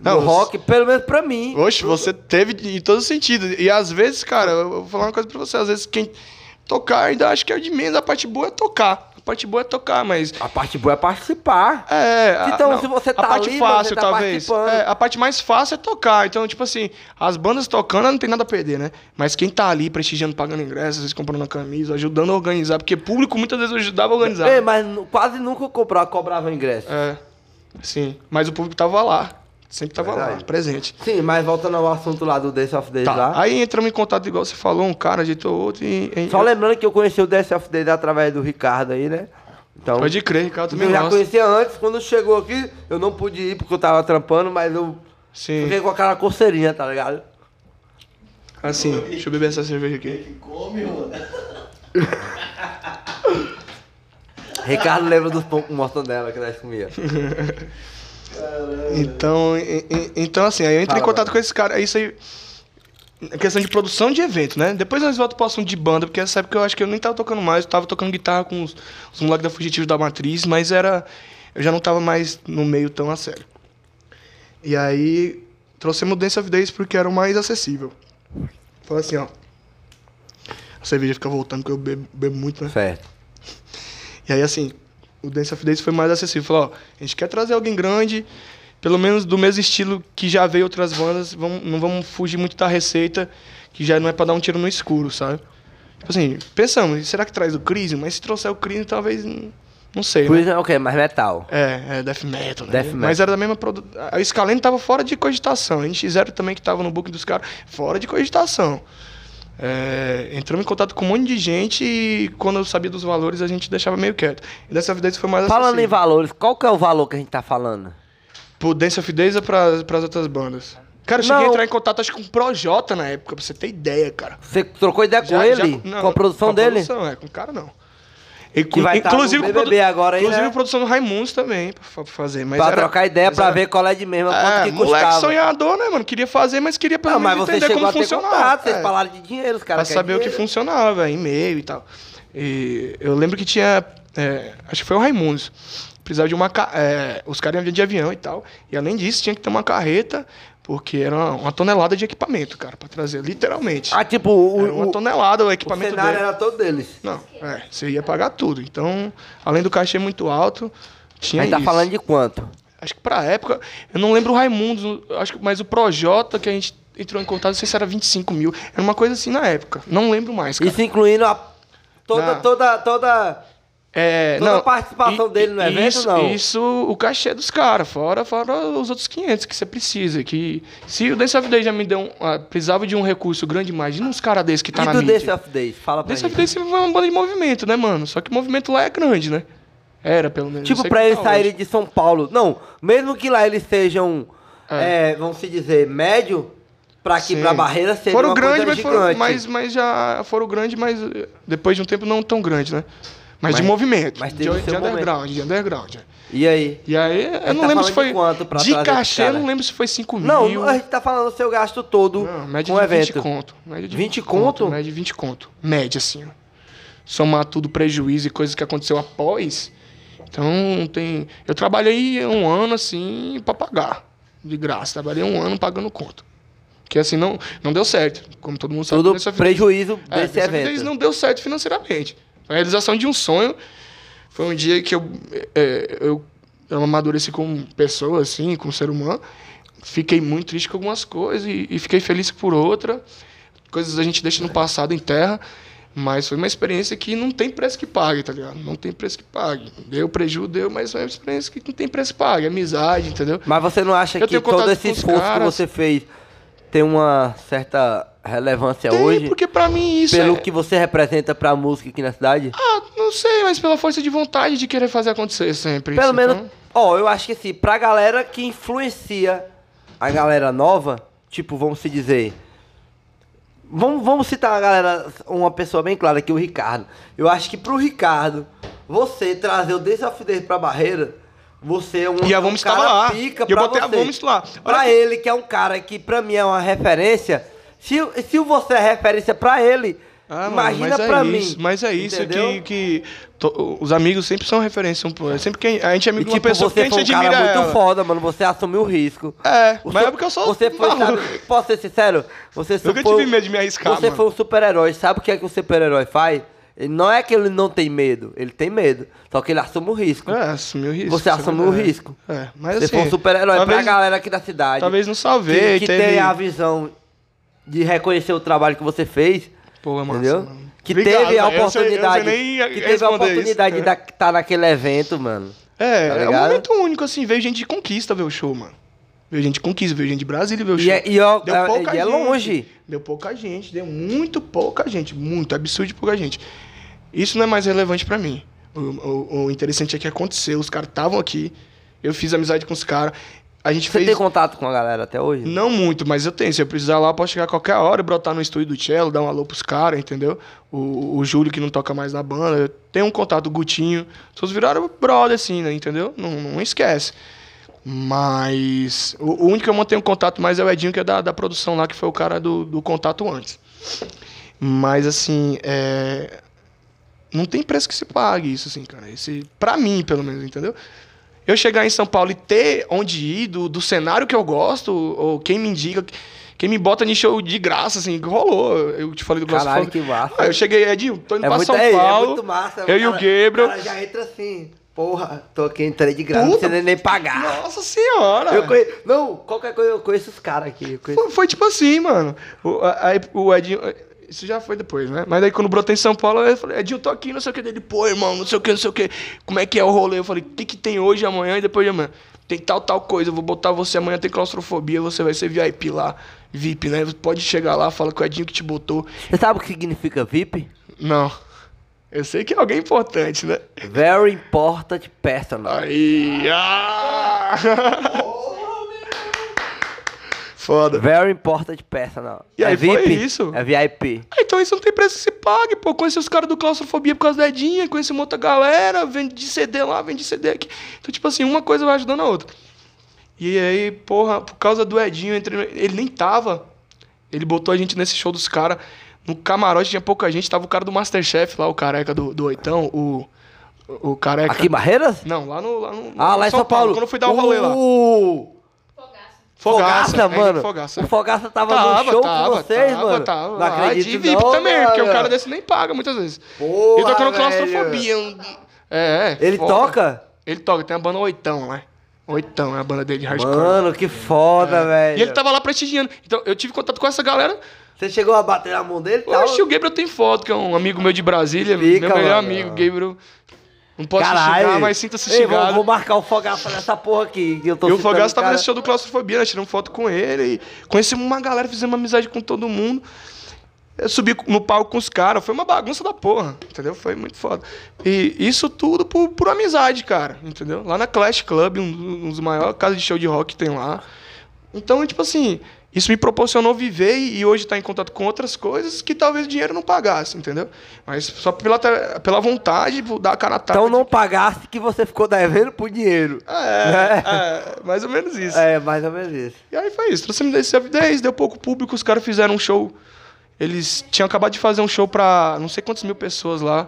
Não, no rock, pelo menos pra mim. Oxe, você teve em todos os sentidos. E às vezes, cara, eu vou falar uma coisa pra você. Às vezes, quem tocar, ainda acho que é o de menos. A parte boa é tocar. A parte boa é tocar, mas. A parte boa é participar. É, a- Então, não, se você a tá parte livre, fácil, você tá talvez. participando. É, a parte mais fácil é tocar. Então, tipo assim, as bandas tocando não tem nada a perder, né? Mas quem tá ali prestigiando, pagando ingressos, às vezes comprando a camisa, ajudando a organizar, porque público muitas vezes ajudava a organizar. Ei, mas nu- quase nunca cobrava, cobrava o ingresso. É, sim. Mas o público tava lá. Sempre tava Verdade. lá, presente. Sim, mas voltando ao assunto lá do Days of Days lá. Tá. Aí entramos em contato, igual você falou, um cara ajeitou outro e. e- Só lembrando que eu conheci o Death of Dead através do Ricardo aí, né? Então, Pode crer, Ricardo também eu já gosta. conhecia antes, quando chegou aqui, eu não pude ir porque eu tava trampando, mas eu Sim. fiquei com aquela coceirinha, tá ligado? Assim, deixa eu beber essa cerveja aqui. Ricardo lembra dos pão com mortandela que nós comia. Então, e- e- então assim, aí eu entrei em Fala, contato mano. com esse cara. é Isso aí. A questão de produção de evento, né? Depois nós voltamos pro assunto de banda, porque essa época eu acho que eu nem tava tocando mais, eu tava tocando guitarra com os, os moleques da Fugitivos da Matriz, mas era. Eu já não tava mais no meio tão a sério. E aí trouxemos Dance of Days porque era o mais acessível. Falei assim, ó. A cerveja fica voltando, porque eu bebo, bebo muito, né? Certo. E aí, assim, o Dance of Days foi mais acessível. Falou, ó, a gente quer trazer alguém grande, pelo menos do mesmo estilo que já veio outras bandas, vamos, não vamos fugir muito da receita, que já não é pra dar um tiro no escuro, sabe? Tipo assim, pensamos, será que traz o Crise? Mas se trouxer o Crise, talvez, n- não sei, né? Cruise é o quê? Mais metal. É, é Death Metal, né? Death metal. Mas era da mesma produção. A Scalene tava fora de cogitação. A NX0 também, que tava no booking dos caras, fora de cogitação. É, entramos em contato com um monte de gente e quando eu sabia dos valores, a gente deixava meio quieto. E dessa vez foi mais Falando em acessível. valores, qual que é o valor que a gente tá falando? Pro Dance of Days ou pras, pras outras bandas? Cara, eu cheguei Não. a entrar em contato, acho que com o Projota na época, pra você ter ideia, cara. Você trocou ideia com Já- já- ele? não, com a produção dele? produção, é, com o cara não. E Que vai tá no BBB agora aí, Inclusive né? a produção do Raimundos também, pra fa- fazer. Mas pra era- trocar ideia, mas pra era- ver qual é de mesmo, quanto É, que moleque custava. sonhador, né, mano? Queria fazer, mas queria pelo Não, mas menos você entender chegou como a ter funcionava. contato, vocês é, falaram de dinheiro, os pra caras saber o que funcionava, é, e-mail e tal. E eu lembro que tinha. é, acho que foi o Raimundos. Precisava de uma. ca- é, os caras iam de avião e tal. E além disso, tinha que ter uma carreta, porque era uma, uma tonelada de equipamento, cara, pra trazer, literalmente. Ah, tipo, o, era uma o, tonelada o o equipamento cenário dele. era todo deles. Não, é, você ia pagar tudo. Então, além do cachê muito alto, tinha. A gente tá isso. falando de quanto? Acho que pra época, eu não lembro o Raimundos, eu acho que, mas o Projota que a gente entrou em contato, não sei se era 25 mil. Era uma coisa assim na época. Não lembro mais, cara. Isso incluindo a. Toda, Não. toda, toda. É, toda a participação dele no evento, isso, não? Isso, o cachê dos caras, fora, fora os outros 500 que você precisa. Que, se o Dance of Day já me deu um, ah, precisava de um recurso grande, imagina uns caras desses que tá e na do mídia. Days of Days? Fala pra Dance gente. of Day sempre foi uma banda de movimento, né, mano? Só que o movimento lá é grande, né? Era, pelo menos. não Tipo, sei pra como eles tá saírem hoje. de São Paulo. Não, mesmo que lá eles sejam, É. é, vamos se dizer, médio, pra aqui, Sim. pra barreira, seria foram uma grande, coisa mas gigante. foram, mas, mas já foram grande, mas eh, depois de um tempo não tão grande, né? Mas, de Mas- movimento, mas de, teve de seu underground, de underground. é. E aí? E aí, eu não tá lembro falando se foi. de quanto pra de trazer esse cachê, eu cara? não lembro se foi 5 mil. Não, a gente tá falando do seu gasto todo Não, média com o de 20 evento. conto. Média de 20 conto? Média de 20 conto. Média, assim. ó. Somar tudo, prejuízo e coisas que aconteceu após. Então, tem... Eu trabalhei um ano, assim, pra pagar. De graça. Trabalhei um ano pagando conto. Que, assim, não, não deu certo. Como todo mundo sabe. né, Tudo nessa vida- prejuízo é, desse dessa evento. vez não deu certo financeiramente. A realização de um sonho foi um dia que eu, é, eu, eu amadureci como pessoa, assim, como ser humano. Fiquei muito triste com algumas coisas e, e fiquei feliz por outra. Coisas a gente deixa no passado em terra, mas foi uma experiência que não tem preço que pague, tá ligado? Não tem preço que pague. Deu prejuízo, deu, mas foi uma experiência que não tem preço que pague. Amizade, entendeu? Mas você não acha Eu que tenho todo contato esse com os esforço que caras. você fez tem uma certa relevância tem, É, hoje? porque pra mim isso Pelo é... que você representa pra música aqui na cidade? Ah, não sei, mas pela força de vontade de querer fazer acontecer sempre. Pelo isso, menos, então. ó, eu acho que assim, pra galera que influencia a galera nova, tipo, vamos se dizer. Vamos, vamos citar a galera, uma pessoa bem clara aqui, o Ricardo. Eu acho que pro Ricardo, você trazer o Days of Death pra barreira, você é um, E a um Vomit cara tava lá. pica E eu pra botei a você. Vomit lá. Olha Pra que- ele, que é um cara que pra mim é uma referência, se, se você é referência pra ele, Ah, mano, imagina mas é pra mim. isso, Mas é isso entendeu? que, que to- os amigos sempre são referência um pro outro. Sempre que a gente é E, amigo de uma tipo, pessoa que a você gente foi um cara admira muito ela. foda, mano. Você assumiu o risco. É, O mas su- é porque eu sou Você foi, maluco. sabe, posso ser sincero? Você Nunca supor- tive medo de me arriscar, Você mano. foi um super-herói. Sabe o que é que o super-herói faz? Ele não é que ele não tem medo. Ele tem medo. Só que ele assume o risco. É, assumiu o risco. Você isso é assumiu o verdade. risco. É, mas Você assim... foi um super-herói pra talvez- galera aqui da cidade. Talvez não salvei, que, que teve... tem a visão de reconhecer o trabalho que você fez. Pô, é massa, entendeu? mano. Que Obrigado, teve a velho. Eu sei- eu sei oportunidade. nem que teve a responder isso. tá oportunidade de estar naquele evento, mano. É, é Tá um ligado? momento único, assim. Veio gente de conquista ver o show, mano. Veio gente de conquista, veio gente de Brasília ver o E show. é- e ó, Deu é- pouca e é gente. longe. Deu pouca gente, deu muito pouca gente, muito absurdo de pouca gente. Isso não é mais relevante pra mim. O, o- o interessante é que aconteceu, os caras estavam aqui, eu fiz amizade com os caras, a gente Você fez... tem contato com a galera até hoje? Não muito, mas eu tenho. Se eu precisar lá, eu posso chegar a qualquer hora, brotar no estúdio do cello, dar um alô pros caras, entendeu? O, o Júlio, que não toca mais na banda, eu tenho um contato, o Gutinho. Vocês viraram brother, assim, né? Entendeu? Não, não esquece. Mas o, o único que eu mantenho contato mais é o Edinho, que é da, da produção lá, que foi o cara do, do contato antes. Mas, assim, é, não tem preço que se pague isso, assim, cara. Esse, pra mim, pelo menos, entendeu? Eu chegar em São Paulo e ter onde ir, do, do cenário que eu gosto, ou quem me indica, quem me bota em show de graça, assim, rolou. Eu te falei do Glossy Caralho, Funk. que massa. Ah, eu cheguei, Edinho, tô indo É pra muito, São é, Paulo. é muito massa. um eu e o Gabriel. O cara já entra assim. Porra, tô aqui, entrei de graça, não Puta. precisa nem pagar. Nossa senhora! Eu conhe... Não, qualquer coisa eu conheço os caras aqui. eu conheço- Foi, foi tipo assim, mano. O, a- aí o Edinho. Isso já foi depois, né? Mas aí quando brotei em São Paulo, eu falei, Edinho, tô aqui, não sei o que dele. Pô, irmão, não sei o que, não sei o que. Como é que é o rolê? Eu falei, o que, que tem hoje, amanhã e depois de amanhã? Tem tal, tal coisa, eu vou botar você amanhã, tem claustrofobia, você vai ser VIP lá. VIP, né? Pode chegar lá, fala com o Edinho que te botou. Você sabe o que significa VIP? Não. Eu sei que é alguém importante, né? Very Important Personal. Aí. Ah! Foda. Very Important Personal. E aí, é VIP? foi isso? É VIP. Ah, Então isso não tem preço que se pague, pô. Conheci os caras do Claustrofobia por causa da Edinha, conheci uma outra galera, vende CD lá, vende CD aqui. Então, tipo assim, uma coisa vai ajudando a outra. E aí, porra, por causa do Edinho, eu entrei no- ele nem tava. Ele botou a gente nesse show dos caras. No camarote tinha pouca gente, tava o cara do Masterchef lá, o careca do, do Oitão, o. O careca. Aqui em Barreiras? Não, lá no. Lá no Ah, lá em São, Paulo. Hum, Quando eu fui dar o rolê lá. Uh, Fogaço. Fogaça, Fogaça, é, mano. Fogaça. O Fogaça tava, no show com vocês, tava, mano. Tava, Não acredito Ah, de VIP não, também, porque o mano. cara desse nem paga muitas vezes. Porra, e tá tocando velho. claustrofobia. um- É, é. Ele foda. toca? Ele toca, tem a banda Oitão, né? Oitão é a banda dele de hardcore. É. Mano, que foda, velho. E ele tá- tava lá prestigiando. Então, eu tive contato com essa galera. Você chegou a bater na mão dele e tal? Oxe, o Gabriel tem foto, que é um amigo meu de Brasília. Pica, meu melhor mano. amigo, Gabriel. Não posso te Caralho. xingar, mas sinta-se Ei, vou, xingado. vou marcar o Fogaça nessa porra aqui. Que eu tô e o citando Fogaço tava cara. nesse show do Claustrofobia, né? Tiramos foto com ele. E conhecemos uma galera, fizemos amizade com todo mundo. Eu subi no palco com os caras. Foi uma bagunça da porra, entendeu? Foi muito foda. E isso tudo por, por amizade, cara, entendeu? Lá na Clash Club, um, um dos maiores casas de show de rock que tem lá. Então, tipo assim, isso me proporcionou viver e e hoje estar em contato com outras coisas que talvez o dinheiro não pagasse, entendeu? Mas só pela, tra- pela vontade, vou dar a cara a tapa. Então não pagasse que você ficou devendo por dinheiro. É, é, mais ou menos Ah, isso. É, mais ou menos isso. E aí foi isso. Trouxemos desse gravidez, deu pouco público, os caras fizeram um show. Eles tinham acabado de fazer um show pra não sei quantas mil pessoas lá.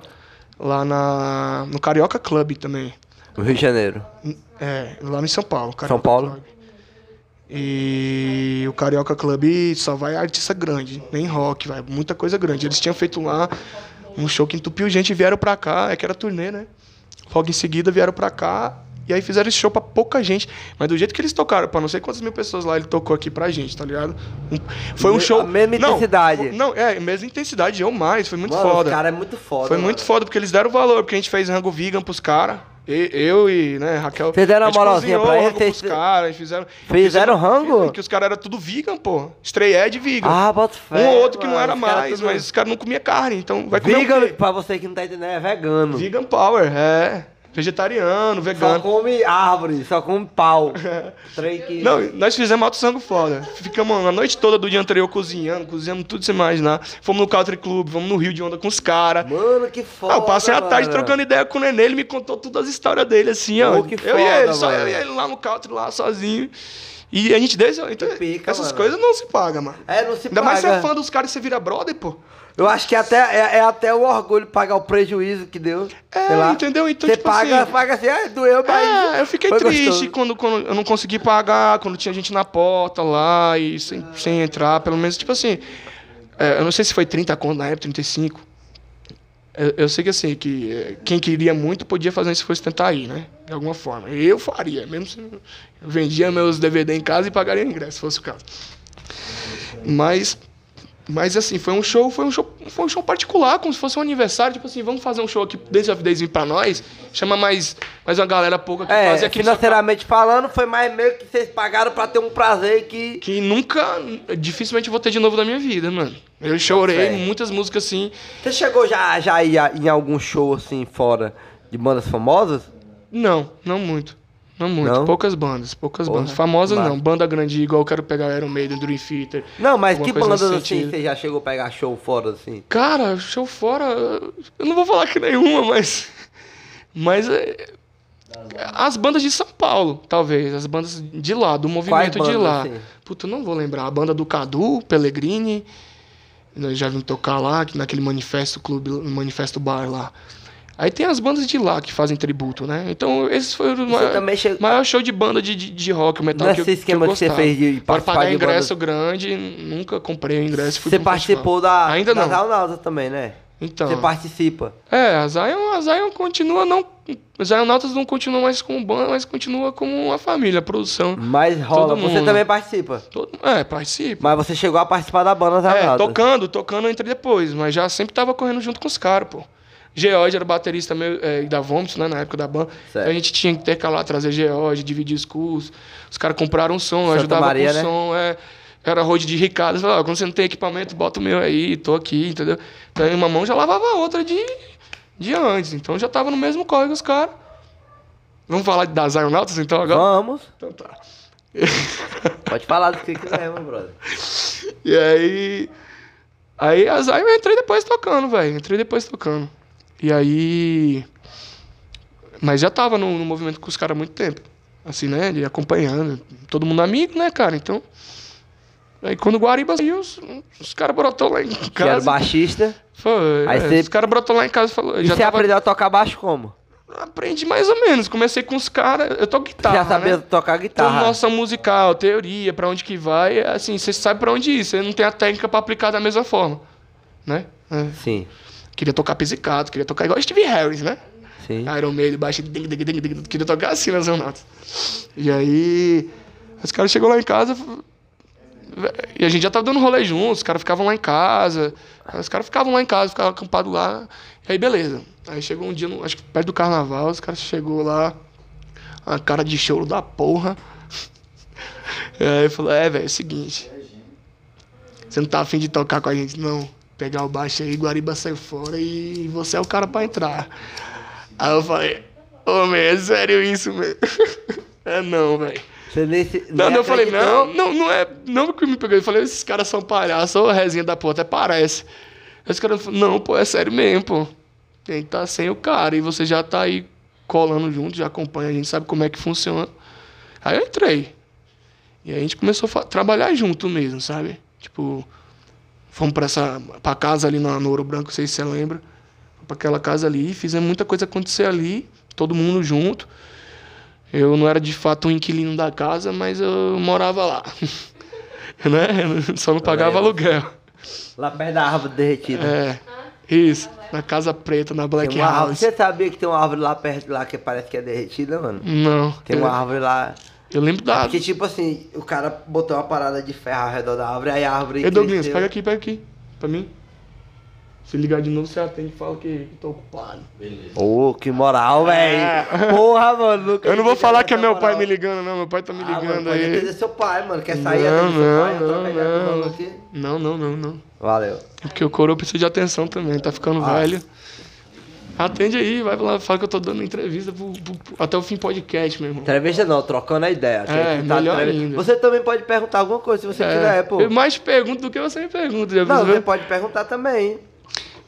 Lá na, no Carioca Club também. No Rio de Janeiro. É, lá em São Paulo. Carioca São Paulo? Club. E o Carioca Club só vai artista grande, nem rock, vai muita coisa grande. Eles tinham feito lá um show que entupiu gente e vieram pra cá, é que era turnê, né? Logo em seguida vieram pra cá e aí fizeram esse show pra pouca gente. Mas do jeito que eles tocaram, pra não sei quantas mil pessoas lá, ele tocou aqui pra gente, tá ligado? Um- foi um Me- show. a mesma não, intensidade. fo- Não, é, mesma intensidade, eu mais, foi muito Mano, foda. O cara é muito foda. foi mano. muito foda, porque eles deram valor, porque a gente fez rango vegan pros caras. Eu e, né, Raquel. Vocês deram a gente uma moralzinha cozinhou pra rango eles? pros caras, fizeram. Fizeram rango? Porque os caras eram tudo vegan, pô. Estreia de vegan. Ah, bota fé. um ou outro que não mano, era os cara mais, tudo- mas os caras não comiam carne, então vai comer. Vegan, o quê? pra você que não tá entendendo, é vegano. Vegan power, é. Vegetariano, Só vegano. come árvore, só come pau. Trem que... Não, nós fizemos alto sangue foda. Ficamos a noite toda do dia anterior cozinhando, cozinhamos tudo que você imaginar. Fomos no Country Club, fomos no Rio de Onda com os caras. Mano, que foda. Ah, eu passei a tarde mano. trocando ideia com o Nenê, ele me contou todas as histórias dele, assim, ó. Pô, que eu, e foda, ele, só, mano. eu e ele lá no country, lá sozinho. E a gente desde. Então, pica, essas mano. coisas não se pagam, mano. É, não se Ainda mais paga. ser fã dos caras e você vira brother, pô. Eu acho que até, é, é até o orgulho pagar o prejuízo que deu. É, sei lá. entendeu? Então, Você tipo paga, assim- paga assim, ah, doeu, mas... É, eu fiquei foi triste gostoso. quando, quando eu não consegui pagar, quando tinha gente na porta lá e sem, sem entrar, pelo menos, tipo assim. é, eu não sei se foi 30 conto na época, 35. Eu, eu sei que assim, que é, quem queria muito podia fazer um esforço e tentar ir, né? De alguma forma. Eu faria, mesmo se eu vendia meus DVD em casa e pagaria ingresso, se fosse o caso. Mas. Mas assim, foi um show, foi um show, foi um show particular, como se fosse um aniversário, tipo assim, vamos fazer um show aqui Dance of Days vir pra nós, chama mais, mais uma galera pouca que tipo, É, fazer aqui nessa casa, financeiramente falando, foi mais meio que vocês pagaram pra ter um prazer que... que nunca dificilmente eu vou ter de novo na minha vida, mano. Eu chorei Fé. muitas músicas assim. Você chegou já, já a ir a- em algum show, assim, fora de bandas famosas? Não, não muito. Não muito. Não? Poucas bandas, poucas Porra, bandas. Famosas massa. não. Banda grande igual eu quero pegar Iron Maiden, Dream Theater. Não, mas alguma que coisa bandas, nesse assim, sentido. você já chegou a pegar show fora, assim? Cara, show fora. Eu não vou falar que nenhuma, mas. Mas. é, As bandas de São Paulo, talvez. As bandas de lá, do movimento de bandas, lá. assim? Puta, eu não vou lembrar. A banda do Cadu, Pellegrini. Nós já vimos tocar lá, que naquele manifesto clube, manifesto bar lá. Aí tem as bandas de lá que fazem tributo, né? Então, esses foram o Você maior, também chegou- maior show de banda de, de, de rock, o metal Nesse que, eu- que eu esquema que você gostava. fez de Para participar pagar de ingresso grande, nunca comprei o ingresso. e fui Você pra um festival. participou da, Ainda da não. Zaunauta também, né? Então. Você participa. É, a Zion, a Zion continua não. A Zion Nautas não continua mais como banda, mas continua como uma família, produção. Mas rola, Todo você mundo. também participa. Todo, é, participa. Mas você chegou a participar da banda É, Zaunauta. tocando, tocando eu entrei depois, mas já sempre tava correndo junto com os caras, pô. George era baterista meu, é, da Vômitos, né, na época da banda. Certo. Então a gente tinha que intercalar, trazer George, dividir os cursos. Os caras compraram o som, eu Santa ajudava com Maria, o né? som. É, era road de Ricardo. Eles falavam, "Ó, quando você não tem equipamento, bota o meu aí, tô aqui, entendeu? Então aí uma mão já lavava a outra de, de antes. Então já tava no mesmo corre que os caras. Vamos falar das Aeronautas então agora? Vamos. Então tá. Pode falar do que quiser, meu brother. E aí. Aí as aí eu entrei depois tocando, velho. Entrei depois tocando. E aí. Mas já tava no, no movimento com os caras há muito tempo. Assim, né? De acompanhando. Todo mundo amigo, né, cara? Então. Aí quando o Guariba saiu, os, os caras brotou lá em Que era o casa. baixista. Foi, Aí é, você- Os caras brotou lá em casa e falou. E Já você tava, aprendeu a tocar baixo como? Aprendi mais ou menos. Comecei com os caras. Eu toco guitarra. já sabia né? tocar Então, guitarra. noção musical, teoria, pra onde que vai, é assim, você sabe pra onde ir, você não tem a técnica pra aplicar da mesma forma, né? É. Sim, Queria tocar pisicato, queria tocar igual Steve Harris, né? sim. Iron Maiden, baixo, ding, ding, ding, ding, queria tocar assim nas notas. E aí, os caras chegou lá em casa f- e a gente já tava dando rolê juntos, os caras ficavam lá em casa, os caras ficavam lá em casa, ficavam acampados lá, e aí beleza. Aí chegou um dia, no- acho que perto do carnaval, os caras chegou lá, a cara de choro da porra. E aí falou, é, velho, é o seguinte. Você não tá afim de tocar com a gente, não. Pegar o baixo aí, Guariba sai fora e você é o cara pra entrar. Aí eu falei, ô, meu, é sério isso, meu? é não, velho. Você nem se- nem Não, eu falei, acreditou. não, não, não é. Não que me pegou. Eu falei, esses caras são palhaços, ou a resenha da porra até parece. Aí os caras falaram, não, pô, é sério mesmo, pô. Tem que tá sem o cara. E você já tá aí colando junto, já acompanha, a gente sabe como é que funciona. Aí eu entrei. E aí a gente começou a fa- trabalhar junto mesmo, sabe? Tipo, fomos pra essa. pra casa ali na, no Ouro Branco, não sei se você lembra. Fomos Pra aquela casa ali, fizemos muita coisa acontecer ali, todo mundo junto. Eu não era de fato um inquilino da casa, mas eu morava lá. né? Eu Só não é. pagava aluguel. Lá perto da árvore derretida. É. Isso. Na Casa Preta, na Black Tem uma árvore. House. Você sabia que tem uma árvore lá perto lá que parece que é derretida, mano? Não. Tem eu, uma árvore lá. eu lembro da. Porque tipo assim, o cara botou uma parada de ferro ao redor da árvore, aí a árvore. Ei, Douglas, cresceu. pega aqui, pega aqui. Pra mim. Se ligar de novo, você atende e fala que que tô ocupado. Ô, que moral, velho. É. Porra, mano. nunca Eu não vou entendi falar essa que é meu pai moral. me ligando, não. Meu pai tá me Ah, mano, ligando pode aí. atender seu pai, mano. Quer sair Não, atende seu pai, não, eu troco ideia com o não, maluco não. aqui. Não, não, não, não. Valeu. É porque o coroa precisa de atenção também, tá ficando Ah. velho. Atende aí, vai lá, fala que eu tô dando entrevista pro- pro- pro- até o fim podcast, meu irmão. Entrevista não, trocando a ideia. Achei É, que tá melhor entrev- ainda. É. Você também pode perguntar alguma coisa se você quiser, É, pô. Eu mais pergunto do que você me pergunta, já Não, você percebeu? pode perguntar também.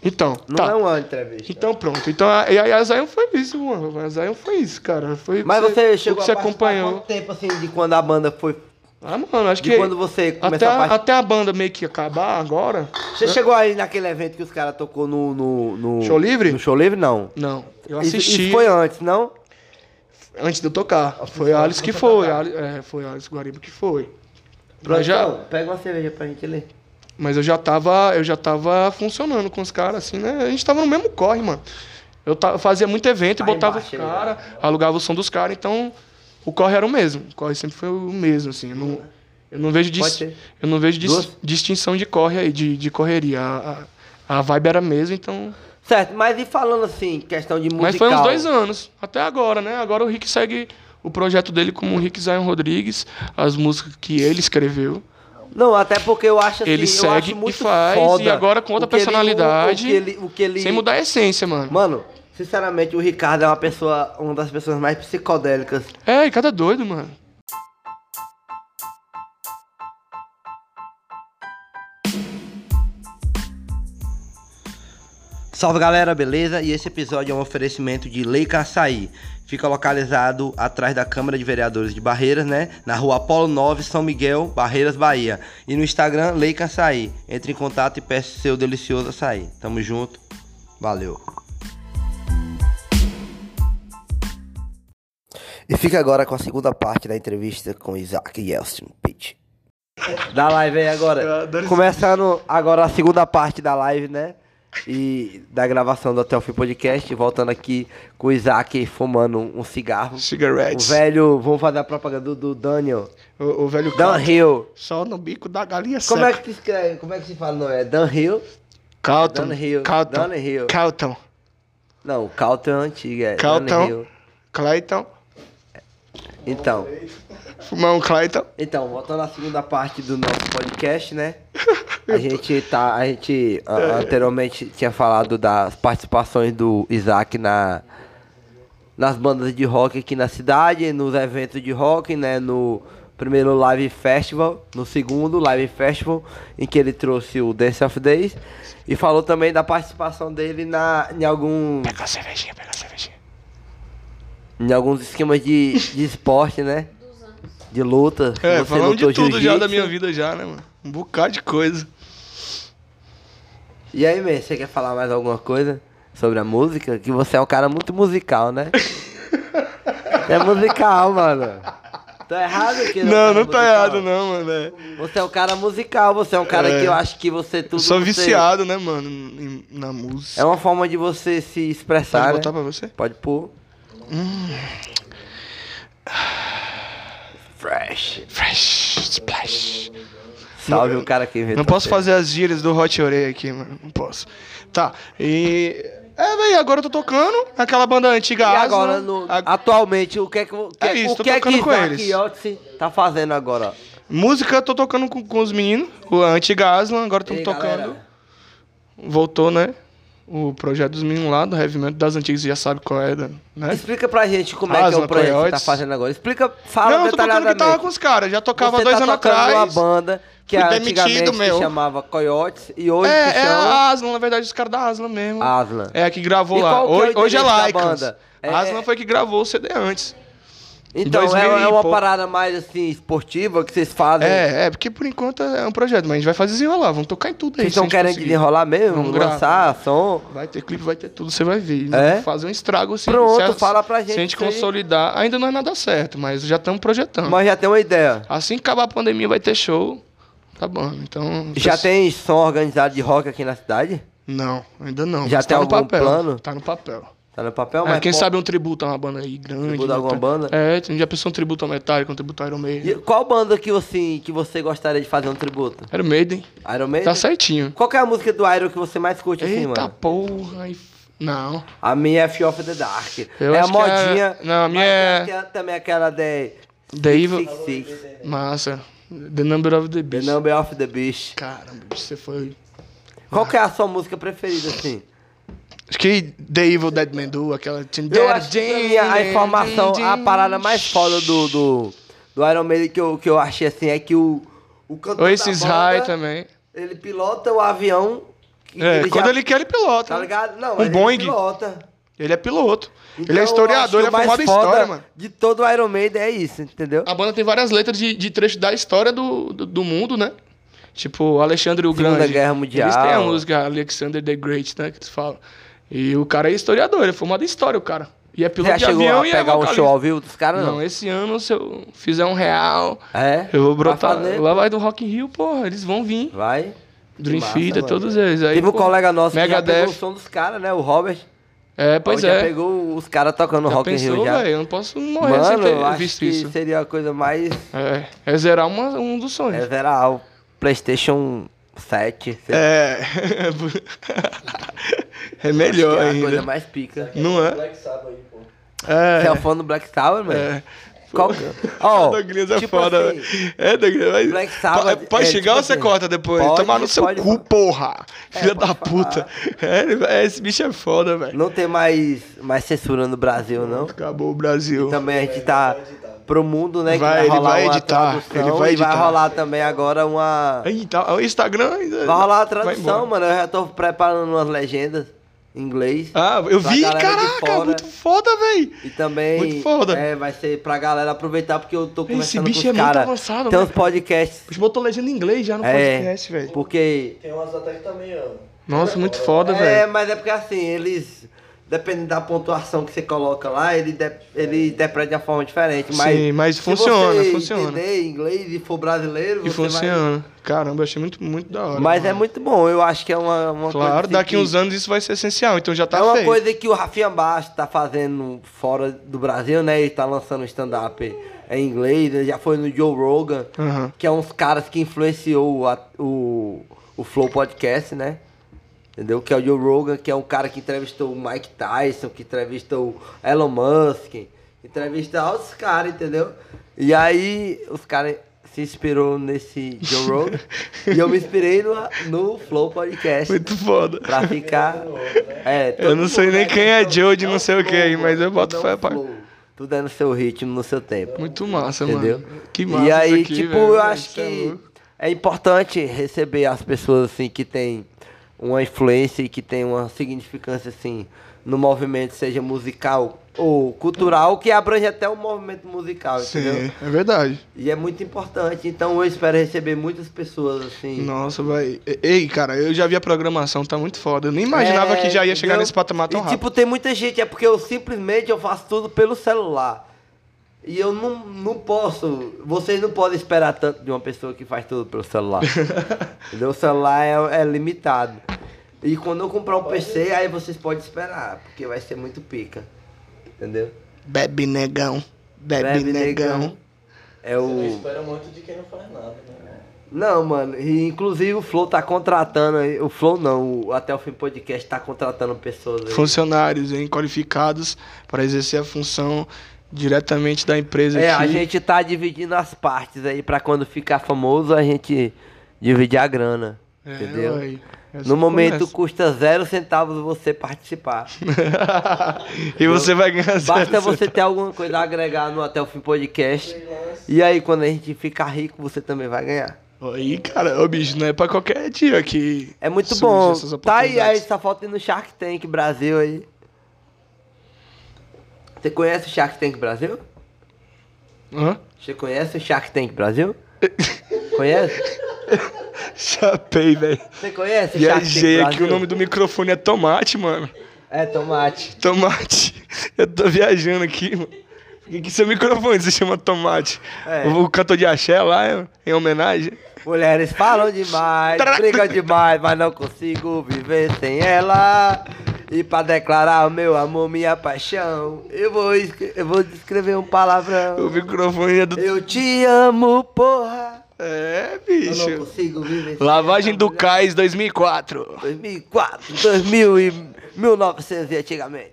Então, Não tá. é uma entrevista. Então pronto. Então, a- e aí a Zion foi isso, mano. A Zion foi isso, cara. Foi o que Mas você o chegou que você a participar acompanhou. quanto tempo assim de quando a banda foi. Ah, mano, acho De que quando você até começou a a, participar. até a banda meio que acabar agora. Você chegou aí naquele evento que os caras tocou no, no, no- Show livre? No show livre, não. Não, eu Isso- assisti Isso foi antes, não? antes de eu tocar. Foi a Alice que foi, Ali- é, foi a Alice Guariba que foi. Então, Mas já, Produção, Pega uma cerveja pra gente ler. Mas eu já tava, eu já tava funcionando com os caras, assim, né? A gente tava no mesmo corre, mano. Eu ta- fazia muito evento, e Tá botava embaixo, os caras, alugava o som dos caras, então o corre era o mesmo. O corre sempre foi o mesmo, assim. Eu não, eu não vejo, dis- Pode ser. eu não vejo dis- Duas? distinção de corre aí, de, de correria. A, a, a vibe era a mesma, então. Certo, mas e falando assim, questão de musical. Mas foi uns dois anos, até agora, né? Agora o Rick segue o projeto dele como Rick Zion Rodrigues, as músicas que ele escreveu. Não, até porque eu acho assim, Ele eu segue acho e muito faz, foda e agora com outra o que ele- personalidade, o que ele, o que ele- Sem mudar a essência, mano. Mano, sinceramente, o Ricardo é uma pessoa, uma das pessoas mais psicodélicas. É, e cada doido, mano. Salve galera, beleza? E esse episódio é um oferecimento de Leica Açaí. Fica localizado atrás da Câmara de Vereadores de Barreiras, né? Na rua Apolo 9, São Miguel, Barreiras, Bahia. E no Instagram, Leica Açaí. Entre em contato e peça seu delicioso açaí. Tamo junto, valeu. E fica agora com a segunda parte da entrevista com Isaac Yeltsin Pitch. Da live aí Eu agora. adoro esse Começando agora a segunda parte da live, né? E da gravação do Até o Fim Podcast, voltando aqui com o Isaac fumando um cigarro. O Cigarettes. velho, vamos fazer a propaganda do, do Daniel. O, o velho Dan Carlton. Hill. Só no bico da galinha Como é seca. que se escreve? Como é que se fala? Não, é Dan Hill? Carlton. Dan Hill, Carlton. Dan Hill. Carlton. Não, Calton é antiga, é Dan Carlton. Hill. Clayton. Então, Fumar um Clayton. então, voltando à segunda parte do nosso podcast, né? A gente tá, a gente É. a- anteriormente tinha falado das participações do Isaac na nas bandas de rock aqui na cidade, nos eventos de rock, né? No primeiro Live Festival, no segundo Live Festival, em que ele trouxe o Dance of Days. E falou também da participação dele na, em, algum, Pega a cervejinha, pega a cervejinha. em alguns esquemas de, de esporte, né? dos anos. De luta. É, Você falando de lutou tudo já jiu-jitsu. da minha vida já, né, mano? Um bocado de coisa. E aí, Mê, você quer falar mais alguma coisa sobre a música? Que você é um cara muito musical, né? Você é musical, mano. Tô errado aqui, né? é Não, não tá errado não, mano. é. Você é um cara musical, você é um cara É. que eu acho que você tudo. Eu sou você- viciado, né, mano, em- na música. É uma forma de você se expressar. Pode né? botar Hum. pra você? Pode pôr. Fresh. Fresh, splash. Salve o cara que inventou. Não posso isso. fazer as gírias do Hot Orei aqui, mano. Não posso. Tá, e... É, véi, agora eu tô tocando aquela banda antiga E Aslan. agora, no- né? A- atualmente, o que é que, o que, É isso, o tô que, é que tocando com Isaac eles. Yotzi tá fazendo agora? Música, eu tô tocando com, com os meninos. O- A antiga Aslan, agora estamos Ei, tocando. galera. Voltou, né? o projeto dos meninos lá do Heavy Metal das antigas, já sabe qual é, né? Explica pra gente como é que é Asla, o projeto que você tá coiotes. fazendo agora. Explica, fala não, eu tô tocando detalhadamente. guitarra com os caras, já tocava você dois tá anos tocando atrás. uma banda que Fui antigamente demitido, se meu. chamava Coyotes e hoje se É, é chama a Aslan, na verdade, os caras da Aslan mesmo. Aslan. É, a que gravou Ah. E lá. qual que é o Hoje, hoje é endereço da Lycans. banda? É- Aslan foi que gravou o CD antes. Então, é, 2000 e é uma pouco. parada mais assim, esportiva que vocês fazem. É, é, porque por enquanto é um projeto, mas a gente vai fazer desenrolar, vamos tocar em tudo aí. Vocês se a estão gente querendo conseguir. desenrolar mesmo, Vamos gravar. lançar som. Vai ter clipe, vai ter tudo, você vai ver. É? Fazer um estrago assim. Pronto, certo? fala pra gente Se a gente isso aí. consolidar, ainda não é nada certo, mas já estamos projetando. Mas já tem uma ideia. Assim que acabar a pandemia, vai ter show. Tá bom, então. Já tem som organizado de rock aqui na cidade? Não, ainda não. Já mas tem tá no algum papel. plano? Tá no papel. Tá no papel, É, mas. quem qual- sabe um tributo a uma banda aí grande. Tributo a alguma né? banda? É, tem- já pensou um tributo ao Metallica, um tributo ao Iron Maiden. E Qual banda que, assim, que você gostaria de fazer um tributo? Iron Maiden. Iron Maiden? Tá certinho. Qual que é a música do Iron que você mais curte assim, Eita mano? porra. aí f- Não. A minha é Fear of the Dark. Eu é a acho que é- modinha. não, a minha mas tem é- aquela- também aquela de The Evil. Six Six. Massa. The Number of the The Beast. Number of the Beast. Caramba, bicho, você foi. Qual que é a sua música preferida, assim? Acho que The Evil Dead Man Do, aquela. Eu acho que pra mim, a informação, a parada mais foda do, do, do Iron Maiden que eu, que eu achei assim é que o, o cantor Ou esses da banda, high também. ele pilota o avião. que É, quando já- ele quer, ele pilota. Tá né? ligado? Não, Um ele Boeing. pilota. Ele é piloto. Então, ele é eu acho que historiador, ele o é mais formado em foda história, mano. Ah, De todo o Iron Maiden é isso, entendeu? A banda tem várias letras de, de trecho da história do, do, do mundo, né? Tipo, Alexandre o Segunda Grande. Guerra Mundial. Eles têm a música Alexander the Great, né? Que eles falam. E o cara é historiador, ele é formado em história, o cara. E é piloto Já de chegou avião a e é pegar um vocalista. show ao vivo dos caras, não? Não, esse ano, se eu fizer um real, É? eu vou Vai brotar. fazer? Lá vai do Rock in Rio, porra, eles vão vir. Vai. Dream massa, Theater, mano. todos eles. Aí, Teve um pô, colega nosso que já pegou o Megadeth. som dos caras, né? O Robert. É, pois já é. pegou os caras tocando Já Rock in pensou, Rio já. velho? Eu não posso morrer sem Mano, eu ter acho é visto que isso. seria a coisa mais... É, é zerar uma- um dos sonhos. É, era o Playstation 7. sei lá. É. É melhor Acho que é a coisa ainda. mais pica. Não é? Black Sabbath aí, pô. Você é o É. fã do Black Tower, mano? É. Qual que... Ó, Douglas é tipo foda. assim, velho. é, Douglas. Mas... Black Sabbath, Pa- é, pode é, chegar tipo ou você assim, corta depois? pode, Tomar no seu pode cu, falar. porra. Filha da pode puta. É, ele- é, esse bicho é foda, velho. Não tem mais, mais censura no Brasil, não? Acabou o Brasil. Também a gente tá pro mundo, né? que Vai, ele vai uma editar, tradução ele vai e vai editar. rolar também agora uma... Eita, tá, o Instagram. ainda- Vai rolar a embora. tradução, mano. Eu já tô preparando umas legendas em inglês. Ah, eu Pra vi, galera de caraca, fora. muito foda, velho. E também Muito foda. É, vai ser pra galera aproveitar, porque eu tô conversando bicho com é os muito caras. avançado, Tem né, uns podcasts. Os botou legenda em inglês já no podcast, é, velho. porque... Tem umas até que também, ó. Nossa, muito foda, É, velho. mas é porque assim, eles... Dependendo da pontuação que você coloca lá, ele, de, ele interpreta de uma forma diferente. Mas, Sim, mas se funciona, você funciona. entender inglês e for brasileiro, E você vai- funciona. Caramba, eu achei muito, muito da hora. Mas é mano. muito bom, eu acho que é uma, uma coisa... Claro, assim daqui que- uns anos isso vai ser essencial, então já tá é uma feito. coisa que o Rafinha Baixo tá fazendo fora do Brasil, né? Ele tá lançando stand-up em inglês, ele já foi no Joe Rogan, Aham. que é uns caras que influenciou a- o, o Flow Podcast, né? Entendeu? Que é o Joe Rogan, que é um cara que entrevistou o Mike Tyson, que entrevistou o Elon Musk, que entrevista outros caras, entendeu? E aí os caras se inspirou nesse Joe Rogan e eu me inspirei no, no Flow Podcast. Muito foda. Pra ficar. É, Eu não sei nem quem é Joe de não sei o que, mas eu boto fé pra. Tu dando seu ritmo no seu tempo. Muito massa, Entendeu? mano. Que massa. E aí, isso aqui, tipo, velho. eu acho Isso é que louco. é importante receber as pessoas assim que tem uma influência e que tem uma significância assim no movimento, seja musical ou cultural, que abrange até o movimento musical, entendeu? Sim, é verdade. E é muito importante. Então eu espero receber muitas pessoas assim. Nossa, vai. Ei, cara, eu já vi a programação, tá muito foda. Eu nem imaginava É, que já ia chegar entendeu? nesse patamar tão e, rápido. Tipo, tem muita gente, é porque eu simplesmente eu faço tudo pelo celular. E eu não, não posso, vocês não podem esperar tanto de uma pessoa que faz tudo pelo celular. Entendeu? O celular é, é limitado. E quando eu comprar um PC, aí vocês podem esperar, porque vai ser muito pica. Entendeu? Bebe negão. Bebe, Bebe negão. negão. É Você não o. espera muito de quem não faz nada, né? Não, mano, e inclusive o Flow tá contratando, aí- o Flow não, o Até o Fim Podcast tá contratando pessoas. aí. Funcionários, hein, qualificados para exercer a função diretamente da empresa É, aqui. a gente tá dividindo as partes aí pra quando ficar famoso a gente dividir a grana. É, entendeu? ué. Essa é No momento começa. custa zero centavos você participar. e você vai ganhar Basta zero. você ter alguma coisa a agregar no Até o Fim Podcast. E aí, quando a gente ficar rico, você também vai ganhar. Aí, cara, ô bicho, não é pra qualquer dia que. É muito surgem bom. essas Tá aí, aí oportunidades. só falta ir no Shark Tank Brasil aí. Você conhece o Shark Tank Brasil? Hã? Você conhece o Shark Tank Brasil? conhece? Chapei, velho. Você conhece o Shark Tank Viajei Brasil? aqui, o nome do microfone é Tomate, mano. É, tomate. Tomate. Eu tô viajando aqui, mano. Por que, que seu microfone se chama Tomate? É. O cantor de axé lá, é- em homenagem? Mulheres falam demais, brigam demais, mas não consigo viver sem ela. E pra declarar o meu amor, minha paixão, eu vou, escre- eu vou descrever um O palavrão. microfone é do. Eu te amo, porra. Tá É, Eu não bicho. consigo viver sem Lavagem essa do mulher. Cais 2004. 2004, 2000 e 1900 e antigamente.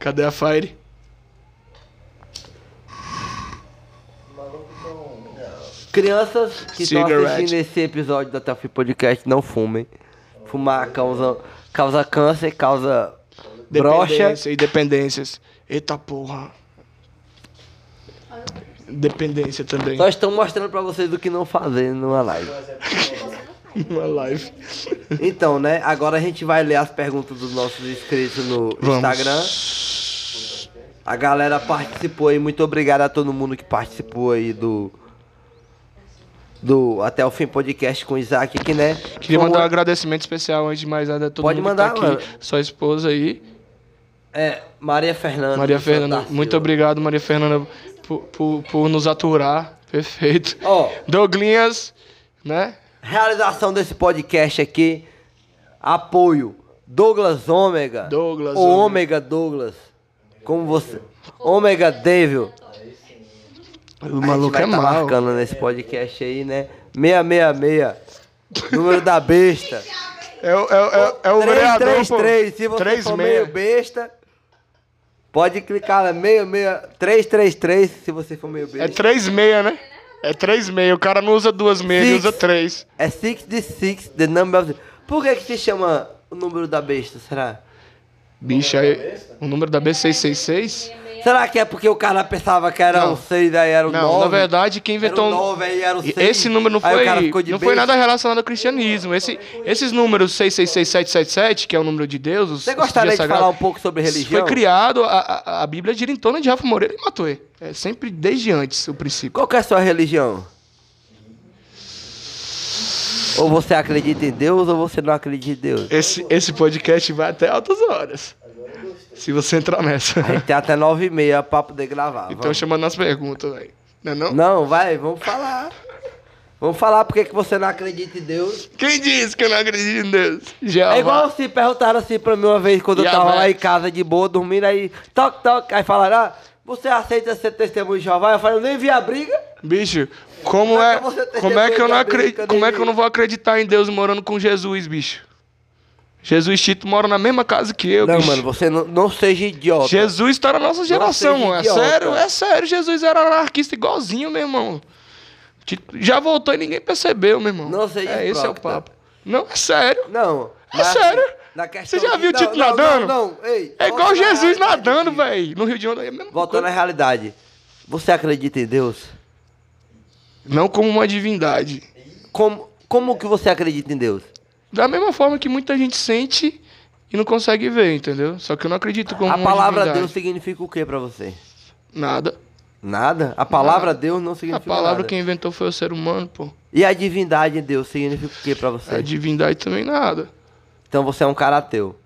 Cadê a Fire? Crianças que estão Cigarette. assistindo esse episódio da Tafi Podcast, não fumem. Fumar causa, causa câncer, causa brocha. Dependência e dependências. Eita porra. Dependência também. Nós estamos mostrando pra vocês o que não fazer numa live. Uma live. Então, né? Agora a gente vai ler as perguntas dos nossos inscritos no Instagram. A galera participou aí. Muito obrigado a todo mundo que participou aí do. Do Até o Fim Podcast com o Isaac aqui, né? Queria Foi um- mandar um agradecimento especial antes de mais nada a todo Pode mundo mandar, que tá aqui. mano. Sua esposa aí. É, Maria Fernanda. Maria do Santar Fernanda. Silva. Muito obrigado, Maria Fernanda, por, por, por nos aturar. Perfeito. Ó, Douglinhas, né? realização desse podcast aqui. Apoio. Douglas Ômega. Douglas Ou Ômega. Ômega Douglas. Como você. Ômega Devil. O A gente maluco vai é tá mal. marcando nesse podcast aí, né? 666. Número da besta. É, o- é, o- é, é o vereador, pô. 333. Se você for 36. meio besta, pode clicar lá. 66. 333. Se você for meio É besta. 36, né? É 36. O cara não usa duas meias, ele Six. usa três. É 66. The number of. Por que que se chama o número da besta, será? Bicho, aí. O número da é B666? Será que é porque o cara pensava que era Não. um 6, aí era um 9? Não, na verdade, quem inventou. Era um um- nove, aí era um E seis. Esse número não Aí o foi, cara ficou de não foi besta. nada relacionado ao cristianismo. Esse, esses números 666777, que é o número de Deus, os, Você os gostaria dias de sagrados, falar um pouco sobre isso religião? Foi criado, a, a, a Bíblia gira em torno de Rafa Moreira e Matuê. É sempre desde antes o princípio. Qual que é a sua religião? Ou você acredita em Deus ou você não acredita em Deus. Esse, esse podcast vai até altas horas. Se você entrar nessa. A gente tem até nove e meia pra poder gravar. Então vamos. chamando as perguntas, velho. Não é não? Não, vai, vamos falar. Vamos falar porque que você não acredita em Deus. Quem disse que eu não acredito em Deus? Jeová. É igual se perguntaram assim pra mim uma vez quando eu Yahvé. tava lá em casa de boa, dormindo, aí toque, toque, aí falaram, ah, você aceita ser testemunho de Jeová? Eu falei, eu nem vi a briga. Bicho, como Como é é, que você tem como é que eu não certeza que a acredito, Bíblia como é que diz? eu não vou acreditar em Deus morando com Jesus, bicho? Jesus e Tito moram na mesma casa que eu, Não, bicho. mano, você não, não seja idiota. Jesus tá na nossa geração, seja mano. É idiota. sério, é sério. Jesus era anarquista igualzinho, meu irmão. Tito Já voltou e ninguém percebeu, meu irmão. Não seja É, esse é o hipócrita. papo. Não, é sério. Não. É mas, assim, sério? Na questão Você já de- viu o não, Tito não, nadando? Não, não, ei. É igual volta na Jesus realidade nadando, aqui. velho. No Rio de Janeiro é a mesma Voltando à coisa. realidade. Você acredita em Deus? Não como uma divindade. Como, como que você acredita em Deus? Da mesma forma que muita gente sente e não consegue ver, entendeu? Só que eu não acredito como a uma palavra divindade. Deus significa o que pra você? Nada. Nada? A palavra Deus não A significa palavra nada. quem inventou foi o ser humano, pô. E a divindade em Deus significa o que pra você? A divindade também nada. Então você é um cara ateu.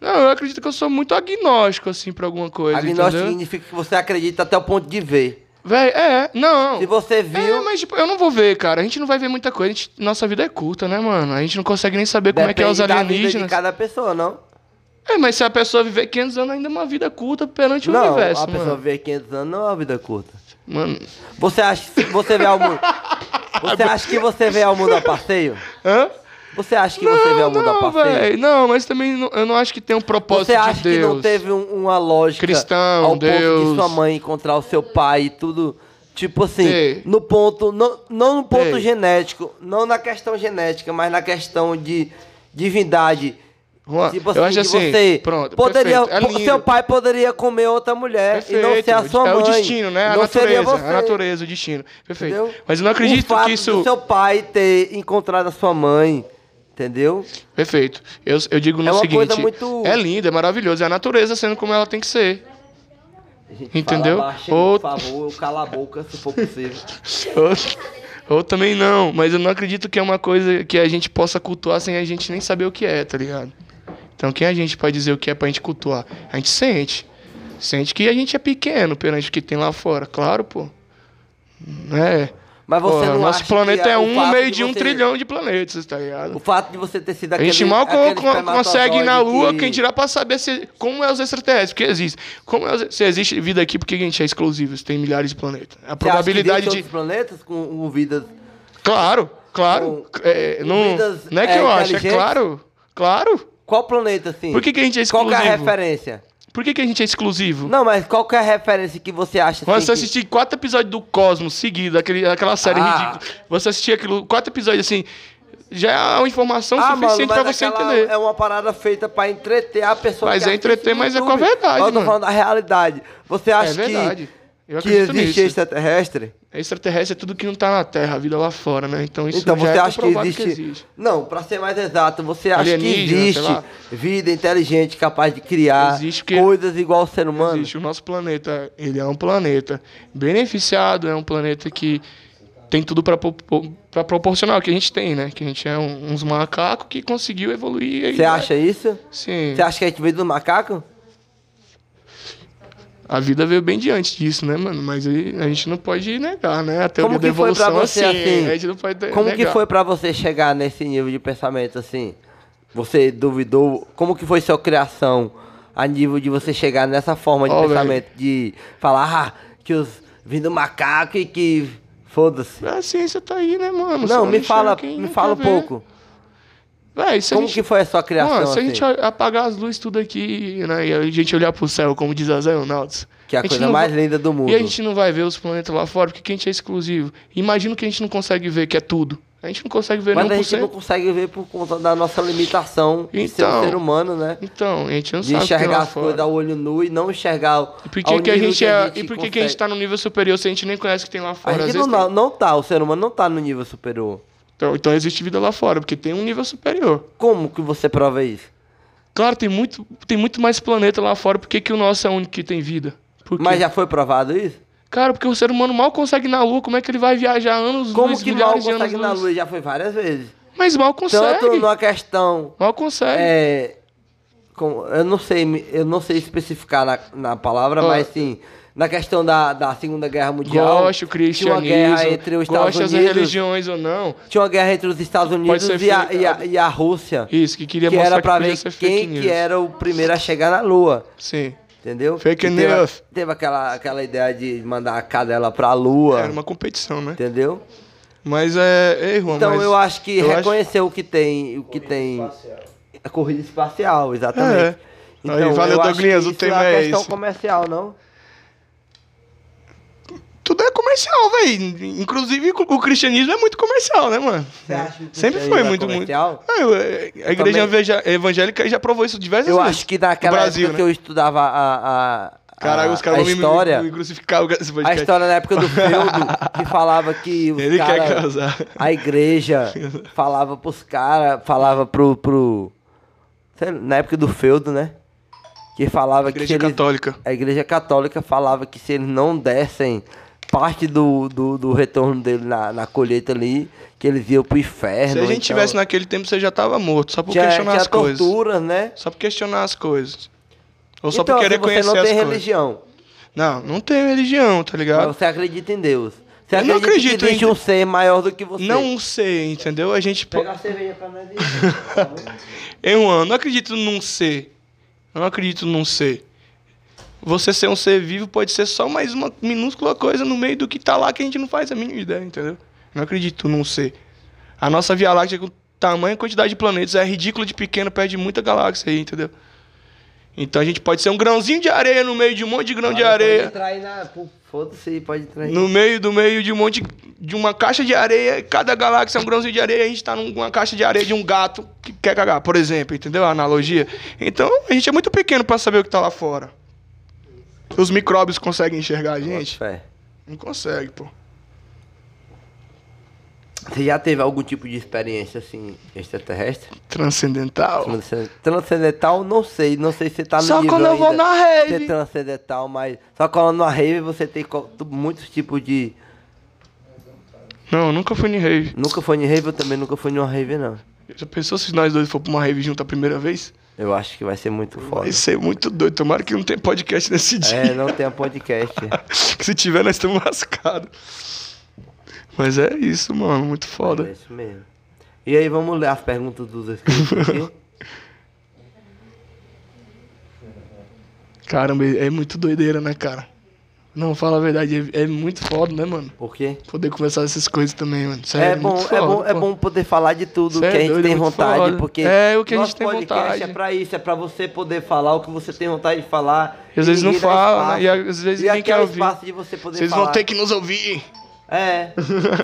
Não, eu acredito que eu sou muito agnóstico, assim, pra alguma coisa, Agnóstico entendeu? significa que você acredita até o ponto de ver. Véi, é, não. Se você viu, É, mas tipo, eu não vou ver, cara. A gente não vai ver muita coisa. A gente- nossa vida é curta, né, mano? A gente não consegue nem saber como é que é os depende da vida de alienígenas. cada pessoa, não? É, mas se a pessoa viver 500 anos, ainda é uma vida curta perante o não, universo, a pessoa mano. viver 500 anos não é uma vida curta. Mano, Você acha que você vê ao mundo... Você acha que você vê ao mundo a passeio? hã? Você acha que não, você vê ao mundo a não, passeio? véi, Não, mas também não- eu não acho que tem um propósito Você de acha Deus. que não teve um- uma lógica Cristão, ao ponto de Deus. sua mãe encontrar o seu pai e tudo? Tipo assim, Ei. no ponto, não, não no ponto Ei. genético, não na questão genética, mas na questão de, divindade. Juan, Tipo assim, eu acho que assim, você pronto, poderia, perfeito, é po- lindo. seu pai poderia comer outra mulher É, e não Perfeito, ser a sua é mãe. o destino, né? A não seria natureza, você, a natureza, o destino. Perfeito. entendeu? Mas eu não o acredito fato que isso. do seu pai ter encontrado a sua mãe, entendeu? Perfeito. Eu, eu digo no É uma seguinte: coisa muito- é lindo, é maravilhoso, é a natureza sendo como ela tem que ser. Entendeu? Fala baixo, Ou- Por favor, cala a boca se for possível. Ou, ou também não, mas eu não acredito que é uma coisa que a gente possa cultuar sem a gente nem saber o que é, tá ligado? Então quem a gente pode dizer o que é pra gente cultuar? A gente sente. Sente que a gente é pequeno perante o que tem lá fora, claro, pô. É. Mas você Porra, não nosso acha planeta que é o um no fato meio de, um você- trilhão de planetas, tá O ligado? fato de você ter sido A aquele gente mal co- aquele co- consegue ir na espermatozoide Lua, que- quem dirá pra saber se, como é os extraterrestres, porque existe. Como é os- se existe vida aqui, porque a gente é exclusivo, se tem milhares de planetas. A Você acha que probabilidade existe de. outros planetas com, com vidas... Claro, claro. Com- É, não, vidas, não é que Então, é, eu acho, é inteligentes? claro. Claro. Qual planeta, assim? Por que, que a gente é Qual que é a exclusivo? referência? Por que, que a gente é exclusivo? Não, mas qual que é a referência que você acha, Quando assim, você que- assistir quatro episódios do Cosmos seguido, aquele, aquela série Ah. ridícula, você assistir aquilo, quatro episódios assim, já é uma informação Ah, mano, suficiente mas pra você aquela entender. É uma parada feita pra entreter a pessoa Mas que é assiste entreter, no mas é com a YouTube. verdade, Eu tô mano. falando da realidade. Você É acha verdade. Eu que, que acredito existe nisso. extraterrestre? Extraterrestre é tudo que não tá na Terra, a vida lá fora, né? Então isso então já você é acha que comprovado existe... Não, pra ser mais exato, você acha que Alienígena, sei lá. existe vida inteligente capaz de criar Existe porque- coisas igual ao ser humano? Existe. O nosso planeta, ele é um planeta beneficiado, é um planeta que tem tudo para proporcionar o que a gente tem, né? Que a gente é um- uns macacos que conseguiu evoluir. e- Você acha isso? Sim. Você acha que a gente veio do macaco? A vida veio bem diante disso, né, mano? Mas aí a gente não pode negar, né? A teoria Como da que foi evolução pra você, assim? A gente não pode Como negar. que foi pra você chegar nesse nível de pensamento assim? Você duvidou? Como que foi sua criação a nível de você chegar nessa forma de Ó, pensamento de falar ah, que os vindo macaco e que foda-se. A ciência tá aí, né, mano? Só Não, me enxerga fala, quem me não fala um quer ver. pouco. Véi, se a Como gente- que foi a sua criação? Mano, se a assim? gente apagar as luzes tudo aqui, né, e a gente olhar pro céu, como diz as aeronautas... Que é a gente coisa não mais vai- linda do mundo. E a gente não vai ver os planetas lá fora, porque a gente é exclusivo. Imagina o que a gente não consegue ver, que é tudo. A gente não consegue ver Mas nem a 1%. gente não consegue ver por conta da nossa limitação de ser um Então, ser humano, né? Então, a gente não De sabe o que tem enxergar lá as coisas fora. ao olho nu e não enxergar o. E por ao que, que a nível gente é... E por que, que a consegue. gente tá no nível superior se a gente nem conhece o que tem lá A fora? Às gente vezes não, tem- não tá, o ser humano não tá no nível superior. Então, então existe vida lá fora, porque tem um nível superior. Como que você prova isso? Claro, tem muito, tem muito mais planeta lá fora, por que, que o nosso é o único que tem vida? Por quê? Mas já foi provado isso? Cara, porque o ser humano mal consegue ir na Lua, como é que ele vai viajar anos, Como luz, que mal milhares de consegue anos na luz? luz? Já foi várias vezes. Mas mal consegue. Tanto numa questão. Mal consegue. é, com- eu não sei, me- eu não sei especificar na, na palavra, Ah. mas sim. Na questão da, da Segunda Guerra Mundial. Gosto, tinha uma cristianismo, guerra entre os Estados gosta das Unidos. religiões ou não. Tinha uma guerra entre os Estados Unidos ser e a, fake- e, a, e a Rússia. Isso, que queria que mostrar era que pra podia ver ser fake quem news. que é. era o primeiro a chegar na Lua. Sim. Entendeu? Fake E teve a- news. Teve aquela, aquela ideia de mandar a cadela pra lua. Era uma competição, né? Entendeu? Mas é. Ei, Juan, Então mas eu acho que eu acho- reconhecer o que tem. O que tem. A corrida espacial, exatamente. Então, É. Aí, valeu, eu acho Douglinhas, o que isso tema é uma é questão esse. comercial, não? Tudo é comercial, velho. Inclusive o cristianismo é muito comercial, né, mano? Você acha que o Sempre cristianismo foi é muito, muito. comercial? Ah, eu- a igreja evangé- evangélica já provou isso diversas Eu vezes. acho que naquela assim, no Brasil, né? época que eu estudava a. a a, Caralho, os a caras vão me- história. me, me crucificar. com esse A podcast. história na época do feudo, que falava que os Ele cara, quer causar. a igreja falava pros caras, falava pro, pro... sei lá, Na época do feudo, né? Que falava que Igreja eles- católica. a igreja católica falava que se eles não dessem parte do, do, do retorno dele na, na colheita ali, que eles iam pro inferno. Se a gente então, tivesse naquele tempo, você já tava morto. Só por tinha, questionar tinha as coisas. tortura, né? Só por questionar as coisas. Ou só então, por querer assim, você conhecer não as tem coisas. religião. Não, não tenho religião, tá Mas ligado? você acredita em Deus. Você Eu não acredita acredito que em existe um Deus. ser maior do que você. Não sei, entendeu? A gente. po- Pega uma cerveja pra nós aí. um Eu amo, não acredito num ser. Não acredito num ser. Você ser um ser vivo pode ser só mais uma minúscula coisa no meio do que tá lá que a gente não faz a mínima ideia, entendeu? Não acredito num ser. A nossa Via Láctea, com tamanho e quantidade de planetas, é ridículo de pequeno, perde muita galáxia aí, entendeu? Então a gente pode ser um grãozinho de areia no meio de um monte de grão de Pode areia. entrar aí na. pô, Foda-se, pode entrar aí. No meio do meio de um monte de uma caixa de areia, cada galáxia é um grãozinho de areia, a gente tá numa caixa de areia de um gato que quer cagar, por exemplo, entendeu a analogia? Então, a gente é muito pequeno pra saber o que tá lá fora. Os micróbios conseguem enxergar a gente? Fé. Não consegue, pô. Você já teve algum tipo de experiência assim, extraterrestre? Transcendental. Transcen- Transcendental, não sei. Não sei se você tá no Só nível quando eu ainda vou na de ser rave. transcendental, mas. Só quando na rave você tem co- tu- muitos tipos de. Não, nunca fui em rave. Nunca foi em rave, eu também nunca fui numa rave, não. Já pensou se nós dois for pra uma rave junto a primeira vez? Eu acho que vai ser muito foda. Vai ser muito doido. Tomara que não tenha podcast nesse dia. É, não tem podcast. Que se tiver, nós estamos lascados. Mas é isso, mano. Muito É foda. isso mesmo. E aí, vamos ler as perguntas dos inscritos aqui? Caramba, é muito doideira, né, cara? Não, fala a verdade. É, é muito foda, né, mano? Por quê? Poder conversar essas coisas também, mano. É Sério, bom, muito foda, é, bom, é pô. bom poder falar de tudo Cê é que a gente doido, tem é muito vontade, foda. porque É, o que a gente nosso tem podcast vontade. é pra isso, é pra você poder falar o que você tem vontade de falar. E às vezes não ninguém dá fala, né? E espaço. às vezes e ninguém aqui é quer o ouvir. espaço de você poder Vocês falar. vão ter que nos ouvir. É.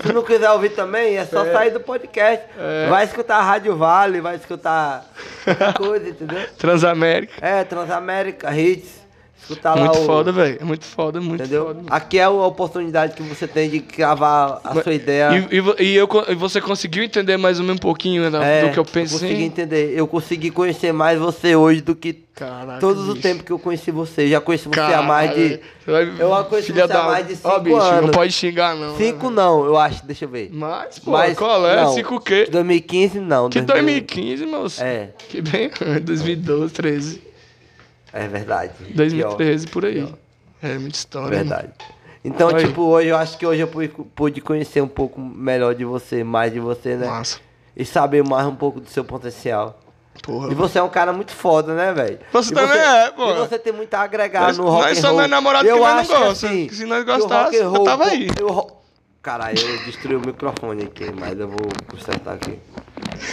Se não quiser ouvir também, é só sair do podcast. É. Vai escutar a Rádio Vale, vai escutar qualquer coisa, entendeu? Transamérica. É, Transamérica, Hits, escutar lá muito o... foda, velho. É muito foda, muito Entendeu? foda. mano. Aqui é a oportunidade que você tem de gravar a sua ideia. E, e vo- e eu, co- e você conseguiu entender mais ou menos um pouquinho né, da- É, do que eu Eu consegui pensei? entender. Eu consegui conhecer mais você hoje do que Caraca, todos os bicho. tempos que eu conheci você. Eu Já conheci você há Caralho, mais de. É você vai- Eu a conheço filha você há da... mais de Ó, cinco bicho, anos. não pode xingar, não. né, Cinco não, eu acho, deixa eu ver. Mas, pô, qual é? não, 5 o quê? 2015 não. Que 2000. 2015, moço. É. Que bem, 2012, 13, É verdade. 2013, por aí. É muita Pior, história. verdade. Então, Aí. tipo, hoje eu acho que hoje eu pude- pude conhecer um pouco melhor de você, mais de você, né? Mano. Massa. E saber mais um pouco do seu potencial. Porra. E você é um cara muito foda, né, velho? Você E também é, pô. E você tem muito a agregar Nós- no rock nós and somos roll. namorados que Eu nós não acho que assim, gosta, que se nós que o rock gostasse, and eu roll- tava aí. o ro- Caralho, eu destruí o microfone aqui, mas eu vou consertar aqui.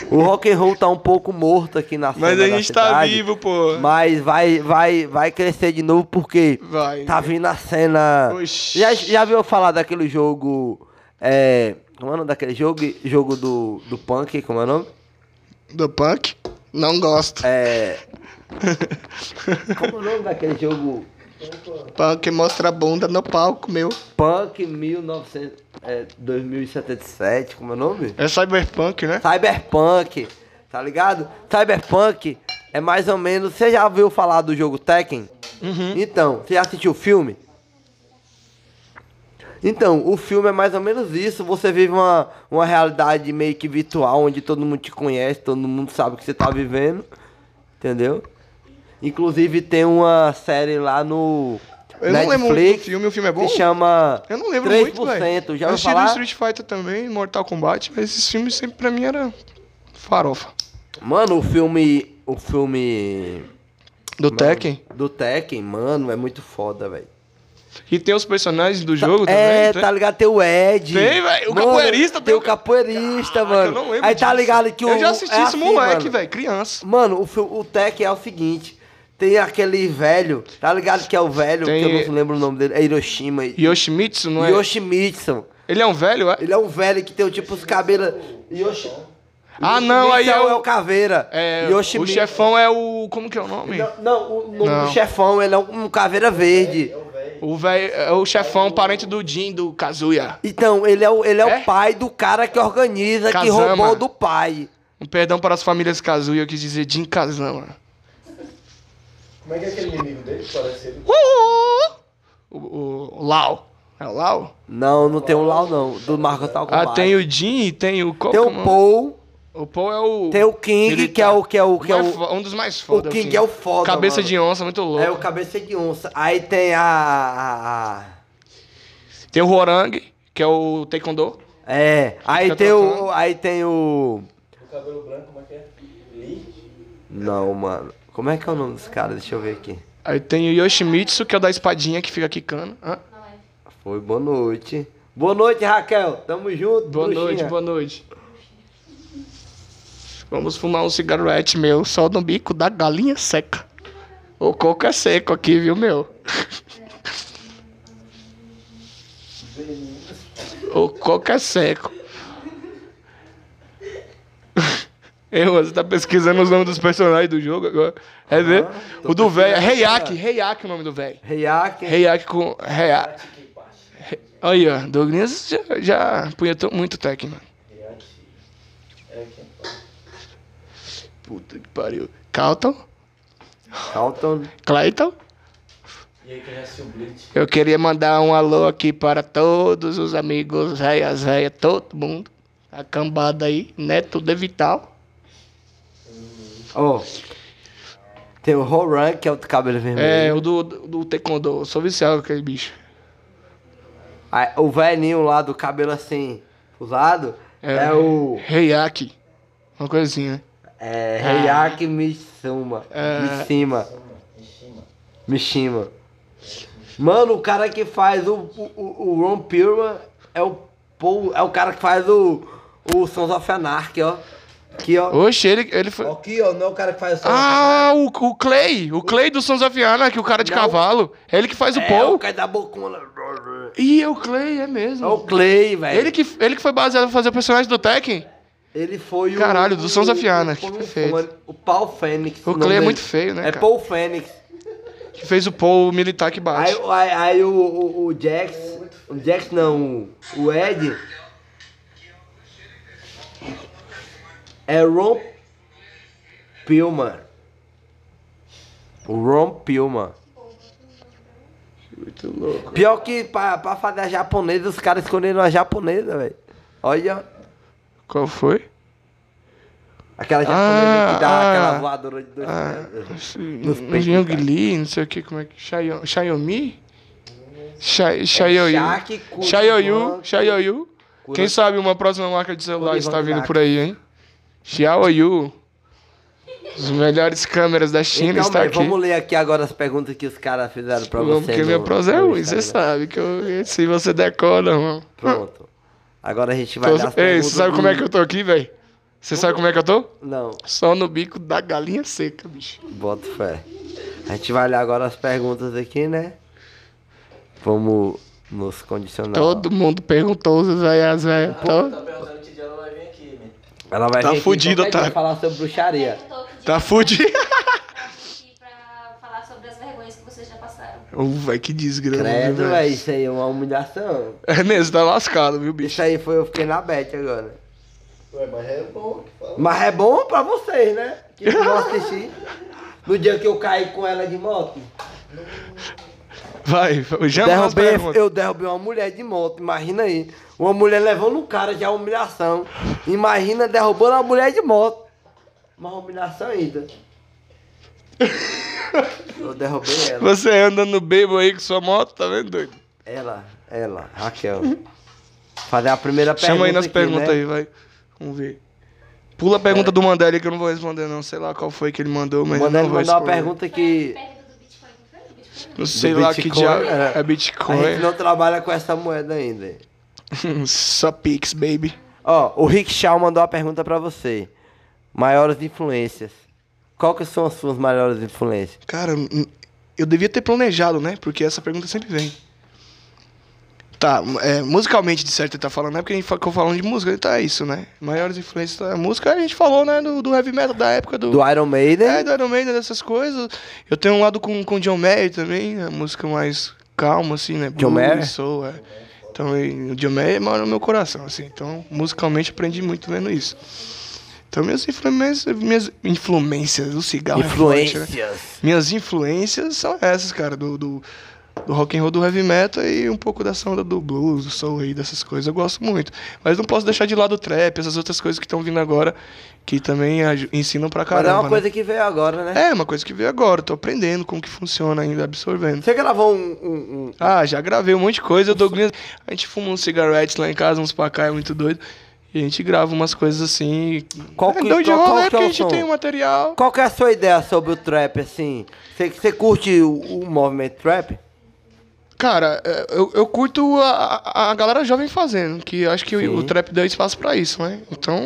O rock and roll tá um pouco morto aqui na cena Mas a da gente tá cidade, vivo, pô. Mas vai, vai, vai crescer de novo porque Vai, tá né? vindo a cena. Oxi. Já, já viu eu falar daquele jogo? É. Como é o nome daquele jogo? Jogo do, do punk, como é o nome? Do punk? Não gosto. É. Como é o nome daquele jogo? Punk mostra a bunda no palco, meu. Punk 1900, é, 2077, como é o nome? É cyberpunk, Tá. né? Cyberpunk, tá ligado? Cyberpunk é mais ou menos. Você já ouviu falar do jogo Tekken? Uhum. Então, você já assistiu o filme? Então, o filme é mais ou menos isso. Você vive uma, uma realidade meio que virtual, onde todo mundo te conhece, todo mundo sabe o que você tá vivendo. Entendeu? Inclusive tem uma série lá no. Eu não Netflix, lembro muito do filme, o filme é bom? Se chama. Eu não lembro 3%, muito, velho. Já Eu ouviu assisti do falar? Street Fighter também, Mortal Kombat, mas esses filmes sempre pra mim era farofa. Mano, o filme. O filme. Do Tekken. Do Tekken, mano, é muito foda, velho. E tem os personagens do jogo também. É, tem? tá ligado? Tem o Ed. Tem, velho, o Mano, capoeirista tem. tem o o ca- capoeirista, mano. Eu não lembro Aí tá disso. ligado que o. Eu já assisti é isso, assim, moleque, mano. velho. Criança. Mano, o, fi- o Tekken é o seguinte. Tem aquele velho, tá ligado que é o velho, Tem- que eu não lembro o nome dele, é Hiroshima. Yoshimitsu, não é? Yoshimitsu. Ele é um velho, é? Ele é um velho que tem tipo os cabelos. Yoshi... Ah, não, aí Yoshimitsu é o- caveira. É, o Yoshimi- chefão é o... Como que é o nome? Não, não, o nome Não. do chefão, ele é um caveira verde. É, O velho... É o chefão parente do Jin, do Kazuya. Então, ele é o, ele é É? o pai do cara que organiza, que Kazama. roubou do pai. Um perdão para as famílias Kazuya, eu quis dizer Jin Kazama. Como é que é aquele inimigo dele que parece ser do... Uh! O, o, o Lau. É o Lau? Não, não tem o Lau, não. Do Marco Tal Ah, tem o Jin e tem o... Qual Tem que é o Paul, nome? O Paul é o... tem o King, militar. que é o... Que é o, que é Mais o fo- Um dos mais tá- foda. o King é o foda, Cabeça mano. de onça, muito louco. é o cabeça de onça. Aí tem a... a- a- Tem o Horang, que é o Taekwondo. é, aí Fica tem trocando. o... Aí tem o... do cabelo branco, como é que é? Lee? Não, mano. Como é que é o nome dos caras? Deixa eu ver aqui. Aí tem o Yoshimitsu, que é o da espadinha que fica quicando. Hã? Foi, boa noite. Boa noite, Raquel. Tamo junto, Boa bruxinha. noite, boa noite. Vamos fumar um cigarrete, meu, só no bico da galinha seca. O coco é seco aqui, viu, meu? O Coca Seco. Eu, você tá pesquisando os nomes dos personagens do jogo agora. É ver? Ah, tô O do velho. é pesquisando Heiak, agora. Heiak é o nome do velho. React. Heiak com. Heiak. He- Aí, ó. Douglas já, já punhetou muito tech, mano. É quem fala. Puta que pariu. Calton? Calton. Clayton? E aí, quem é assistiu o Bleach? Eu queria mandar um alô aqui para todos os amigos, véias, véia, todo mundo. A cambada aí, Neto de Vital. Ó. Tem o Horan, que é o do cabelo É, vermelho. o do, do Taekwondo. Eu sou viciado com aquele bicho. Aí, o velhinho lá do cabelo assim, usado, é, o. Heiaki. Uma coisinha. É. React Mishima. É. Mishima. Mishima. Mano, o cara que faz o, o, o- o Ron Perlman é o Paul, é o cara que faz o, o Sons of Anarchy, ó. Aqui, ó. Oxe, ele, ele foi. Aqui, ó, não é o cara que faz o Sons Ah, o, o Clay. O Clay do Sons of Anarchy, o cara de Não. cavalo. É ele que faz o of Anarchy. É, o Paul. cara da bocona. Ih, é o Clay, é É o mesmo. Clay, velho. Ele que, ele que foi baseado em fazer o personagem do Tekken. Ele foi o. Caralho, do Sons of o- Anarchy, como perfeito. chama? O Paul Fênix. O nome Clay é dele. muito feio, né, É cara? Paul Fênix. Que fez o Paul militar que bate. Aí, aí, aí o, o, o Jax. O Jax não, o- o Ed. É Ron Pilman. O Ron Pilman. Muito louco. Pior que pra, pra fazer a japonesa, os caras escolheram a japonesa, velho. Olha, Qual foi? aquela japonesa Ah, que dá ah, aquela voadora de dois Ah, pés. Nos peitos, Young cara. Lee, não sei o que, como é que. Xiao- Xiaomi? Xia- É Shaq, Xiaoyu. Kudo, Xiaoyu. Kudo. Xiaoyu. Kudo. Quem sabe uma próxima marca de celular Kudo, está Ivan vindo Kudo. por aí, hein? Xiaoyu. As melhores câmeras da China Então, está mas aqui. vamos ler aqui agora as perguntas que os caras fizeram pra Vamos, você. porque no- minha prosa é no ruim, você Instagram. sabe que eu, se você decora, mano. Pronto. Agora a gente vai Tô, dar as ei, perguntas. você sabe como é que do- eu tô aqui, velho? Você sabe como é que eu tô? Não, Só no bico da galinha seca, bicho. bota fé. A gente vai olhar agora as perguntas aqui, né? Vamos nos condicionar. Todo mundo perguntou, os velhas, velhas. Tá perguntando que dia ela vai vir aqui, né? Ela vai Tá vir aqui fudido, qualquer dia otário. falar sobre bruxaria. Perguntou que dia Tá você fudido. aqui pra falar sobre as vergonhas que vocês já passaram. Ô, vai que desgrama. Credo, né, velho, isso aí é uma humilhação. É mesmo, tá lascado, viu, bicho? Isso aí foi, eu fiquei na bet agora. Ué, mas é bom que fala. Mas é bom pra vocês, né? Que vão assistir. No dia que eu caí com ela de moto. Vai, o Jean faz Derrubei, pergunta. eu derrubei uma mulher de moto, imagina aí. Uma mulher levando um cara já é humilhação. Imagina derrubando uma mulher de moto. Uma humilhação ainda. Eu derrubei ela. Você anda no bebo aí com sua moto, tá vendo, doido? Ela, ela, Raquel. Fazer a primeira pergunta. Chama aí nas aqui, perguntas né? aí, vai. Vamos ver. Pula a pergunta do Mandelli que eu não vou responder, não. Sei lá qual foi que ele mandou, mas não Mandando vou mandar uma responder. pergunta que. Pergunta Tá do Bitcoin, não foi? Bitcoin? Não sei do lá que Bitcoin, diabo é. é A gente Bitcoin. não trabalha com essa moeda ainda. Só Pix, baby. Ó, o Rick Shaw mandou uma pergunta pra você. Maiores influências. Qual que são as suas maiores influências? Cara, hum, eu devia ter planejado, né? Porque essa pergunta sempre vem. Tá, é, musicalmente, de certo, ele tá falando, né? Porque a gente ficou falando de música, então é isso, né? Maiores influências da música, a gente falou, né? Do, do heavy metal da época do. Do Iron Maiden? É, do Iron Maiden, dessas coisas. Eu tenho um lado com, com John Mayer também, a música mais calma, assim, né? John Blues, Mayer? soul, é. Então, e o John Mayer mora no meu coração, assim. Então, musicalmente, aprendi muito vendo isso. Então, minhas influências... Minhas influências, o cigarro é forte, né? Influências. Minhas influências são essas, cara, do, do, do rock and roll, do heavy metal e um pouco dessa onda do blues, do soul aí, dessas coisas. Eu gosto muito. Mas não posso deixar de lado o trap, essas outras coisas que estão vindo agora, que também aj- ensinam pra Mas caramba, é uma né? coisa que veio agora, né? É, uma coisa que veio agora, tô aprendendo como que funciona ainda, absorvendo. Você gravou um. um- um- Ah, já gravei um monte de coisa, eu dou gringo- A gente fuma uns cigaretes lá em casa, uns pra cá, é muito doido. E a gente grava umas coisas assim. Qual é que- doido de qual- qual rola, é que porque é a o gente som? tem o material. Qual que é a sua ideia sobre o trap, assim? Você, você curte o, o movimento trap? Cara, é, eu, eu curto a, a- a galera jovem fazendo, que eu acho que o, o trap deu espaço pra isso, né? Então.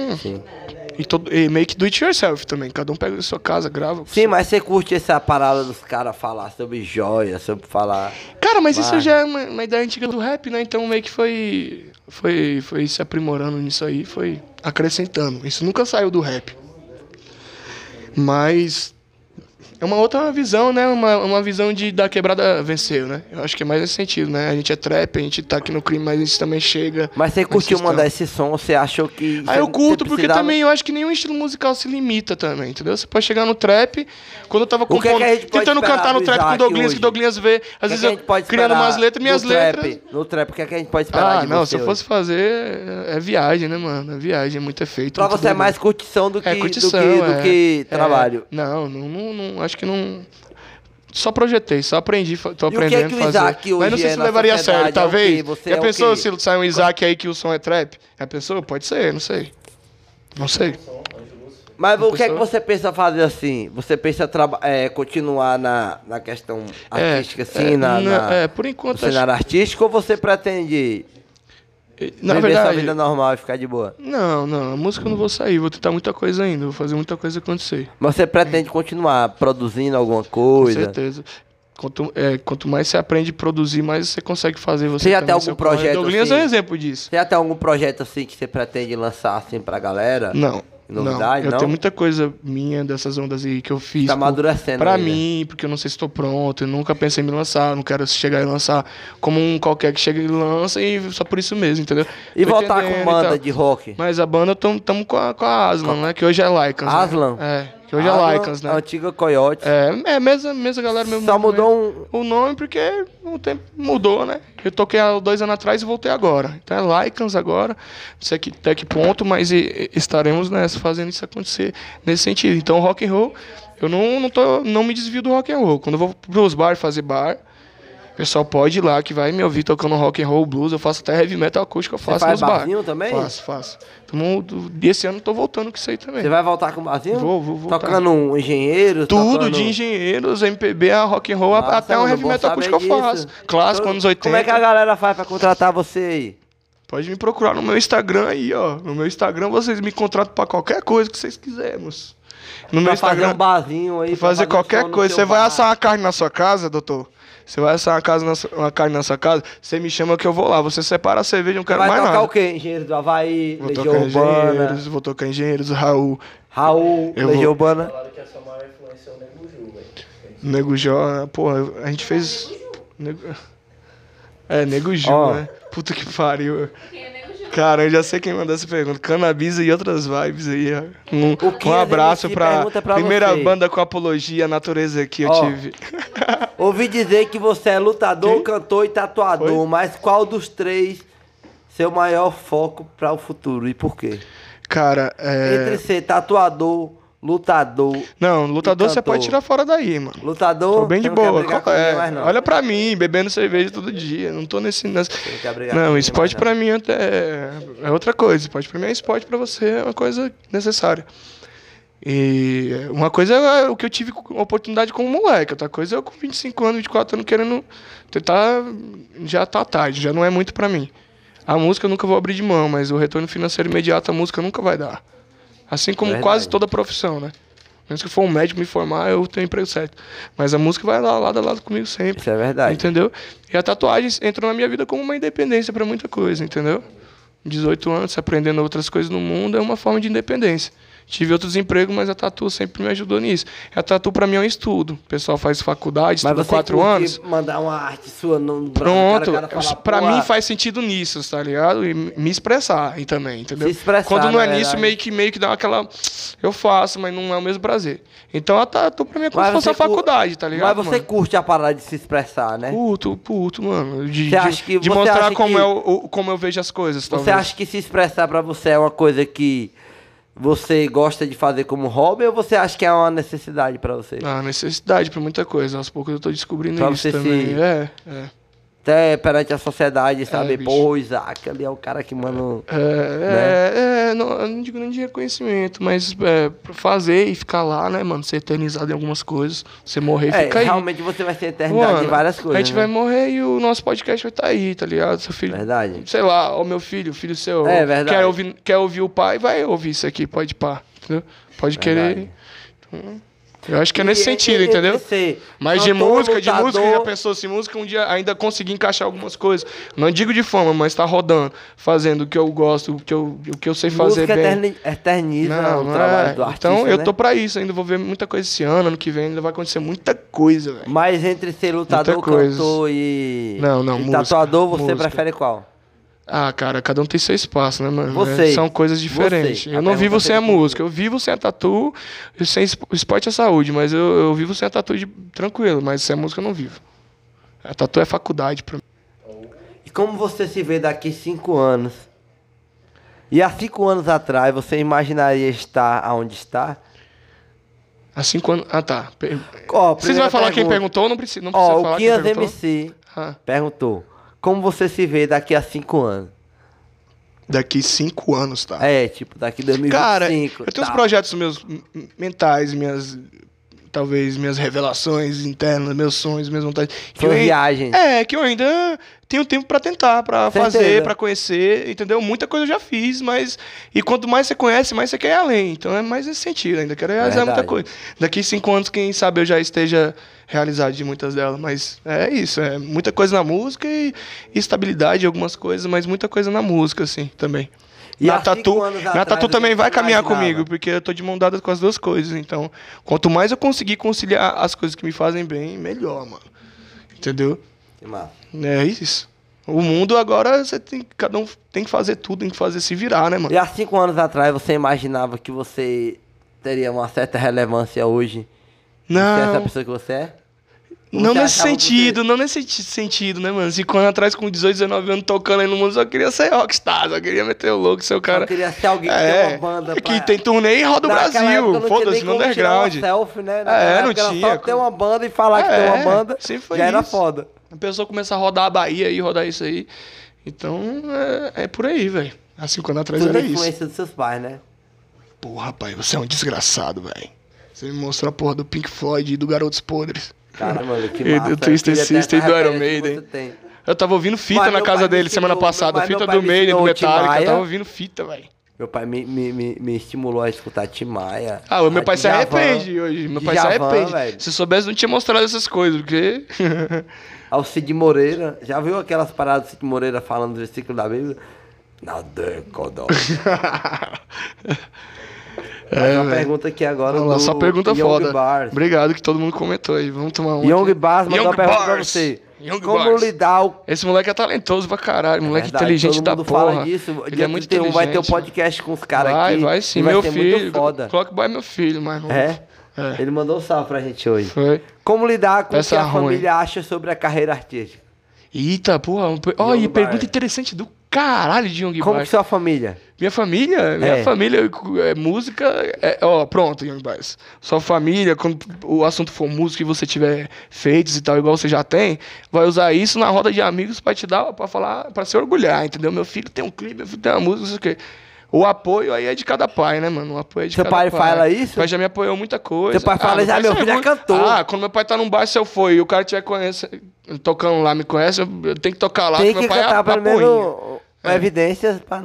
E, todo, e meio que do it yourself também. Cada um pega a sua casa, grava. Sim, mas você curte essa parada dos caras falar sobre joia, sobre falar. Cara, mas isso Vai. já é uma, uma ideia antiga do rap, né? Então meio que foi foi, foi se aprimorando nisso aí, foi acrescentando. Isso nunca saiu do rap. Mas é uma outra visão, né? Uma, uma visão de da quebrada venceu, né? Eu acho que é mais nesse sentido, né? A gente é trap, a gente tá aqui no crime, mas a gente também chega. Mas você curtiu questão. mandar esse som, você achou que. Aí Ah, eu você curto, porque precisava- também eu acho que nenhum estilo musical se limita também, entendeu? Você pode chegar no trap, quando eu tava que é que a compondo, gente pode tentando esperar cantar no do trap com o Isaac Douglas, hoje? que o Douglas vê, O que às é vezes que a eu gente pode criando esperar umas letras, do minhas trap? letras. No trap, o que, é que a gente pode esperar Ah, de não, você se eu hoje? fosse fazer, é é viagem, né, mano? É viagem, é muito efeito. Pra muito você é doido. mais curtição do que, É curtição, do que, do é. que É, trabalho. não, não, não, não, acho que não. Só projetei, só aprendi, fa- tô E o que é que aprendendo o a fazer. Isaac hoje Mas não sei é se na levaria a sociedade, é sério, o talvez. quê? Você Já é o pensou quê? se sai um Isaac aí que o som é trap? Já pensou? Pode ser, não sei. Não sei. Mas o que é que pessoa- você pensa fazer assim? Você pensa traba- é, continuar na, na questão É, artística, assim, é, na, na- na- é, por enquanto, no cenário artístico, ou você pretende Na viver verdade, sua vida normal e ficar de boa? não, não, a música eu não vou sair, vou tentar muita coisa ainda, vou fazer muita coisa acontecer. Mas você pretende continuar produzindo alguma Com coisa? certeza. Quanto, é, quanto mais você aprende a produzir, mais você consegue fazer você. Você já também, tem algum seu corre. projeto, Douglas é assim? um exemplo disso. Tem até algum projeto assim que você pretende lançar assim pra galera? Não. Novidade, não. Eu não? tenho muita coisa minha dessas ondas aí que eu fiz. Tá por- amadurecendo Pra ainda. mim, porque eu não sei se estou pronto, eu nunca pensei em me lançar, não quero chegar e lançar como um qualquer que chega e lança e só por isso mesmo, entendeu? E Tô voltar com entendendo e banda tal. de rock? Mas a banda estamos com a, com a Aslan, né? Que hoje é Lycans. né? Aslan? É, que hoje é Lycans, né? A antiga Coyote. É, é mesma, mesma galera, mesmo Só movimento. mudou um. o nome porque o tempo mudou, né? Eu toquei há dois anos atrás e voltei agora. Então é Lycans agora, não sei que, até que ponto, mas e- e- estaremos nessa, fazendo isso acontecer nesse sentido. Então rock and roll, eu não, não, tô, não me desvio do rock and roll. Quando eu vou pros bar fazer bar, o pessoal pode ir lá que vai me ouvir tocando rock and roll, blues, eu faço até heavy metal acústico, eu faço faz nos bar. barzinho também? Faço, faço. Então, esse ano eu tô voltando com isso aí também. Você vai voltar com o barzinho? Vou, vou voltar. Tocando um engenheiro? Tudo tocando... de engenheiros, MPB, a rock and roll, Massa, até um mano, heavy bom metal saber acústico eu faço. disso. Clássico, Então, anos 80. Como é que a galera faz pra contratar você aí? Pode me procurar no meu Instagram aí, ó. No meu Instagram vocês me contratam pra qualquer coisa que vocês quiserem, moço. No meu pra fazer Instagram, um barzinho aí. pra pra fazer um qualquer som no coisa. seu Você vai bar. assar uma carne na sua casa, doutor? Você vai assar uma, casa na sua- uma carne na sua casa, você me chama que eu vou lá. Você separa a cerveja, eu não quero Vai mais tocar nada. o quê? Engenheiro do Havaí, Vou Legião tocar Urbana, engenheiros, vou tocar engenheiros, Raul, Raul, Eu Legião vou- Urbana. Falaram que a sua maior influência é o Nego Ju, velho. Nego Jó, porra, a gente fez. Nego- É, Nego Ju, Ó. né? Puta que pariu. Porque é meio justo. Cara, eu já sei quem mandou essa pergunta. Cannabis e outras vibes aí. ó. Um, O que um as abraço MC pra, pergunta pra primeira você? banda com apologia à natureza que eu Ó. tive. Ouvi dizer que você é lutador, Quem? cantor e tatuador, Foi? mas qual dos três seu maior foco para o futuro e por quê? Cara, é... Entre ser tatuador, lutador, Não, lutador você cantor. pode tirar fora daí, mano. lutador. Tô bem você de não quer boa. brigar Qual- com ninguém é, mais, não. Olha pra mim, bebendo cerveja todo dia. Não tô nesse. nessa- não quer brigar com Não, ninguém esporte mais, não. pra mim até é- é outra coisa. Esporte pra mim é esporte, pra você é uma coisa necessária. E uma coisa é o que eu tive com- oportunidade como moleque, outra coisa é eu com 25 anos, 24 anos querendo tentar. Já tá tarde, já não é muito pra mim. A música eu nunca vou abrir de mão, mas o retorno financeiro imediato a música nunca vai dar. Assim como É Verdade. quase toda profissão, né? Mesmo que eu for um médico me formar, eu tenho emprego certo. Mas a música vai lá, lado a lado comigo sempre. Isso é verdade. Entendeu? E a tatuagem entrou na minha vida como uma independência pra muita coisa, entendeu? 18 anos, aprendendo outras coisas no mundo, é uma forma de independência. Tive outros empregos, mas a tatu sempre me ajudou nisso. A tatu pra mim é um estudo. O pessoal faz faculdade, Mas estuda você 4 curte anos. mandar uma arte sua no Pronto, um cara, o cara fala, pra "Pô, ah." mim faz sentido nisso, tá ligado? E me expressar e também, entendeu? Se expressar, Quando não é na nisso, verdade. meio que, meio que dá aquela. Eu faço, mas não é o mesmo prazer. Então a tatu pra mim é como se fosse a você cur- faculdade, tá ligado? Mas você mano? curte a parada de se expressar, né? Puto, puto, mano. De, Você de, acha que- de você mostrar acha como, que- eu, o- como eu vejo as coisas, talvez. Você acha que se expressar pra você é uma coisa que você gosta de fazer como hobby ou você acha que é uma necessidade pra você? Ah, necessidade pra muita coisa. Aos poucos eu tô descobrindo Pra isso você se- também. É, é. Até perante a sociedade, sabe? bicho. Pô, o Isaac ali é o cara que, mano. É, é, é, não, eu não digo nem de reconhecimento, mas é, pra fazer e ficar lá, né, mano? Ser eternizado em algumas coisas. Você morrer, É, fica aí. realmente você vai ser eternidade Mano, em várias coisas. A gente né? vai morrer e o nosso podcast vai estar aí, tá ligado? Seu filho. Verdade. Sei lá, ó, meu filho, filho seu. É, verdade. Quer ouvir, quer ouvir o pai, vai ouvir isso aqui, pode pá. Entendeu? Pode Verdade. querer. Eu acho que é nesse E- sentido, e- e- entendeu? ser Mas de cantor, música, de música, já lutador, pensou se música um dia ainda conseguir encaixar algumas coisas. Não digo de fama, mas tá rodando, fazendo o que eu gosto, o que eu, o que eu sei fazer música bem. eterni- eterniza Não, o não trabalho é. do artista, Então eu né? tô pra isso, ainda vou ver muita coisa esse ano, ano que vem ainda vai acontecer muita coisa, velho. Mas entre ser lutador, Muita coisa. cantor e, Não, não, e música, tatuador, você música. prefere qual? Ah, cara, cada um tem seu espaço, né, mano? Você. É, São coisas Você. diferentes. A Eu não pergunta é vivo sem a seria- música, eu vivo sem a tatu, e sem es- o esporte é saúde, mas eu, eu vivo sem a tatu de- tranquilo, mas sem a música eu não vivo. A tatu é faculdade pra mim. E como você se vê daqui cinco anos? E há cinco anos atrás, você imaginaria estar onde está? Há cinco anos. Ah, tá. Per- Vocês vão Ó, primeira falar quem pergunta. perguntou ou não precisa, não precisa Ó, falar o quem Kias perguntou? MC Ah, perguntou, como você se vê daqui a cinco anos? daqui cinco anos, tá? É, tipo, daqui 2025. Cara, eu tenho uns tal. projetos meus m- m- mentais, minhas. Talvez minhas revelações internas, meus sonhos, minhas vontades. que Suas eu ai- viagens. É, que eu ainda tenho tempo pra tentar, pra Certeza. fazer, pra conhecer, entendeu? Muita coisa eu já fiz, mas. E quanto mais você conhece, mais você quer ir além. Então é mais nesse sentido, ainda quero realizar Verdade. muita coisa. Daqui cinco anos, quem sabe eu já esteja realizado de muitas delas. Mas é isso, é muita coisa na música e e estabilidade, em algumas coisas, mas muita coisa na música, assim, também. E na há cinco tatu, anos na atrás, tatu o que também você vai caminhar imaginava? comigo, porque eu tô de mão dada com as duas coisas. Então, quanto mais eu conseguir conciliar as coisas que me fazem bem, melhor, mano. Entendeu? Que massa. É isso. O mundo agora você tem, cada um tem que fazer tudo, tem que fazer se virar, né, mano? E há cinco anos atrás, você imaginava que você teria uma certa relevância hoje? de ser Essa Não, pessoa que você é? não nesse você achava que sentido, não nesse ti- sentido, né, mano? Cinco anos atrás, com 18, 19 anos tocando aí no mundo, só queria ser rockstar, só queria meter o louco, seu cara. Eu queria ser alguém que É, tem uma banda. que pra- tem turnê e roda o Naquela época não Brasil. tinha Foda-se, nem no como tirar underground. É, Uma selfie, né? Naquela não época era Só tinha. ter uma banda e falar que É, tem uma banda. sempre foi já era isso. foda. A pessoa começa a rodar a Bahia e rodar isso aí. Então, é, é por aí, velho. Há cinco anos atrás Tudo era isso. influência dos seus pais, né? Porra, pai, você é um desgraçado, velho. Você me mostrou a porra do Pink Floyd e do Garotos Podres. Cara, mano, que E do massa. Eu Twisted queria ter essa Sister e do Iron referência que Maiden. você tem. Eu tava ouvindo fita Mas na meu casa pai me dele semana ensinou- passada. mas meu Fita pai do me Maiden, do ensinou o Tim Metallica. Maia. Eu tava ouvindo fita, velho. Meu pai me, me, me, me estimulou a escutar Tim Maia. Ah, o meu a pai se Djavan. arrepende hoje. Meu pai se Djavan, arrepende. velho. Se soubesse, não tinha mostrado essas coisas, porque. Ao Cid Moreira. Já viu aquelas paradas do Cid Moreira falando do versículo da Bíblia? Na década. Mas uma pergunta aqui agora. Vamos É, lá, do só pergunta Young foda. Bars. Obrigado que todo mundo comentou aí. Vamos tomar um. Young aqui. Bars mandou uma Young pergunta pra Bars. você. Young Como Bars. lidar o Esse moleque é talentoso pra caralho. Moleque Verdade, inteligente todo da mundo porra. Fala disso. Ele Dia é muito 31 inteligente. vai ter um podcast com os caras Vai, aqui. vai sim. e meu vai ser filho. muito foda. Clock Boy é meu filho, mas. É? É. Ele mandou um salve pra gente hoje. Foi. Como lidar com o que Peça a ruim. família acha sobre a carreira artística? Eita, porra. um pe- Olha, Young e pergunta Bars. interessante do caralho de Young Como Bars. que sua família? Minha família, minha É. família é música. é- ó, pronto, Young Boys. Sua família, quando o assunto for música e você tiver feitos e tal, igual você já tem, vai usar isso na roda de amigos pra te dar, pra falar, pra se orgulhar, entendeu? Meu filho tem um clipe, meu filho tem uma música, não sei o quê. O apoio aí é de cada pai, né, mano? O apoio é de Seu cada pai pai. fala isso? Meu pai já me apoiou muita coisa. Seu pai fala, "Ah, meu sempre filho é muito- cantor." Ah, quando meu pai tá num bar, se eu for e o cara tiver conhece, tocando lá, me conhece, eu eu tenho que tocar lá, Tem porque que meu pai é cantar pelo apoia. menos evidências pra,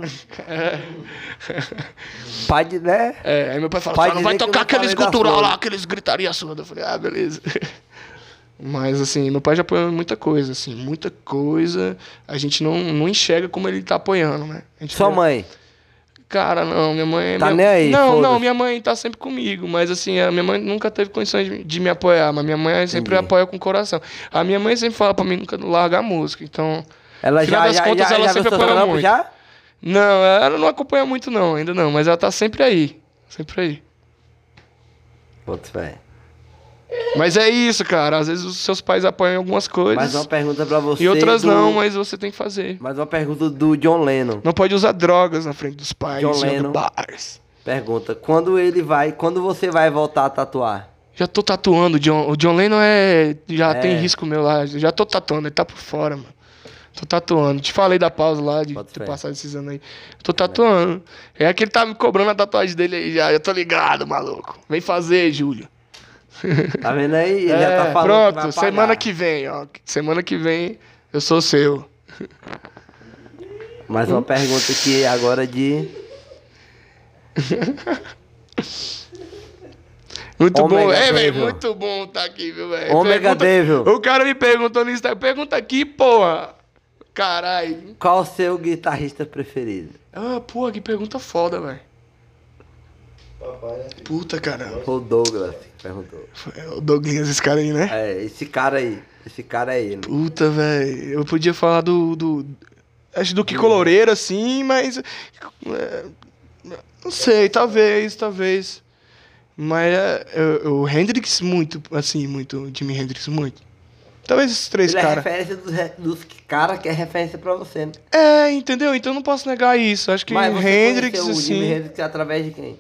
pra de- né? É, aí meu pai fala, Pai "Só não vai dizer que tocar eu não falei aqueles da cultural Flor." lá, aqueles gritaria surda. Eu falei, ah, beleza. Mas assim, meu pai já apoiou muita coisa, assim, muita coisa. A gente não, não enxerga como ele tá apoiando, né? A gente Sua fica, mãe. Cara, não, minha mãe. é Tá minha... nem aí, Não, foda-se. não, minha mãe tá sempre comigo, mas assim, a minha mãe nunca teve condições de, de me apoiar, mas minha mãe sempre Entendi. apoia com o coração. A minha mãe sempre fala pra mim nunca largar a música, então. Ela Final já, das já, contas, já, ela já viu sempre seus apoiou trampos muito. já? Não, ela não acompanha muito, não, ainda não, mas ela tá sempre aí. Sempre aí. Putz, velho. Mas é isso, cara. Às vezes os seus pais apoiam algumas coisas. Mais uma pergunta pra você. E outras do- não, mas você tem que fazer. Mais uma pergunta do John Lennon. Não pode usar drogas na frente dos pais. John Young Lennon. Bars. Pergunta, quando ele vai, quando você vai voltar a tatuar? Já tô tatuando o John. O John Lennon é. Já É. tem risco meu lá. Já tô tatuando, ele tá por fora, mano. Tô tatuando. Te falei da pausa lá, de Bota ter fé. passado esses anos aí. Tô tatuando. É que ele tá me cobrando a tatuagem dele aí já. Eu tô ligado, maluco. Vem fazer, Júlio. Tá vendo aí? Ele já É, tá falando pronto, que vai pagar. semana que vem, ó. Semana que vem eu sou seu. Mais uma pergunta aqui agora de... Muito Ômega bom. É, velho, Devil. muito bom tá aqui, viu, velho? Ômega Pergunta- Devil. O cara me perguntou no Instagram. Pergunta aqui, porra. Caralho. Qual o seu guitarrista preferido? Ah, porra, que pergunta foda, velho. Papai, né? Puta, cara. Foi o Douglas que perguntou. É o Douglas, esse cara aí, né? É, esse cara aí. Esse cara aí. né? Puta, velho. Eu podia falar do. do acho do que coloreiro, assim, mas. é, não sei, talvez, talvez. Mas é, eu- eu- o Hendrix, muito, assim, muito. Jimi Hendrix, muito. Talvez esses três Ele é caras. referência dos, re- dos caras que é referência pra você. Né? É, entendeu? Então eu não posso negar isso. Acho que o você Hendrix, conheceu o assim. Jimi Hendrix através de quem?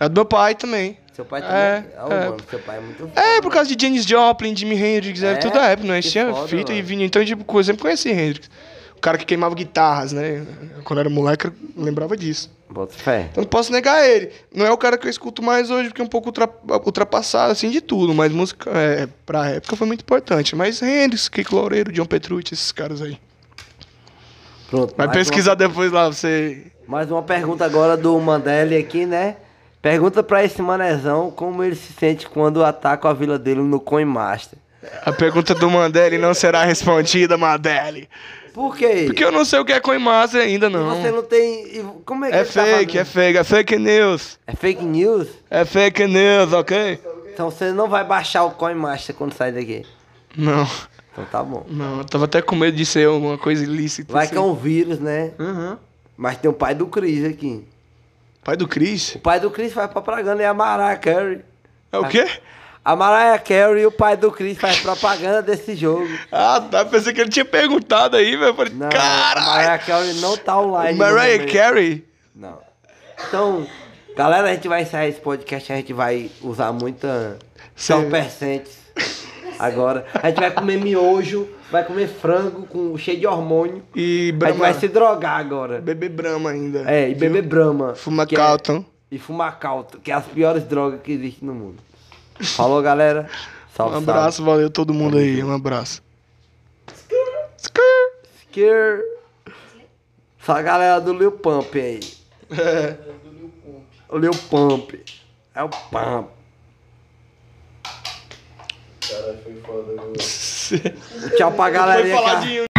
É do meu pai também. Seu pai É, também? Ah, é. mano, seu pai é muito É, por causa de Janis Joplin, Jimi Hendrix, era É? tudo da época, né? Que Tinha foda, fita e mano. vinil. Então, tipo, eu sempre conheci Hendrix. O cara que queimava guitarras, né? Quando eu era moleque, eu lembrava disso. Bota fé. Então não posso negar ele. Não é o cara que eu escuto mais hoje, porque é um pouco ultra- ultrapassado, assim, de tudo. Mas música, é, pra época, foi muito importante. Mas Hendrix, Kiko Loureiro, John Petrucci, esses caras aí. Pronto. Vai mais pesquisar depois lá, você... uma- mais uma pergunta agora do Mandelli aqui, né? Pergunta pra esse manezão como ele se sente quando atacam a vila dele no Coin Master. A pergunta do Mandelli não será respondida, Mandelli. Por quê? Porque eu não sei o que é Coimaster ainda, E não. Você não tem. e Como é que É ele tá fake, é fazendo? fake, é fake news. é fake news? É fake news, ok? Então você não vai baixar o Coin Master quando sair daqui. Não, Então tá bom. não. Eu tava até com medo de ser alguma coisa ilícita. Vai assim. que é um vírus, né? Uhum. Mas tem o pai do Chris aqui. Pai do Chris? O pai do Chris faz propaganda e a Mariah Carey. É o quê? A Mariah Carey e o pai do Chris faz propaganda desse jogo. Ah, tá. Pensei que ele tinha perguntado aí, velho. Eu Falei, Não, a caralho. Mariah Carey não tá online. no Mariah momento. Carey? Não. Então, galera, a gente vai encerrar esse podcast, a gente vai usar muita Sim. percentes agora. A gente vai comer miojo, vai comer frango com cheio de hormônio. E A gente Brahma. vai se drogar agora. Beber Brahma ainda. É, e beber brama. Fuma Um Calton. E fumar calto, que é as piores drogas que existem no mundo. Falou, galera. Salve, Um abraço, valeu todo mundo aí. Um abraço. Skrr. salve. Skir. Essa galera do Lil Pump aí. É. O Lil Pump. É o Pump. Cara, foi foda, viu? Tchau pra galerinha. Foi que- faladinho,